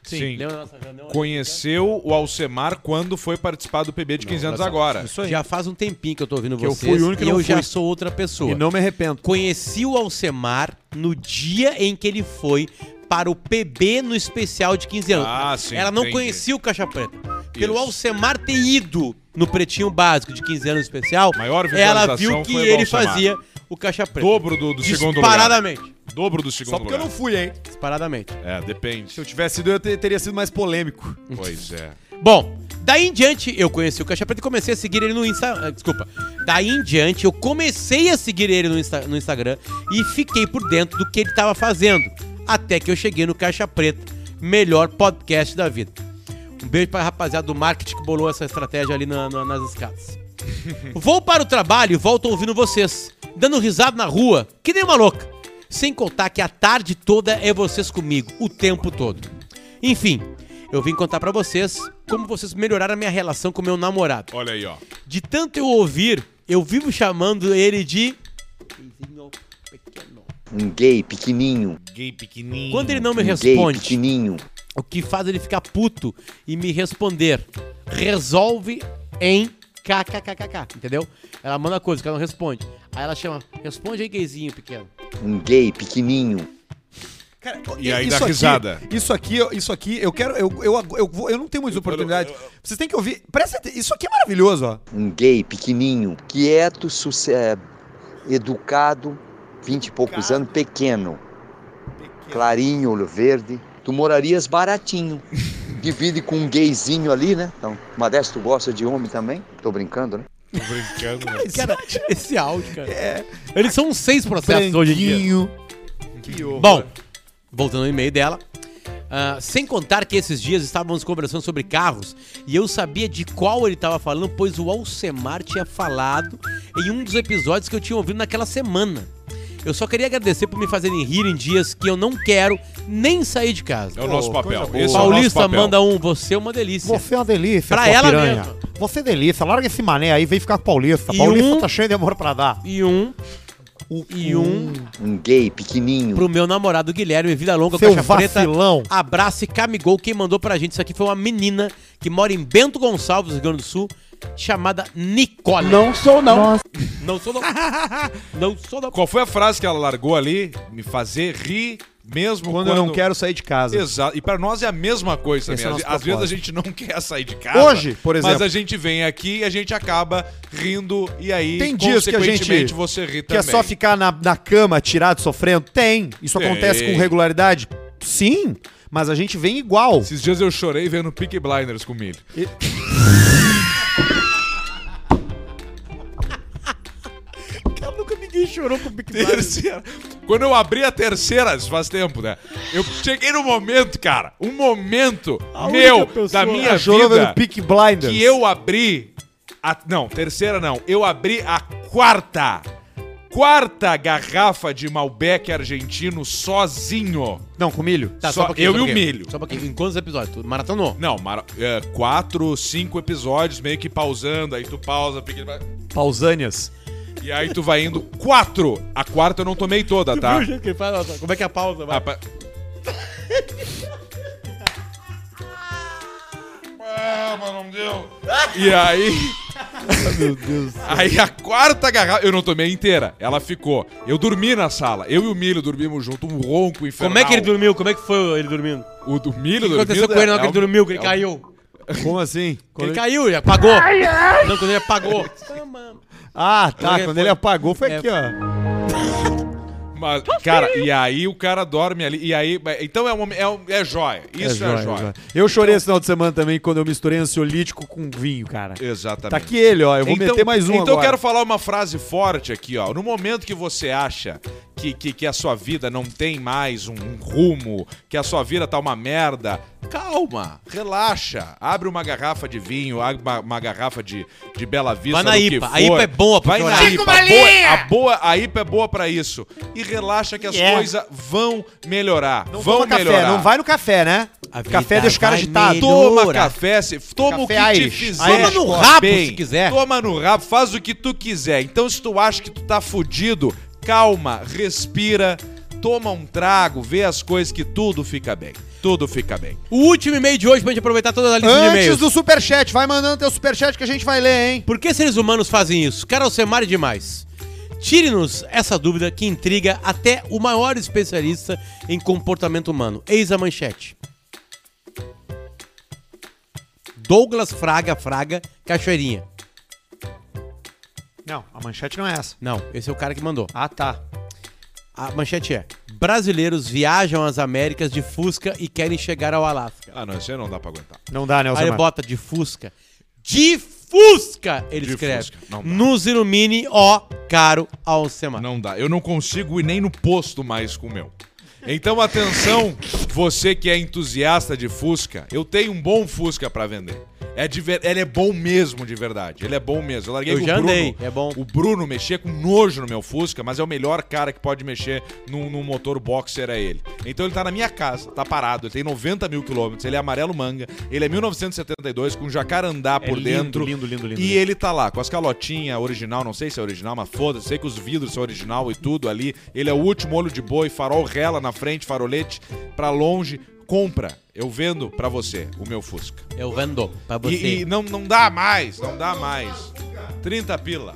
[SPEAKER 2] Sim.
[SPEAKER 3] lembra da nossa reunião ali?
[SPEAKER 2] Conheceu o Alcemar quando foi participar do PB de 15 anos
[SPEAKER 3] é
[SPEAKER 2] agora.
[SPEAKER 3] Já faz um tempinho que eu tô ouvindo
[SPEAKER 1] eu
[SPEAKER 3] vocês.
[SPEAKER 1] fui o único que
[SPEAKER 3] e eu
[SPEAKER 1] não
[SPEAKER 3] já
[SPEAKER 1] fui.
[SPEAKER 3] sou outra pessoa.
[SPEAKER 1] E não me arrependo.
[SPEAKER 3] Conheci o Alcemar no dia em que ele foi para o PB no especial de 15 anos.
[SPEAKER 2] Ah, sim,
[SPEAKER 3] Ela não
[SPEAKER 2] entendi.
[SPEAKER 3] conhecia o Caixa Preta. Pelo
[SPEAKER 2] Isso.
[SPEAKER 3] Alcemar ter ido no Pretinho Básico de 15 anos especial,
[SPEAKER 2] Maior
[SPEAKER 3] ela
[SPEAKER 2] visualização
[SPEAKER 3] viu
[SPEAKER 2] foi
[SPEAKER 3] que
[SPEAKER 2] a do
[SPEAKER 3] ele
[SPEAKER 2] Alcemar.
[SPEAKER 3] fazia o Caixa Preta.
[SPEAKER 2] Dobro do, do segundo lugar.
[SPEAKER 3] disparadamente.
[SPEAKER 2] Dobro do segundo
[SPEAKER 1] Só porque eu
[SPEAKER 2] lugar.
[SPEAKER 1] não fui, hein?
[SPEAKER 3] Disparadamente.
[SPEAKER 2] É, depende.
[SPEAKER 1] Se eu tivesse ido, eu te- teria sido mais polêmico.
[SPEAKER 2] Pois é.
[SPEAKER 3] Bom, daí em diante eu conheci o Caixa Preta e comecei a seguir ele no Instagram. Desculpa. Daí em diante eu comecei a seguir ele no, Insta- no Instagram e fiquei por dentro do que ele estava fazendo. Até que eu cheguei no Caixa Preta, melhor podcast da vida. Um beijo pra rapaziada do marketing que bolou essa estratégia ali na- na- nas escadas. Vou para o trabalho e volto ouvindo vocês, dando risada na rua, que nem uma louca. Sem contar que a tarde toda é vocês comigo, o tempo todo. Enfim, eu vim contar pra vocês como vocês melhoraram a minha relação com meu namorado.
[SPEAKER 2] Olha aí, ó.
[SPEAKER 3] De tanto eu ouvir Eu vivo chamando ele de.
[SPEAKER 8] Um gay Um pequenininho.
[SPEAKER 2] Gay pequenininho.
[SPEAKER 3] Quando ele não me
[SPEAKER 8] um gay
[SPEAKER 3] responde,
[SPEAKER 8] pequenininho.
[SPEAKER 3] o que faz ele ficar puto e me responder? Resolve em kkkk, entendeu? Ela manda coisa, o cara não responde. Aí ela chama, responde aí, gayzinho pequeno.
[SPEAKER 8] Um gay pequenininho.
[SPEAKER 1] Cara,
[SPEAKER 2] E aí
[SPEAKER 1] isso
[SPEAKER 2] dá risada.
[SPEAKER 1] Aqui, isso aqui, eu- isso aqui, eu quero. Eu, eu, eu, vou- eu não tenho muitas oportunidades. Vocês têm que ouvir. Presta atenção. Isso aqui é maravilhoso, ó.
[SPEAKER 8] Um gay pequenininho. Quieto, suce... é, educado, vinte e poucos anos, pequeno. Clarinho, olho verde. Tu morarias baratinho. Divide com um gayzinho ali, né? Então, Modesto gosta de homem também. Tô brincando, né?
[SPEAKER 2] Tô brincando, né?
[SPEAKER 3] Cara, esse áudio, cara. Eles são uns seis processos hoje em dia.
[SPEAKER 9] Que horror.
[SPEAKER 3] Bom, voltando ao e-mail dela. ah, sem contar que esses dias estávamos conversando sobre carros e eu sabia de qual ele estava falando, pois o Alcemar tinha falado em um dos episódios que eu tinha ouvido naquela semana. Eu só queria agradecer por me fazerem rir em dias que eu não quero nem sair de casa.
[SPEAKER 2] É o nosso papel.
[SPEAKER 3] O
[SPEAKER 2] Esse é
[SPEAKER 3] Paulista
[SPEAKER 2] o nosso papel.
[SPEAKER 3] manda um, você é uma delícia.
[SPEAKER 1] é uma delícia,
[SPEAKER 3] Pra sua ela piranha. mesmo.
[SPEAKER 1] Você é delícia. Larga esse mané aí, vem ficar com o Paulista.
[SPEAKER 3] E Paulista um- tá
[SPEAKER 1] cheio de amor pra dar.
[SPEAKER 3] E um, e um
[SPEAKER 8] Um gay pequenininho.
[SPEAKER 3] pro meu namorado Guilherme Vida Longa,
[SPEAKER 1] Seu
[SPEAKER 3] Caixa
[SPEAKER 1] vacilão.
[SPEAKER 3] Preta. Abraço e camigol quem mandou pra gente. Isso aqui foi uma menina que mora em Bento Gonçalves, Rio Grande do Sul, chamada Nicole.
[SPEAKER 6] Não sou não.
[SPEAKER 3] Não sou não. não sou não.
[SPEAKER 2] Qual foi a frase que ela largou ali? Me fazer rir mesmo
[SPEAKER 1] Quando, eu não quero sair de casa.
[SPEAKER 2] Exato. E pra nós é a mesma coisa
[SPEAKER 1] Esse
[SPEAKER 2] também.
[SPEAKER 1] é o
[SPEAKER 2] Às-
[SPEAKER 1] nosso
[SPEAKER 2] Às vezes a
[SPEAKER 1] propósito.
[SPEAKER 2] gente não quer sair de casa.
[SPEAKER 1] Hoje, por
[SPEAKER 2] Mas
[SPEAKER 1] exemplo.
[SPEAKER 2] a gente vem aqui e a gente acaba rindo e aí,
[SPEAKER 1] Tem dias que a gente-
[SPEAKER 2] consequentemente, você ri
[SPEAKER 1] Que é
[SPEAKER 2] também.
[SPEAKER 1] só ficar na, na cama, tirado, sofrendo? Tem. Isso
[SPEAKER 2] Tem.
[SPEAKER 1] acontece com regularidade? Sim. Mas a gente vem igual.
[SPEAKER 2] Esses dias eu chorei vendo Peaky Blinders com milho.
[SPEAKER 3] Cara, nunca ninguém chorou com o Big
[SPEAKER 2] Terceira. Quando eu abri a terceira, isso faz tempo, né? Eu cheguei no momento, cara, um momento meu, da minha
[SPEAKER 1] Chorou
[SPEAKER 2] vida,
[SPEAKER 1] vendo Peak Blinders.
[SPEAKER 2] que eu abri... a- não, terceira não. Eu abri a quarta, quarta garrafa de Malbec argentino sozinho.
[SPEAKER 1] Não, com milho.
[SPEAKER 3] Tá,
[SPEAKER 2] Só
[SPEAKER 3] só,
[SPEAKER 2] eu
[SPEAKER 3] eu só
[SPEAKER 2] e o
[SPEAKER 3] um pouquinho.
[SPEAKER 2] milho.
[SPEAKER 3] Só um pouquinho. Em quantos episódios? Tu maratonou?
[SPEAKER 2] Não, mara- é, quatro, cinco episódios, meio que pausando, aí tu pausa, Peaky Blinders,
[SPEAKER 1] Pausânias.
[SPEAKER 2] e aí tu vai indo quatro. A quarta eu não tomei toda, tá?
[SPEAKER 3] Como é que é a pausa?
[SPEAKER 2] Ah, pa- Ah, mas não deu. E aí.
[SPEAKER 3] Ah,
[SPEAKER 2] Aí a quarta garrafa. Eu não tomei inteira. Ela ficou. Eu dormi na sala. Eu e o milho dormimos junto, um ronco infernal.
[SPEAKER 3] Como é que ele dormiu? Como é que foi ele dormindo?
[SPEAKER 2] O do milho é um
[SPEAKER 3] O que aconteceu com ele na hora que ele dormiu? Que ele caiu.
[SPEAKER 1] Como assim?
[SPEAKER 3] Ele caiu, ele apagou. Não, quando ele apagou.
[SPEAKER 1] Ah, tá.
[SPEAKER 3] Ele
[SPEAKER 1] Quando
[SPEAKER 3] foi-
[SPEAKER 1] ele apagou foi
[SPEAKER 3] É.
[SPEAKER 1] aqui, ó.
[SPEAKER 2] Mas, cara, e aí o cara dorme ali. E aí. Então é, uma, é, um- é joia. Isso é,
[SPEAKER 1] joia,
[SPEAKER 2] joia.
[SPEAKER 1] joia. Eu chorei esse final de semana também quando eu misturei ansiolítico com vinho, cara.
[SPEAKER 2] Exatamente.
[SPEAKER 1] Tá aqui ele, ó. Eu vou meter mais um
[SPEAKER 2] Então eu
[SPEAKER 1] agora.
[SPEAKER 2] quero falar uma frase forte aqui, ó. No momento que você acha que, que, que a sua vida não tem mais um, um rumo, que a sua vida tá uma merda, calma, relaxa. Abre uma garrafa de vinho, abre uma, uma garrafa de, de Bela Vista,
[SPEAKER 3] Vai na
[SPEAKER 2] do
[SPEAKER 3] IPA.
[SPEAKER 2] que for.
[SPEAKER 3] A IPA é boa pra
[SPEAKER 2] Vai na
[SPEAKER 3] chorar.
[SPEAKER 2] IPA. Boa, a, boa, a IPA é boa pra isso. E relaxa que as coisas vão melhorar. vão
[SPEAKER 1] Toma café,
[SPEAKER 2] melhorar.
[SPEAKER 1] É. não vai no café, né?
[SPEAKER 3] A
[SPEAKER 1] Café
[SPEAKER 3] vida
[SPEAKER 1] deixa o cara
[SPEAKER 3] vai
[SPEAKER 1] agitado.
[SPEAKER 3] melhorar.
[SPEAKER 2] Toma
[SPEAKER 3] Melhora.
[SPEAKER 2] café, se, toma
[SPEAKER 1] Café
[SPEAKER 2] o que
[SPEAKER 1] Irish.
[SPEAKER 2] te fizer.
[SPEAKER 3] Toma no rabo,
[SPEAKER 2] bem.
[SPEAKER 3] se quiser.
[SPEAKER 2] Toma no rabo, faz o que tu quiser. Então, se tu acha que tu tá fudido, calma, respira, toma um trago, vê as coisas que tudo fica bem. Tudo fica bem.
[SPEAKER 3] O último e-mail de hoje pra gente aproveitar toda a lista
[SPEAKER 2] é
[SPEAKER 3] de
[SPEAKER 1] Antes
[SPEAKER 3] e-mails.
[SPEAKER 1] do superchat, vai mandando teu superchat que a gente vai ler, hein?
[SPEAKER 3] Por que seres humanos fazem isso? Cara, Alcemar é demais. Tire-nos essa dúvida que intriga até o maior especialista em comportamento humano. Eis a manchete. Douglas Fraga Fraga Cachoeirinha.
[SPEAKER 1] Não, a manchete não é essa.
[SPEAKER 3] Não, esse é o cara que mandou.
[SPEAKER 1] Ah, tá.
[SPEAKER 3] A manchete é: Brasileiros viajam às Américas de Fusca e querem chegar ao Alasca.
[SPEAKER 2] Ah, não, isso aí não dá pra aguentar.
[SPEAKER 1] Não dá, né,
[SPEAKER 3] Aí ele
[SPEAKER 1] Alcemar?
[SPEAKER 3] bota de Fusca. De Fusca! Ele
[SPEAKER 2] De
[SPEAKER 3] escreve.
[SPEAKER 2] Fusca, não dá.
[SPEAKER 3] Nos ilumine, ó, caro Alcemar.
[SPEAKER 2] Não dá. Eu não consigo ir nem no posto mais com o meu. Então, atenção, você que é entusiasta de Fusca, eu tenho um bom Fusca pra vender. É de ver- Ele é bom mesmo, de verdade. Ele é bom mesmo. Eu larguei
[SPEAKER 3] Eu
[SPEAKER 2] com
[SPEAKER 3] já
[SPEAKER 2] o Bruno.
[SPEAKER 3] andei, é bom.
[SPEAKER 2] O Bruno mexia com nojo no meu Fusca, mas é o melhor cara que pode mexer num, num motor boxer, é ele. Então ele tá na minha casa, tá parado, ele tem 90 mil quilômetros, ele é amarelo manga, ele é 1972, com jacarandá por
[SPEAKER 3] É lindo,
[SPEAKER 2] dentro.
[SPEAKER 3] lindo, lindo, lindo,
[SPEAKER 2] E
[SPEAKER 3] lindo.
[SPEAKER 2] ele tá lá, com as calotinhas original, não sei se é original, mas foda-se, sei que os vidros são original e tudo ali. Ele é o último olho de boi, farol rela na frente, farolete, pra longe. Compra, eu vendo pra você o meu Fusca.
[SPEAKER 3] Eu vendo pra você.
[SPEAKER 2] E, e não, não dá mais, não dá mais. 30 pila.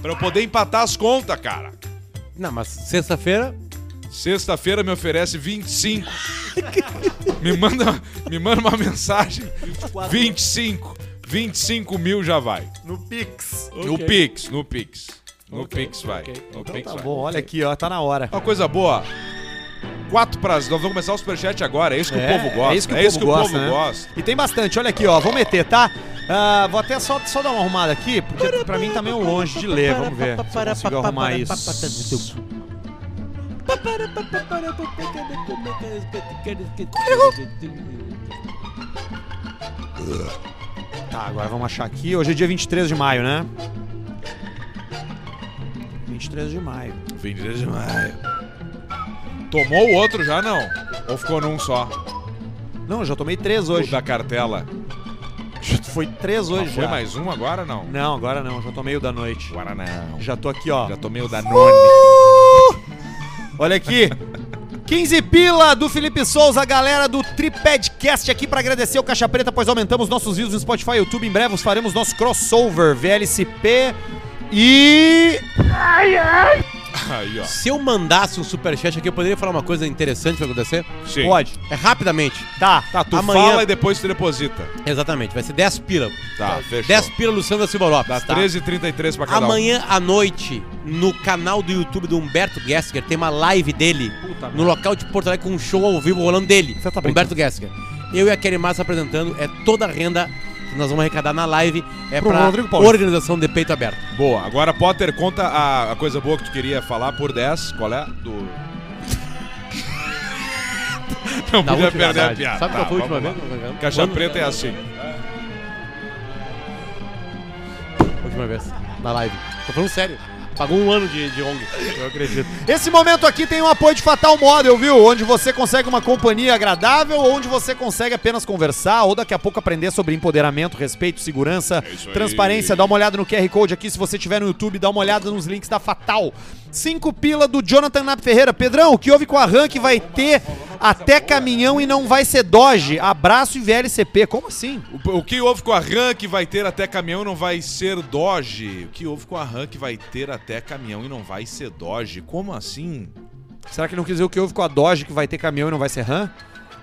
[SPEAKER 2] Pra eu poder empatar as contas, cara.
[SPEAKER 3] Não, mas sexta-feira.
[SPEAKER 2] Sexta-feira me oferece 25. me, manda, me manda uma mensagem. 25. 25 mil já vai.
[SPEAKER 1] No Pix.
[SPEAKER 2] No Pix, no Pix. No Pix vai. No Pix
[SPEAKER 1] Tá
[SPEAKER 2] vai.
[SPEAKER 1] bom, olha aqui, ó, tá na hora.
[SPEAKER 2] Uma coisa boa. Quatro pras. Nós vamos começar o superchat agora. É isso que o povo gosta.
[SPEAKER 1] É isso que o povo, gosta, né?
[SPEAKER 2] gosta.
[SPEAKER 1] E tem bastante, olha aqui, ó. Vou meter, tá? Ah, vou até só, só dar uma arrumada aqui, porque pra mim tá meio longe de ler. Vamos ver se eu consigo arrumar isso. Tá, agora vamos achar aqui. Hoje é dia 23 de maio, né? 23 de maio.
[SPEAKER 2] 23 de maio. Tomou o outro já não? Ou ficou num só?
[SPEAKER 1] Não, eu já tomei três
[SPEAKER 2] O
[SPEAKER 1] hoje.
[SPEAKER 2] da cartela.
[SPEAKER 1] Foi três hoje
[SPEAKER 2] Foi
[SPEAKER 1] já.
[SPEAKER 2] mais um agora não?
[SPEAKER 1] Não, agora não. Já tomei o da noite.
[SPEAKER 2] Agora não.
[SPEAKER 1] Já tô aqui, ó.
[SPEAKER 2] Já tomei o Danone.
[SPEAKER 1] Olha aqui. 15 pila do Felipe Souza, galera do Tripadcast aqui pra agradecer o Caixa Preta, pois aumentamos nossos vídeos no Spotify e YouTube. Em breve faremos nosso crossover VLCP e.
[SPEAKER 2] Aí, ó.
[SPEAKER 3] Se eu mandasse um superchat aqui, eu poderia falar uma coisa interessante pra acontecer?
[SPEAKER 2] Sim.
[SPEAKER 1] Pode.
[SPEAKER 3] É rapidamente.
[SPEAKER 1] Tá.
[SPEAKER 2] Tá, tu
[SPEAKER 3] Amanhã-
[SPEAKER 2] fala e depois tu deposita.
[SPEAKER 3] Exatamente, vai ser 10 pila.
[SPEAKER 2] Tá, fechou.
[SPEAKER 3] 10 pila Luciano da Silva
[SPEAKER 2] Dá
[SPEAKER 3] Lopes, tá?
[SPEAKER 2] 13h33 pra cada um.
[SPEAKER 3] Amanhã à noite, no canal do YouTube do Humberto Gessinger, tem uma live dele no local de Porto Alegre com um show ao vivo rolando dele.
[SPEAKER 1] Você tá brincando.
[SPEAKER 3] Humberto Gessinger. Eu e a Kelly Massa apresentando, é toda a renda que nós vamos arrecadar na live, é
[SPEAKER 1] Pro
[SPEAKER 3] pra
[SPEAKER 1] Rodrigo Paulista.
[SPEAKER 3] organização de peito aberto.
[SPEAKER 2] Boa. Agora, Potter, conta a, a coisa boa que tu queria falar por 10. Qual é? Do... Não podia
[SPEAKER 3] Na última
[SPEAKER 2] perder a
[SPEAKER 3] verdade.
[SPEAKER 2] piada.
[SPEAKER 3] Sabe
[SPEAKER 2] Tá,
[SPEAKER 3] qual foi a última
[SPEAKER 2] vamos
[SPEAKER 3] vez?
[SPEAKER 2] lá. Caixa
[SPEAKER 3] Quando-
[SPEAKER 2] Preta é assim.
[SPEAKER 3] Última vez, na live. Tô falando sério. Pagou um ano de, de ONG. Eu acredito.
[SPEAKER 1] Esse momento aqui tem o apoio de Fatal Model, viu? Onde você consegue uma companhia agradável, onde você consegue apenas conversar ou daqui a pouco aprender sobre empoderamento, respeito, segurança, transparência. Dá uma olhada no QR Code aqui se você tiver no YouTube, dá uma olhada nos links da Fatal. Cinco pila do Jonathan Nap Ferreira. Pedrão, o que houve com a RAM que vai ter até caminhão e não vai ser Doge? Abraço e VLCP. Como assim?
[SPEAKER 2] O, o que houve com a RAM que vai ter até caminhão e não vai ser Doge? O que houve com a RAM que vai ter até caminhão e não vai ser Doge? Como assim?
[SPEAKER 1] Será que não quer dizer o que houve com a Doge que vai ter caminhão e não vai ser RAM?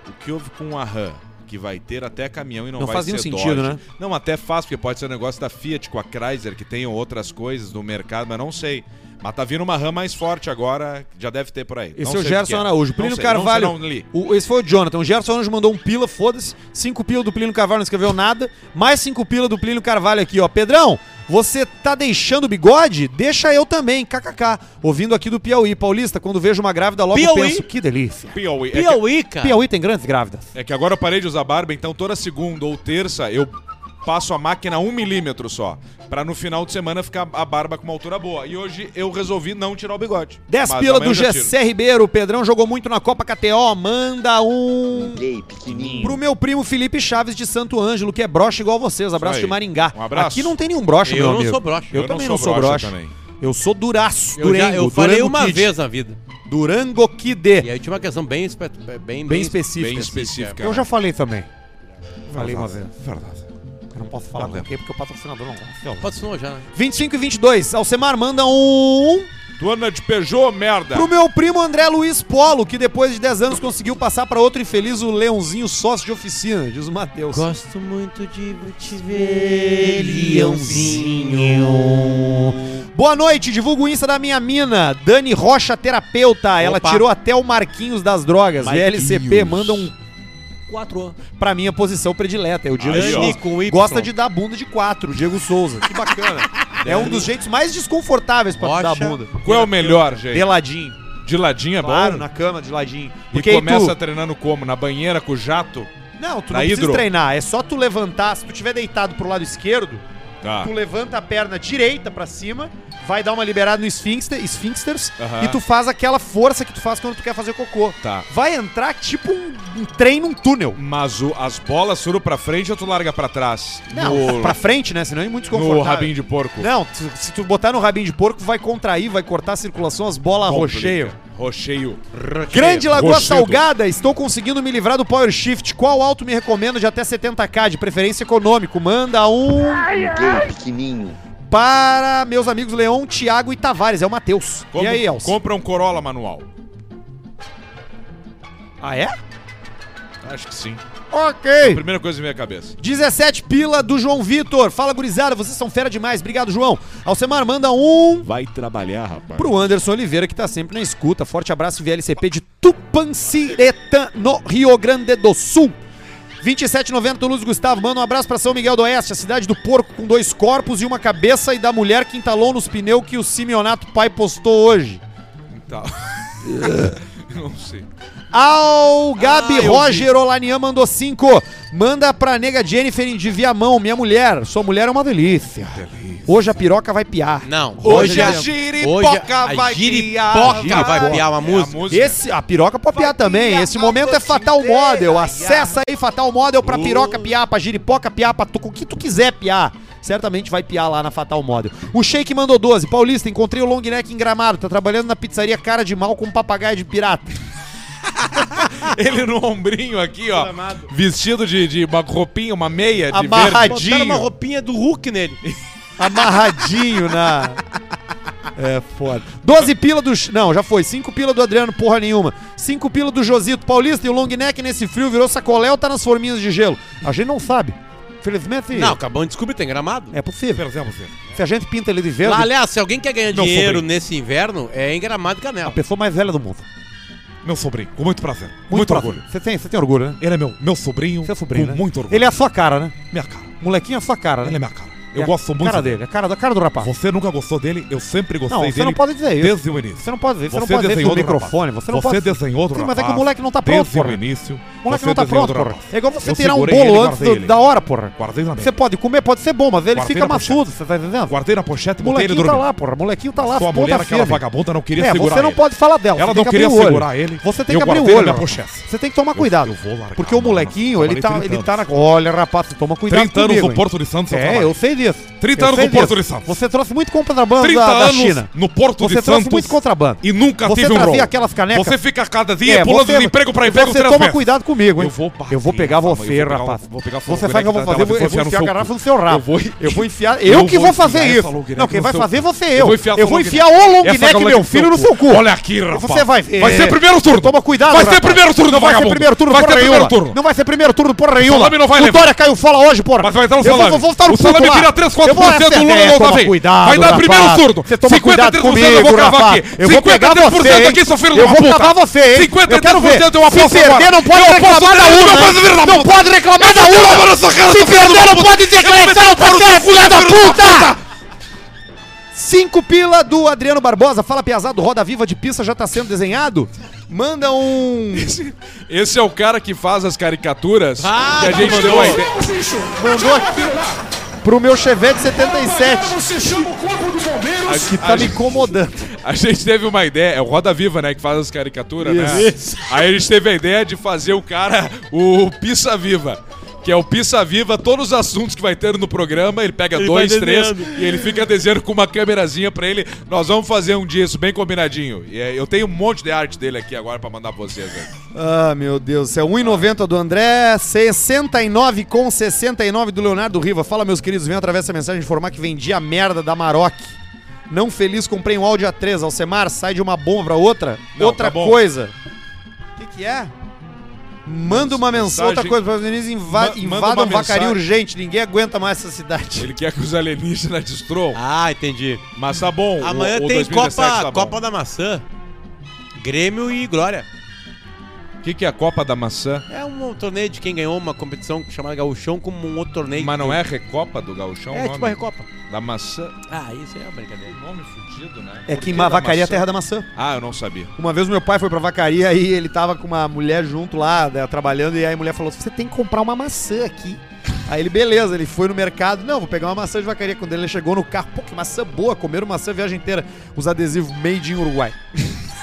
[SPEAKER 2] O que houve com a RAM? Que vai ter até caminhão e não,
[SPEAKER 1] Não
[SPEAKER 2] vai
[SPEAKER 1] faz
[SPEAKER 2] ser
[SPEAKER 1] nenhum sentido,
[SPEAKER 2] Dodge.
[SPEAKER 1] né?
[SPEAKER 2] Não, até faz, porque pode ser um negócio da Fiat com a Chrysler, que tem outras coisas no mercado, mas não sei. Mas tá vindo uma RAM mais forte agora, que já deve ter por aí.
[SPEAKER 1] Esse
[SPEAKER 2] Não
[SPEAKER 1] é o
[SPEAKER 2] sei que
[SPEAKER 1] Gerson
[SPEAKER 2] é.
[SPEAKER 1] Araújo.
[SPEAKER 2] Não
[SPEAKER 1] Plínio
[SPEAKER 2] sei,
[SPEAKER 1] Carvalho.
[SPEAKER 2] Não, sei, não li.
[SPEAKER 1] O- esse foi o Jonathan. O Gerson Araújo mandou um pila, foda-se. Cinco pila do Plínio Carvalho, não escreveu nada. Mais cinco pila do Plínio Carvalho aqui, ó. Pedrão, você tá deixando o bigode? Deixa eu também, kkk. Ouvindo aqui do Piauí. Paulista, quando vejo uma grávida, logo
[SPEAKER 3] Piauí?
[SPEAKER 1] penso, que delícia.
[SPEAKER 2] Piauí. É que-
[SPEAKER 3] Piauí, cara.
[SPEAKER 1] Piauí tem grandes grávidas.
[SPEAKER 2] É que agora eu parei de usar barba, então toda segunda ou terça eu passo a máquina um milímetro só. Pra no final de semana ficar a barba com uma altura boa. E hoje eu resolvi não tirar o bigode.
[SPEAKER 1] 10
[SPEAKER 2] Mas
[SPEAKER 1] pila
[SPEAKER 2] amanhã
[SPEAKER 1] do
[SPEAKER 2] eu já tiro.
[SPEAKER 1] GC Ribeiro. O Pedrão jogou muito na Copa KTO. Manda um.
[SPEAKER 8] Lei pequenininho.
[SPEAKER 1] Pro meu primo Felipe Chaves de Santo Ângelo, que é brocha igual vocês. Abraço
[SPEAKER 2] aí.
[SPEAKER 1] de Maringá.
[SPEAKER 2] Um abraço.
[SPEAKER 1] Aqui não tem nenhum brocha,
[SPEAKER 3] Eu
[SPEAKER 1] meu
[SPEAKER 3] não
[SPEAKER 1] amigo.
[SPEAKER 3] sou broxa.
[SPEAKER 1] Eu,
[SPEAKER 2] Eu não
[SPEAKER 1] também
[SPEAKER 2] sou
[SPEAKER 1] não sou
[SPEAKER 2] broxa
[SPEAKER 1] brocha.
[SPEAKER 2] também.
[SPEAKER 1] Eu sou duraço.
[SPEAKER 3] Eu, já,
[SPEAKER 1] Durengo.
[SPEAKER 3] eu falei
[SPEAKER 1] Durango
[SPEAKER 3] uma
[SPEAKER 1] Kid.
[SPEAKER 3] vez na vida.
[SPEAKER 1] Durango Kid.
[SPEAKER 3] E aí tinha uma questão bem, espe- bem, bem,
[SPEAKER 1] Bem
[SPEAKER 3] espe-
[SPEAKER 1] específica.
[SPEAKER 2] Bem né? específica.
[SPEAKER 1] Eu já falei também. Falei uma vez.
[SPEAKER 2] Verdade, Verdade.
[SPEAKER 1] Eu não posso falar por quê, porque o patrocinador não gosta.
[SPEAKER 3] Patrocinou já, né?
[SPEAKER 1] 25 e 22. Alcemar manda um
[SPEAKER 2] Tu anda de Peugeot, merda.
[SPEAKER 1] pro meu primo André Luiz Polo, que depois de 10 anos conseguiu passar pra outro infeliz, o Leãozinho sócio de oficina, diz o Matheus.
[SPEAKER 3] Gosto muito de te ver,
[SPEAKER 1] Boa noite, divulgo o Insta da minha mina, Dani Rocha Terapeuta. Ela
[SPEAKER 3] Opa.
[SPEAKER 1] tirou até o Marquinhos das drogas.
[SPEAKER 3] Marquinhos.
[SPEAKER 1] VLCP manda um
[SPEAKER 7] Quatro.
[SPEAKER 1] pra minha posição predileta. É o Diego
[SPEAKER 2] Aí, ó.
[SPEAKER 1] Souza.
[SPEAKER 3] com Y.
[SPEAKER 1] Gosta de dar bunda de quatro, Diego Souza. Que bacana. é um dos jeitos mais desconfortáveis pra tu dar
[SPEAKER 3] Rocha.
[SPEAKER 1] bunda.
[SPEAKER 2] Qual é o melhor, gente?
[SPEAKER 1] De ladinho.
[SPEAKER 2] De ladinho é
[SPEAKER 1] claro,
[SPEAKER 2] bom?
[SPEAKER 1] na cama, de ladinho.
[SPEAKER 2] E
[SPEAKER 1] Porque aí
[SPEAKER 2] começa
[SPEAKER 1] tu,
[SPEAKER 2] treinando como? Na banheira com o jato?
[SPEAKER 1] Não, tu
[SPEAKER 2] Da
[SPEAKER 1] não precisa
[SPEAKER 2] hidro.
[SPEAKER 1] treinar. É só tu levantar. Se tu tiver deitado pro lado esquerdo,
[SPEAKER 2] Tá.
[SPEAKER 1] tu levanta a perna direita pra cima, vai dar uma liberada no esfíncter, esfíncteres,
[SPEAKER 2] Aham.
[SPEAKER 1] e tu faz aquela força que tu faz quando tu quer fazer cocô.
[SPEAKER 2] Tá.
[SPEAKER 1] Vai entrar tipo um, um trem num túnel.
[SPEAKER 2] Mas o- as bolas foram pra frente ou tu larga pra trás?
[SPEAKER 1] Não,
[SPEAKER 2] no,
[SPEAKER 1] pra frente, né? Senão é muito
[SPEAKER 2] no
[SPEAKER 1] desconfortável.
[SPEAKER 2] rabinho de porco.
[SPEAKER 1] Não, tu- se tu botar no rabinho de porco, vai contrair, vai cortar a circulação, as bolas rocheiam.
[SPEAKER 2] Rocheio.
[SPEAKER 1] Grande Lagoa
[SPEAKER 2] Rochedo.
[SPEAKER 1] Salgada, estou conseguindo me livrar do Power Shift. Qual alto me recomenda de até 70k, de preferência econômico? Manda um
[SPEAKER 8] Ninguém pequenininho.
[SPEAKER 1] para meus amigos Leon, Thiago e Tavares. É o Matheus.
[SPEAKER 2] Como-
[SPEAKER 1] E aí, Elcio?
[SPEAKER 2] Compra um Corolla manual.
[SPEAKER 1] Ah, é?
[SPEAKER 2] Acho que sim.
[SPEAKER 1] Ok.
[SPEAKER 2] Primeira coisa que veio à cabeça.
[SPEAKER 1] 17 pila do João Vitor. Fala, gurizada, vocês são fera demais. Obrigado, João. Alcemar, manda um
[SPEAKER 2] Vai trabalhar, rapaz.
[SPEAKER 1] pro Anderson Oliveira, que tá sempre na escuta. Forte abraço, VLCP de Tupancireta, no Rio Grande do Sul. 27,90 Luz Gustavo, manda um abraço pra São Miguel do Oeste, a cidade do porco com dois corpos e uma cabeça e da mulher que entalou nos pneus que o Simeonato Pai postou hoje.
[SPEAKER 2] Tá. Não sei.
[SPEAKER 1] Ao Gabi
[SPEAKER 2] Ah, eu vi.
[SPEAKER 1] Roger Olanian mandou cinco. Manda pra nega Jennifer de Viamão, minha mulher. Sua mulher é uma delícia. Hoje a piroca vai piar.
[SPEAKER 3] Não.
[SPEAKER 2] Hoje a
[SPEAKER 3] é-
[SPEAKER 2] giripoca
[SPEAKER 3] hoje
[SPEAKER 2] vai
[SPEAKER 3] a giripoca
[SPEAKER 2] criar-
[SPEAKER 3] vai piar uma
[SPEAKER 2] É
[SPEAKER 3] música.
[SPEAKER 2] A música.
[SPEAKER 1] Esse, a piroca pode piar também. Esse momento é Fatal Model. Acessa aí Fatal Model
[SPEAKER 2] Uh.
[SPEAKER 1] pra piroca piar, pra giripoca piar, pra tu, o que tu quiser piar. Certamente vai piar lá na Fatal Model. O Shake mandou 12. Paulista, encontrei o long neck em Gramado. Tá trabalhando na pizzaria Cara de Mal com um papagaio de pirata.
[SPEAKER 2] Ele no ombrinho aqui, ó. Vestido de, de uma roupinha, uma meia É de
[SPEAKER 1] Amarradinho.
[SPEAKER 2] verde.
[SPEAKER 3] Botaram uma roupinha do Hulk nele.
[SPEAKER 1] amarradinho na. É foda. 12 pila do. Não, já foi. 5 pila do Adriano, porra nenhuma. 5 pila do Josito Paulista e o long neck nesse frio virou sacolé ou tá nas forminhas de gelo? A gente não sabe. Felizmente.
[SPEAKER 3] Não, acabamos de descobrir, tem gramado.
[SPEAKER 1] É possível. Se a gente pinta ele de verde,
[SPEAKER 3] Lá, aliás, se alguém quer ganhar
[SPEAKER 2] Não,
[SPEAKER 3] dinheiro
[SPEAKER 2] sobre.
[SPEAKER 3] nesse inverno, é em gramado e canela.
[SPEAKER 1] a pessoa mais velha do mundo.
[SPEAKER 2] Meu sobrinho, com muito prazer. Muito,
[SPEAKER 1] prazer. Você tem, você tem orgulho, né?
[SPEAKER 2] Ele é meu, meu sobrinho.
[SPEAKER 1] Você é sobrinho,
[SPEAKER 2] com
[SPEAKER 1] né?
[SPEAKER 2] muito orgulho.
[SPEAKER 1] Ele é a sua cara, né?
[SPEAKER 2] minha cara.
[SPEAKER 1] Molequinho é a sua cara, né?
[SPEAKER 2] Ele é minha cara.
[SPEAKER 1] É
[SPEAKER 2] Eu
[SPEAKER 1] a
[SPEAKER 2] gosto muito
[SPEAKER 1] cara dele, a cara, da cara do rapaz.
[SPEAKER 2] Você nunca gostou dele, eu sempre gostei
[SPEAKER 1] Não, você
[SPEAKER 2] dele.
[SPEAKER 1] não pode dizer isso.
[SPEAKER 2] Desde o início.
[SPEAKER 1] Você não pode dizer, você,
[SPEAKER 2] Você
[SPEAKER 1] não pode dizer isso
[SPEAKER 2] desenhou
[SPEAKER 1] no
[SPEAKER 2] do
[SPEAKER 1] microfone,
[SPEAKER 2] rapaz.
[SPEAKER 1] você não
[SPEAKER 2] Você
[SPEAKER 1] pode...
[SPEAKER 2] desenhou outro
[SPEAKER 1] Sim, mas é que o
[SPEAKER 2] rapaz
[SPEAKER 1] moleque não tá pronto,
[SPEAKER 2] Desde o
[SPEAKER 1] porra.
[SPEAKER 2] início.
[SPEAKER 1] O moleque
[SPEAKER 2] você
[SPEAKER 1] não tá
[SPEAKER 2] desenhou
[SPEAKER 1] pronto,
[SPEAKER 2] outro
[SPEAKER 1] porra.
[SPEAKER 2] rapaz.
[SPEAKER 1] É igual você
[SPEAKER 2] Eu
[SPEAKER 1] tirar um
[SPEAKER 2] segurei ele e
[SPEAKER 1] bolo antes
[SPEAKER 2] guardei
[SPEAKER 1] do-
[SPEAKER 2] ele.
[SPEAKER 1] da hora, porra.
[SPEAKER 2] Guardei na
[SPEAKER 1] Você
[SPEAKER 2] mesa.
[SPEAKER 1] pode comer, pode ser bom, mas ele
[SPEAKER 2] Quarteira
[SPEAKER 1] fica
[SPEAKER 2] pochete.
[SPEAKER 1] maçudo, você tá entendendo?
[SPEAKER 2] Guardei na pochete e botei ele
[SPEAKER 1] Molequinho tá
[SPEAKER 2] dormindo.
[SPEAKER 1] lá, porra. Molequinho tá lá,
[SPEAKER 2] Sua
[SPEAKER 1] ponta
[SPEAKER 2] mulher, aquela
[SPEAKER 1] firme.
[SPEAKER 2] vagabunda, não queria
[SPEAKER 1] É,
[SPEAKER 2] segurar
[SPEAKER 1] você não
[SPEAKER 2] ele.
[SPEAKER 1] pode falar dela,
[SPEAKER 2] Ela
[SPEAKER 1] você tem
[SPEAKER 2] não
[SPEAKER 1] que
[SPEAKER 2] queria
[SPEAKER 1] abrir o olho.
[SPEAKER 2] segurar ele.
[SPEAKER 1] Você tem
[SPEAKER 2] Eu
[SPEAKER 1] que abrir o
[SPEAKER 2] guardei na
[SPEAKER 1] olho.
[SPEAKER 2] minha
[SPEAKER 1] rapaz.
[SPEAKER 2] pochete.
[SPEAKER 1] Você tem que tomar
[SPEAKER 2] Eu-
[SPEAKER 1] cuidado.
[SPEAKER 2] eu vou largar
[SPEAKER 1] porque o
[SPEAKER 2] a mão,
[SPEAKER 1] molequinho,
[SPEAKER 2] eu
[SPEAKER 1] ele tá,
[SPEAKER 2] falei
[SPEAKER 1] ele
[SPEAKER 2] 30
[SPEAKER 1] tá na. Olha, rapaz, você toma cuidado
[SPEAKER 2] 30 anos
[SPEAKER 1] comigo,
[SPEAKER 2] no
[SPEAKER 1] hein.
[SPEAKER 2] Porto de Santos, eu
[SPEAKER 1] É,
[SPEAKER 2] trabalho.
[SPEAKER 1] eu sei disso.
[SPEAKER 2] 30
[SPEAKER 1] Eu
[SPEAKER 2] anos
[SPEAKER 1] sei
[SPEAKER 2] no Porto
[SPEAKER 1] disso.
[SPEAKER 2] de Santos.
[SPEAKER 1] Você trouxe muito contrabando
[SPEAKER 2] 30
[SPEAKER 1] da, da
[SPEAKER 2] anos
[SPEAKER 1] China.
[SPEAKER 2] no Porto
[SPEAKER 1] você
[SPEAKER 2] de
[SPEAKER 1] trouxe
[SPEAKER 2] Santos.
[SPEAKER 1] muito contrabando.
[SPEAKER 2] E nunca
[SPEAKER 1] Você
[SPEAKER 2] teve um
[SPEAKER 1] trazia
[SPEAKER 2] rolo.
[SPEAKER 1] aquelas canecas. É,
[SPEAKER 2] Você fica cada dia pulando de emprego pra emprego
[SPEAKER 1] Você
[SPEAKER 2] três
[SPEAKER 1] toma
[SPEAKER 2] vezes.
[SPEAKER 1] cuidado comigo, hein?
[SPEAKER 2] Eu vou bater,
[SPEAKER 1] eu vou pegar
[SPEAKER 2] calma,
[SPEAKER 1] você,
[SPEAKER 2] eu vou pegar
[SPEAKER 1] rapaz.
[SPEAKER 2] um- vou pegar fogo,
[SPEAKER 1] você
[SPEAKER 2] né,
[SPEAKER 1] sabe o que eu
[SPEAKER 2] que
[SPEAKER 1] vou
[SPEAKER 2] tá-
[SPEAKER 1] fazer? Eu
[SPEAKER 2] tá-
[SPEAKER 1] vou, eu vou
[SPEAKER 2] enfiar no
[SPEAKER 1] enfiar a
[SPEAKER 2] seu
[SPEAKER 1] garrafa
[SPEAKER 2] cu.
[SPEAKER 1] no seu rabo.
[SPEAKER 2] Eu vou-
[SPEAKER 1] eu vou enfiar. Eu,
[SPEAKER 2] eu
[SPEAKER 1] que
[SPEAKER 2] vou
[SPEAKER 1] vou fazer
[SPEAKER 2] enfiar
[SPEAKER 1] isso.
[SPEAKER 2] essa long neck
[SPEAKER 1] Não, quem
[SPEAKER 2] no
[SPEAKER 1] vai
[SPEAKER 2] seu
[SPEAKER 1] fazer é
[SPEAKER 2] cu.
[SPEAKER 1] você
[SPEAKER 2] Eu
[SPEAKER 1] eu.
[SPEAKER 2] vou enfiar
[SPEAKER 1] Eu
[SPEAKER 2] essa
[SPEAKER 1] vou
[SPEAKER 2] long neck-
[SPEAKER 1] enfiar o long
[SPEAKER 2] Essa
[SPEAKER 1] neck,
[SPEAKER 2] galera
[SPEAKER 1] meu
[SPEAKER 2] que
[SPEAKER 1] filho, no seu cu.
[SPEAKER 2] Olha aqui, rapaz. É.
[SPEAKER 1] Você vai ver.
[SPEAKER 2] Vai ser primeiro turno.
[SPEAKER 1] Toma cuidado,
[SPEAKER 2] Vai ser
[SPEAKER 1] rapaz.
[SPEAKER 2] primeiro turno,
[SPEAKER 1] Não vai ser
[SPEAKER 2] vagabundo.
[SPEAKER 1] primeiro turno,
[SPEAKER 2] Vai ser
[SPEAKER 1] porra
[SPEAKER 2] primeiro
[SPEAKER 1] nenhuma.
[SPEAKER 2] turno.
[SPEAKER 1] Não vai ser primeiro turno, porra nenhuma.
[SPEAKER 2] salame não vai
[SPEAKER 1] o
[SPEAKER 2] levar.
[SPEAKER 1] Dória caiu fora hoje, porra.
[SPEAKER 2] Mas vai dar um
[SPEAKER 1] Eu
[SPEAKER 2] salame.
[SPEAKER 1] vou- vou ficar um
[SPEAKER 2] O
[SPEAKER 1] puto
[SPEAKER 2] salame
[SPEAKER 1] lá.
[SPEAKER 2] vira 3, 4%
[SPEAKER 1] Eu vou-
[SPEAKER 2] do
[SPEAKER 1] é,
[SPEAKER 2] Lula,
[SPEAKER 1] é,
[SPEAKER 2] não
[SPEAKER 1] toma
[SPEAKER 2] vem.
[SPEAKER 1] cuidado,
[SPEAKER 2] Vai dar
[SPEAKER 1] rapaz.
[SPEAKER 2] primeiro turno.
[SPEAKER 1] Você toma cuidado
[SPEAKER 2] 53%
[SPEAKER 1] comigo,
[SPEAKER 2] eu vou gravar
[SPEAKER 1] rapaz.
[SPEAKER 2] aqui.
[SPEAKER 1] Eu vou pegar você, hein.
[SPEAKER 2] é aqui, seu filho
[SPEAKER 1] Eu
[SPEAKER 2] de uma
[SPEAKER 1] vou
[SPEAKER 2] puta.
[SPEAKER 1] gravar você, hein. Eu quero ver.
[SPEAKER 2] 53% eu aposto
[SPEAKER 1] Se perder,
[SPEAKER 2] agora.
[SPEAKER 1] não pode
[SPEAKER 2] Eu
[SPEAKER 1] reclamar
[SPEAKER 2] aposto
[SPEAKER 1] da
[SPEAKER 2] nele,
[SPEAKER 1] urna, hein.
[SPEAKER 2] Não pode virar
[SPEAKER 1] Não pode reclamar da urna. Se perder, não pode é decretar o processo, filha da puta. Cinco pila do Adriano Barbosa. Fala, piazado, roda viva de pista já tá sendo desenhado? Manda um...
[SPEAKER 2] Esse é o cara que faz as caricaturas
[SPEAKER 3] Ah,
[SPEAKER 2] que a
[SPEAKER 3] tá,
[SPEAKER 2] gente
[SPEAKER 3] mandou.
[SPEAKER 2] deu a ideia.
[SPEAKER 1] Mandou aqui pro meu Chevette 77,
[SPEAKER 2] A-
[SPEAKER 1] que
[SPEAKER 2] a
[SPEAKER 1] tá me
[SPEAKER 2] gente-
[SPEAKER 1] incomodando.
[SPEAKER 2] A gente teve uma ideia, é o Roda Viva, né, que faz as caricaturas, né?
[SPEAKER 3] Isso.
[SPEAKER 2] Aí a gente teve a ideia de fazer o cara, o Pissa Viva. Que é o Pissa Viva, todos os assuntos que vai ter no programa, ele pega
[SPEAKER 3] Ele
[SPEAKER 2] dois,
[SPEAKER 3] vai
[SPEAKER 2] três,
[SPEAKER 3] desenhando.
[SPEAKER 2] e ele fica desenhando com uma câmerazinha pra ele. Nós vamos fazer um dia isso bem combinadinho. E é, eu tenho um monte de arte dele aqui agora pra mandar pra vocês. Né?
[SPEAKER 1] Ah, meu Deus do céu. 1,90 do André, 69 com 69 do Leonardo Riva. Fala, meus queridos, venho através dessa mensagem informar que vendi a merda da Maroc. Não feliz, comprei um Audi A3. Alcemar, sai de uma bomba pra outra.
[SPEAKER 2] Não,
[SPEAKER 1] outra
[SPEAKER 2] tá bom.
[SPEAKER 1] coisa. O que, que é? Manda uma mensagem, outra
[SPEAKER 2] Mensagem-
[SPEAKER 1] coisa para os meninos inva
[SPEAKER 2] Ma- manda
[SPEAKER 1] invadam
[SPEAKER 2] uma
[SPEAKER 1] vacaria
[SPEAKER 2] mensagem.
[SPEAKER 1] urgente. Ninguém aguenta mais essa cidade.
[SPEAKER 2] Ele quer que os alienígenas destruam.
[SPEAKER 3] Ah, entendi.
[SPEAKER 2] Mas tá bom. o-
[SPEAKER 3] Amanhã
[SPEAKER 2] o
[SPEAKER 3] tem
[SPEAKER 2] 2017
[SPEAKER 3] Copa,
[SPEAKER 2] tá bom.
[SPEAKER 3] Copa da Maçã, Grêmio e Glória.
[SPEAKER 2] Quem que, que é a Copa da Maçã?
[SPEAKER 3] É um torneio de quem ganhou uma competição chamada Gaúchão, como um outro torneio.
[SPEAKER 2] Mas não é a Recopa do Gauchão? o
[SPEAKER 3] É,
[SPEAKER 2] nome?
[SPEAKER 3] tipo a Recopa.
[SPEAKER 2] Da maçã.
[SPEAKER 3] Ah, isso aí é uma brincadeira.
[SPEAKER 2] Nome fudido, né?
[SPEAKER 1] É
[SPEAKER 2] Por
[SPEAKER 1] que em
[SPEAKER 2] da
[SPEAKER 1] Vacaria é a
[SPEAKER 2] maçã?
[SPEAKER 1] terra da maçã.
[SPEAKER 2] Ah, eu não sabia.
[SPEAKER 1] Uma vez meu pai foi pra Vacaria e ele tava com uma mulher junto lá, né, trabalhando, e aí a mulher falou: Você tem que comprar uma maçã aqui. Aí ele, beleza, ele foi no mercado, não, vou pegar uma maçã de vacaria. Quando ele chegou no carro, pô, que maçã boa, comeram maçã a viagem inteira. Os adesivos made in Uruguai.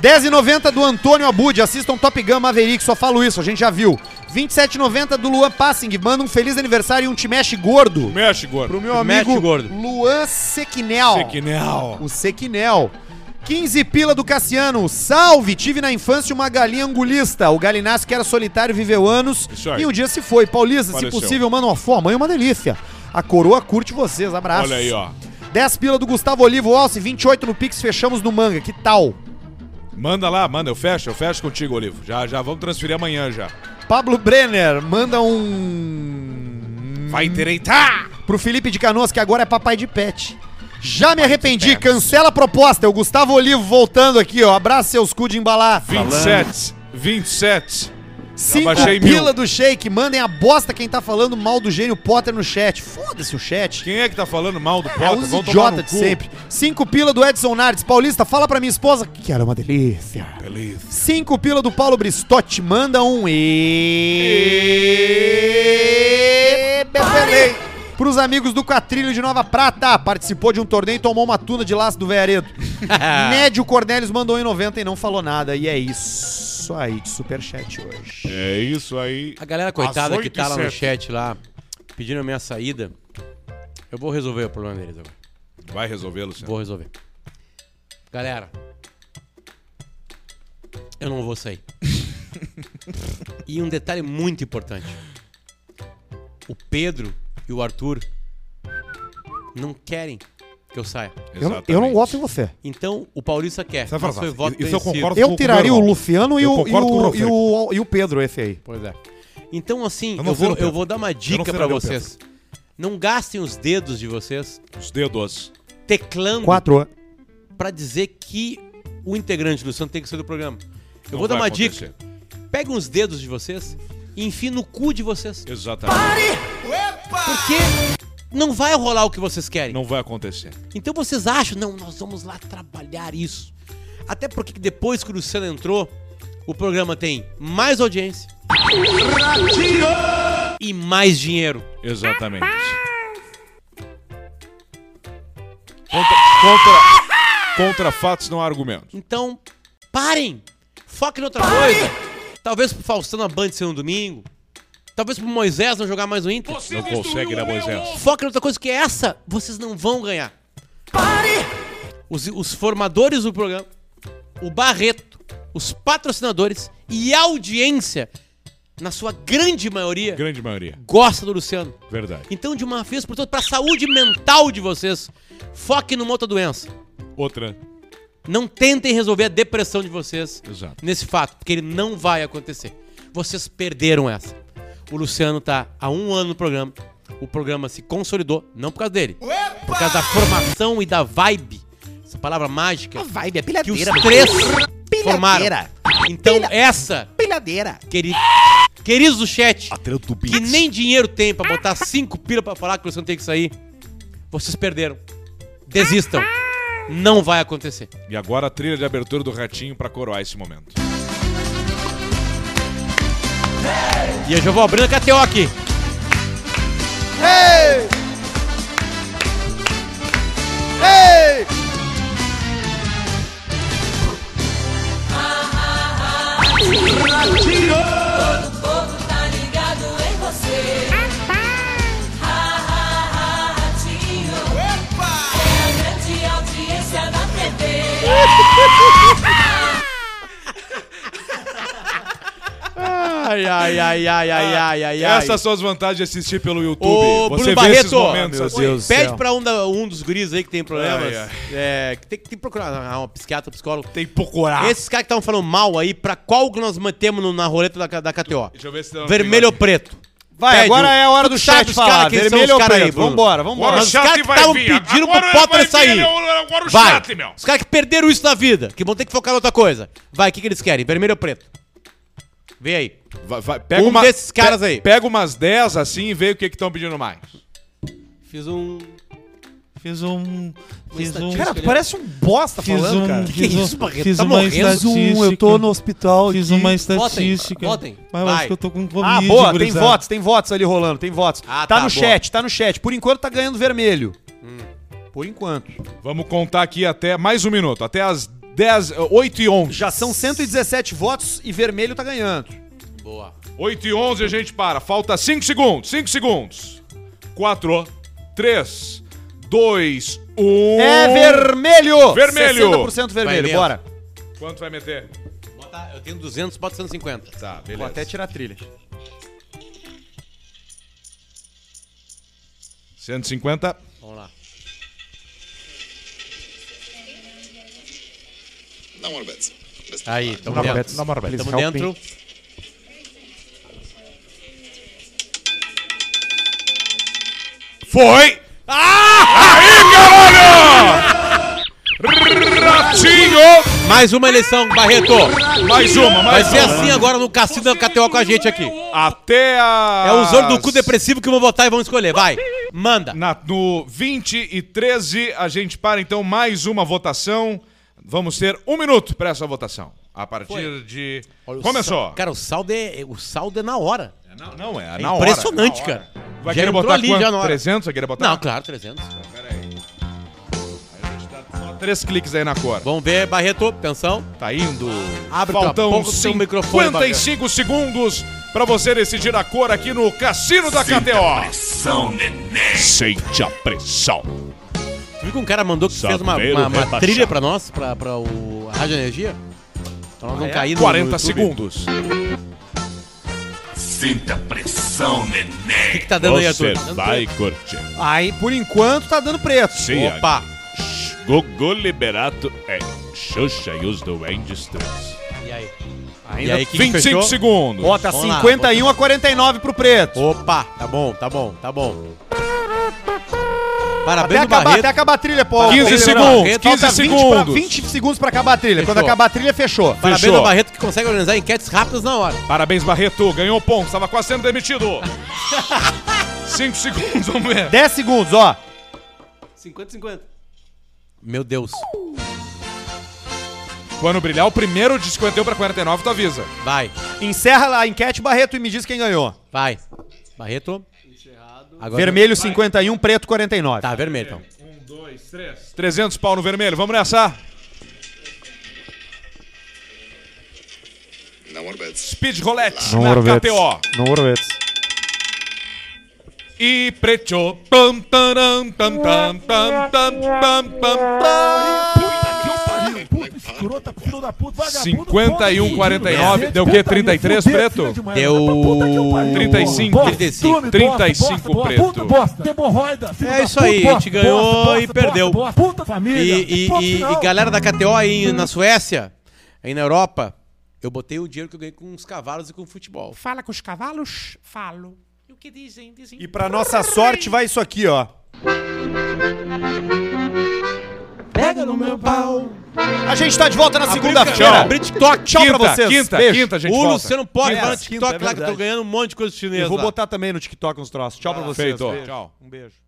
[SPEAKER 1] 10,90 do Antônio Abud, assistam Top Gun Maverick, só falo isso, a gente já viu. 27,90 do Luan Passing, manda um feliz aniversário e um te mexe gordo.
[SPEAKER 2] Mexe, gordo.
[SPEAKER 1] Pro
[SPEAKER 2] né,
[SPEAKER 1] meu
[SPEAKER 3] Mexe,
[SPEAKER 1] amigo
[SPEAKER 3] gordo.
[SPEAKER 1] Luan Sequinel.
[SPEAKER 2] Sequinel.
[SPEAKER 1] O Sequinel. 15 pila do Cassiano. Salve! Tive na infância uma galinha angulista. O galinasco que era solitário viveu anos
[SPEAKER 2] Isso aí.
[SPEAKER 1] e um dia se foi. Paulista,
[SPEAKER 2] Faleceu.
[SPEAKER 1] se possível, manda uma forma. Mãe, é uma delícia. A coroa curte vocês. Abraço.
[SPEAKER 2] Olha aí, ó.
[SPEAKER 1] 10 pila do Gustavo Olivo Alce, 28 no Pix, fechamos no manga. Que tal?
[SPEAKER 2] Manda lá, manda. Eu fecho, eu fecho contigo, Olivo. Já, já. Vamos transferir amanhã já.
[SPEAKER 1] Pablo Brenner, manda um.
[SPEAKER 2] Vai direitar!
[SPEAKER 1] Pro Felipe de Canoas, que agora é papai de pet. Já me arrependi, cancela a proposta. É o Gustavo Olivo voltando aqui, ó. Abraça seus cu de embalar.
[SPEAKER 2] 27, 27.
[SPEAKER 1] Cinco
[SPEAKER 2] baixei mil.
[SPEAKER 1] pila do shake, mandem a bosta quem tá falando mal do gênio Potter no chat. Foda-se o chat.
[SPEAKER 2] Quem é que tá falando mal do
[SPEAKER 1] É
[SPEAKER 2] Potter?
[SPEAKER 1] os
[SPEAKER 2] Vão tomar
[SPEAKER 1] idiota
[SPEAKER 2] no
[SPEAKER 1] de
[SPEAKER 2] cu.
[SPEAKER 1] sempre. Cinco pila do Edson Nardes. Paulista, fala pra minha esposa que era uma delícia.
[SPEAKER 2] Beleza.
[SPEAKER 1] Cinco pila do Paulo Bristotti. Manda um e... Befelei. Pros amigos do Catrilho de Nova Prata. Participou de um torneio e tomou uma tuna de laço do Vearedo. Nédio Cornelius mandou um em 90 e não falou nada. E é isso aí de superchat hoje.
[SPEAKER 2] É isso aí.
[SPEAKER 3] A galera coitada
[SPEAKER 2] Às
[SPEAKER 3] que
[SPEAKER 2] oito
[SPEAKER 3] tá
[SPEAKER 2] e
[SPEAKER 3] lá no
[SPEAKER 2] sete.
[SPEAKER 3] chat lá, pedindo a minha saída. Eu vou resolver o problema deles agora.
[SPEAKER 2] Vai resolver, Luciano.
[SPEAKER 3] Vou resolver. Galera, eu não vou sair. e um detalhe muito importante: o Pedro e o Arthur não querem que eu saia.
[SPEAKER 1] Eu não, eu não
[SPEAKER 2] Exatamente.
[SPEAKER 1] gosto de um você.
[SPEAKER 3] Então o Paulista quer.
[SPEAKER 2] Sabe,
[SPEAKER 3] mas foi
[SPEAKER 2] Vasco,
[SPEAKER 3] voto
[SPEAKER 2] isso eu
[SPEAKER 3] vencido.
[SPEAKER 2] concordo.
[SPEAKER 1] Eu
[SPEAKER 2] com o
[SPEAKER 1] tiraria o
[SPEAKER 2] Bruno.
[SPEAKER 1] Luciano e
[SPEAKER 2] Eu
[SPEAKER 1] o, e,
[SPEAKER 2] concordo com o
[SPEAKER 1] o,
[SPEAKER 2] Rafael.
[SPEAKER 1] e, o, e o Pedro, esse aí.
[SPEAKER 3] Pois é. Então, assim,
[SPEAKER 2] Eu
[SPEAKER 3] eu,
[SPEAKER 2] não
[SPEAKER 3] vou,
[SPEAKER 2] viraria o
[SPEAKER 3] eu vou dar uma
[SPEAKER 2] não
[SPEAKER 3] dica pra
[SPEAKER 2] viraria o
[SPEAKER 3] vocês. Não gastem os dedos de vocês
[SPEAKER 2] Os dedos.
[SPEAKER 3] teclando
[SPEAKER 1] Quatro.
[SPEAKER 3] pra dizer que o integrante Luciano tem que sair do programa. Eu
[SPEAKER 2] Não
[SPEAKER 3] vou dar
[SPEAKER 2] vai
[SPEAKER 3] uma
[SPEAKER 2] acontecer.
[SPEAKER 3] dica. Pega uns dedos de vocês e enfia no cu de vocês.
[SPEAKER 2] Exatamente.
[SPEAKER 3] Porque não vai rolar o que vocês querem.
[SPEAKER 2] Não vai acontecer.
[SPEAKER 3] Então vocês acham, não, nós vamos lá trabalhar isso. Até porque depois que o Luciano entrou, o programa tem mais audiência e mais dinheiro.
[SPEAKER 2] Exatamente. Contra, contra, contra fatos não há argumento.
[SPEAKER 3] Então, parem! Foquem em outra coisa. Talvez pro Faustão na Band ser no domingo. Talvez pro Moisés não jogar mais no Inter.
[SPEAKER 2] Não consegue, né, Moisés?
[SPEAKER 3] Foca em outra coisa que é essa, vocês não vão ganhar. Pare! Os, os formadores do programa, o Barreto, os patrocinadores e a audiência, na sua grande maioria,
[SPEAKER 2] Grande maioria.
[SPEAKER 3] gosta do Luciano.
[SPEAKER 2] Verdade.
[SPEAKER 3] Então, de uma vez por todas, pra saúde mental de vocês, foque numa outra doença.
[SPEAKER 2] Outra.
[SPEAKER 3] Não tentem resolver a depressão de vocês
[SPEAKER 2] Exato.
[SPEAKER 3] nesse fato, porque ele não vai acontecer. Vocês perderam essa. O Luciano tá há um ano no programa. O programa se consolidou, não por causa dele, por causa da formação e da vibe. Essa palavra mágica. A vibe é Que os três formaram. Então essa. Queri- Queridos do chat, que nem dinheiro tem pra botar cinco pila pra falar que o Luciano tem que sair. Vocês perderam. Desistam. Não vai acontecer.
[SPEAKER 2] E agora a trilha de abertura do Ratinho pra coroar esse momento.
[SPEAKER 3] E eu já vou abrindo a KTO aqui. Ai, ai, ai, ai, ai, ai, ai,
[SPEAKER 2] Ah, Essas são as vantagens de assistir pelo YouTube.
[SPEAKER 3] Ô,
[SPEAKER 2] Você
[SPEAKER 3] Bruno
[SPEAKER 2] vê esses
[SPEAKER 3] Barreto,
[SPEAKER 2] momentos assim.
[SPEAKER 3] Oi, pede pra um, da- um dos guris aí que tem problemas.
[SPEAKER 2] Ai, ai.
[SPEAKER 3] É, que tem, tem que procurar ah, um psiquiatra, psicólogo.
[SPEAKER 2] Tem que procurar.
[SPEAKER 3] Esses caras que estavam falando mal aí, pra qual que nós mantemos no- na roleta da, da KTO?
[SPEAKER 2] Deixa eu ver se tem um uma-
[SPEAKER 3] Vermelho ou preto?
[SPEAKER 1] Vai,
[SPEAKER 3] Pede
[SPEAKER 1] agora
[SPEAKER 3] o-
[SPEAKER 1] é a hora
[SPEAKER 3] tu
[SPEAKER 1] do
[SPEAKER 3] sabe
[SPEAKER 1] chat
[SPEAKER 3] os cara
[SPEAKER 1] falar.
[SPEAKER 3] quem são
[SPEAKER 1] Vermelho
[SPEAKER 3] os
[SPEAKER 1] ou
[SPEAKER 3] cara aí,
[SPEAKER 1] preto?
[SPEAKER 3] Bruno?
[SPEAKER 1] Vambora, vambora.
[SPEAKER 3] Mas os caras é um que estavam pedindo pro Potter sair.
[SPEAKER 2] Agora o
[SPEAKER 3] Vai.
[SPEAKER 2] chat, meu.
[SPEAKER 3] Os caras que perderam isso na vida, que vão ter que focar em outra coisa. Vai, o que, que eles querem? Vermelho ou preto? Vem aí.
[SPEAKER 2] Vai, vai, pega
[SPEAKER 3] Um
[SPEAKER 2] uma-
[SPEAKER 3] desses caras
[SPEAKER 2] pe-
[SPEAKER 3] aí.
[SPEAKER 2] Pega umas 10 assim e vê o que estão pedindo mais.
[SPEAKER 7] Fiz um.
[SPEAKER 4] Fiz um. Fiz um.
[SPEAKER 1] Cara, tu parece um bosta
[SPEAKER 4] Fiz
[SPEAKER 1] falando,
[SPEAKER 4] um-
[SPEAKER 1] cara.
[SPEAKER 3] Que
[SPEAKER 4] Fiz um-
[SPEAKER 3] isso, Barreto?
[SPEAKER 4] fiz
[SPEAKER 3] Tá
[SPEAKER 4] uma
[SPEAKER 3] morrendo?
[SPEAKER 1] Fiz um, eu
[SPEAKER 4] estatística.
[SPEAKER 1] tô no hospital
[SPEAKER 4] Fiz
[SPEAKER 1] aqui.
[SPEAKER 4] uma estatística.
[SPEAKER 7] votem,
[SPEAKER 4] Mas eu
[SPEAKER 3] vai.
[SPEAKER 4] acho que eu tô com Covid.
[SPEAKER 1] Ah, boa, tem
[SPEAKER 4] gurizada.
[SPEAKER 1] votos, tem votos ali rolando, tem votos.
[SPEAKER 3] Ah,
[SPEAKER 1] tá, Hum.
[SPEAKER 3] tá,
[SPEAKER 1] no
[SPEAKER 3] boa.
[SPEAKER 1] chat, tá no chat. Por enquanto tá ganhando vermelho. Por enquanto.
[SPEAKER 2] Vamos contar aqui até mais um minuto, até as 10, 8 e 11.
[SPEAKER 1] Já são 117 votos e vermelho tá ganhando.
[SPEAKER 3] Boa.
[SPEAKER 2] 8 e 11 a gente para. Falta 5 segundos. 5 segundos. 4, 3, 2, 1.
[SPEAKER 1] É vermelho!
[SPEAKER 2] Vermelho.
[SPEAKER 1] 60%
[SPEAKER 3] Vai
[SPEAKER 1] vermelho,
[SPEAKER 3] mesmo.
[SPEAKER 1] bora.
[SPEAKER 2] Quanto vai meter?
[SPEAKER 3] Bota- eu tenho 200, bota 150.
[SPEAKER 2] Tá, beleza.
[SPEAKER 1] Vou até tirar a trilha.
[SPEAKER 2] 150.
[SPEAKER 3] Vamos lá.
[SPEAKER 5] Dá uma bet.
[SPEAKER 3] Aí, tamo dentro. Tamo dentro.
[SPEAKER 2] Foi! Ah! Aí, caralho!
[SPEAKER 3] Mais uma eleição, Barreto.
[SPEAKER 2] Ratinho! Mais uma,
[SPEAKER 3] Vai
[SPEAKER 2] mais
[SPEAKER 3] ser
[SPEAKER 2] uma.
[SPEAKER 3] assim agora no Cassino da KTO com a gente aqui.
[SPEAKER 2] Até a.
[SPEAKER 3] É o usuário do cu depressivo que vão votar e vão escolher. Vai, manda.
[SPEAKER 2] Na- no 20 e 13, a gente para então mais uma votação. Vamos ter um minuto para essa votação. A partir de.
[SPEAKER 3] Olha o
[SPEAKER 2] Começou.
[SPEAKER 3] sal- Cara, o saldo é, o saldo é na hora.
[SPEAKER 2] É, Não, não, é,
[SPEAKER 3] É
[SPEAKER 2] na hora,
[SPEAKER 3] impressionante,
[SPEAKER 2] na hora.
[SPEAKER 3] cara.
[SPEAKER 2] Vai
[SPEAKER 3] Já
[SPEAKER 2] querer
[SPEAKER 3] entrou
[SPEAKER 2] botar
[SPEAKER 3] ali,
[SPEAKER 2] quanto?
[SPEAKER 3] já na hora.
[SPEAKER 2] 300? Vai querer botar?
[SPEAKER 3] Não, claro, 300.
[SPEAKER 2] Pera aí. Aí a gente dá só três cliques aí na cor.
[SPEAKER 3] Vamos ver, Barreto, atenção.
[SPEAKER 2] Tá indo.
[SPEAKER 3] Abre tá tua
[SPEAKER 2] Faltam
[SPEAKER 3] boca, teu um microfone,
[SPEAKER 2] 55 segundos pra você decidir a cor aqui no Cassino da KTO. Sente a pressão.
[SPEAKER 3] Tu viu que um cara mandou que
[SPEAKER 2] Saber
[SPEAKER 3] fez uma, uma- uma
[SPEAKER 2] rebaixar.
[SPEAKER 3] trilha pra nós, pra, pra o a Rádio Energia? Pra
[SPEAKER 1] Ah, é?
[SPEAKER 3] nós não cair no
[SPEAKER 2] 40
[SPEAKER 3] no YouTube.
[SPEAKER 2] segundos.
[SPEAKER 3] O que, que tá dando aí,
[SPEAKER 2] Você
[SPEAKER 3] Arthur?
[SPEAKER 2] vai curtir.
[SPEAKER 1] Aí, por enquanto, tá dando preto.
[SPEAKER 2] Sim,
[SPEAKER 3] Opa!
[SPEAKER 2] Gugu Liberato é Xuxa e os Duendes 3.
[SPEAKER 3] E aí?
[SPEAKER 1] Ainda
[SPEAKER 3] E aí, que que
[SPEAKER 2] 25
[SPEAKER 3] fechou?
[SPEAKER 2] segundos.
[SPEAKER 1] Bota
[SPEAKER 3] Vamos lá,
[SPEAKER 1] 51 a 49 pro preto.
[SPEAKER 3] Opa, tá bom, tá bom, tá bom. Parabéns,
[SPEAKER 1] Até
[SPEAKER 3] do
[SPEAKER 1] acabar, até
[SPEAKER 3] Barreto.
[SPEAKER 1] acabar a trilha, pô.
[SPEAKER 2] 15
[SPEAKER 1] Falta
[SPEAKER 2] segundos, 15
[SPEAKER 1] pra-
[SPEAKER 2] segundos.
[SPEAKER 1] 20 segundos pra acabar a trilha. Quando
[SPEAKER 3] Fechou.
[SPEAKER 1] acabar a trilha, fechou.
[SPEAKER 3] Parabéns
[SPEAKER 2] Fechou.
[SPEAKER 3] do Barreto que consegue organizar enquetes rápidas na hora.
[SPEAKER 2] Parabéns, Barreto. Ganhou ponto. Estava quase sendo demitido. 5 segundos, vamos ver.
[SPEAKER 1] 10 segundos, ó.
[SPEAKER 7] 50-50.
[SPEAKER 3] Meu Deus.
[SPEAKER 2] Quando brilhar o primeiro de 51 pra 49, tu avisa.
[SPEAKER 3] Vai,
[SPEAKER 1] Encerra a enquete, Barreto, e me diz quem ganhou.
[SPEAKER 3] vai. Barreto. Agora-
[SPEAKER 1] Vermelho 51, preto 49.
[SPEAKER 3] Tá, vermelho então.
[SPEAKER 2] 300 pau no vermelho, vamos nessa.
[SPEAKER 5] Dá uma bet.
[SPEAKER 2] Speed Roulette na KTO.
[SPEAKER 1] No
[SPEAKER 2] E preto. Pam, taram, tam, tam, tam, tam, tam, tam, tam.
[SPEAKER 6] Escrota, filho da puta,
[SPEAKER 2] 51, 49. Deu o quê? 33 preto?
[SPEAKER 3] Deu.
[SPEAKER 2] 35.
[SPEAKER 3] 35.
[SPEAKER 2] 35 preto.
[SPEAKER 3] É isso aí, a gente ganhou e perdeu. E,
[SPEAKER 1] é
[SPEAKER 3] e, e- e galera da KTO aí na Suécia, aí na Europa, eu botei o dinheiro que eu ganhei com os cavalos e com o futebol.
[SPEAKER 10] Fala com os cavalos? Falo. E o que dizem? Dizem.
[SPEAKER 1] E pra nossa sorte vai isso aqui, ó.
[SPEAKER 6] Pega no meu pau.
[SPEAKER 1] A gente tá de volta na
[SPEAKER 2] Tchau.
[SPEAKER 1] segunda-feira.
[SPEAKER 3] Abri TikTok,
[SPEAKER 1] Tchau
[SPEAKER 2] quinta,
[SPEAKER 1] pra vocês.
[SPEAKER 2] Quinta,
[SPEAKER 1] Beijo.
[SPEAKER 2] quinta, gente.
[SPEAKER 3] O
[SPEAKER 2] volta.
[SPEAKER 3] Luciano pode
[SPEAKER 1] Quinta,
[SPEAKER 3] vai no
[SPEAKER 1] quinta,
[SPEAKER 3] TikTok
[SPEAKER 1] é
[SPEAKER 3] lá que eu tô
[SPEAKER 1] verdade.
[SPEAKER 3] ganhando um monte de coisa chinesa.
[SPEAKER 1] Eu vou
[SPEAKER 3] lá.
[SPEAKER 1] botar também no TikTok uns troços. Tchau pra vocês.
[SPEAKER 2] Ah, Feito.
[SPEAKER 1] Beijo.
[SPEAKER 2] Tchau.
[SPEAKER 1] Um beijo.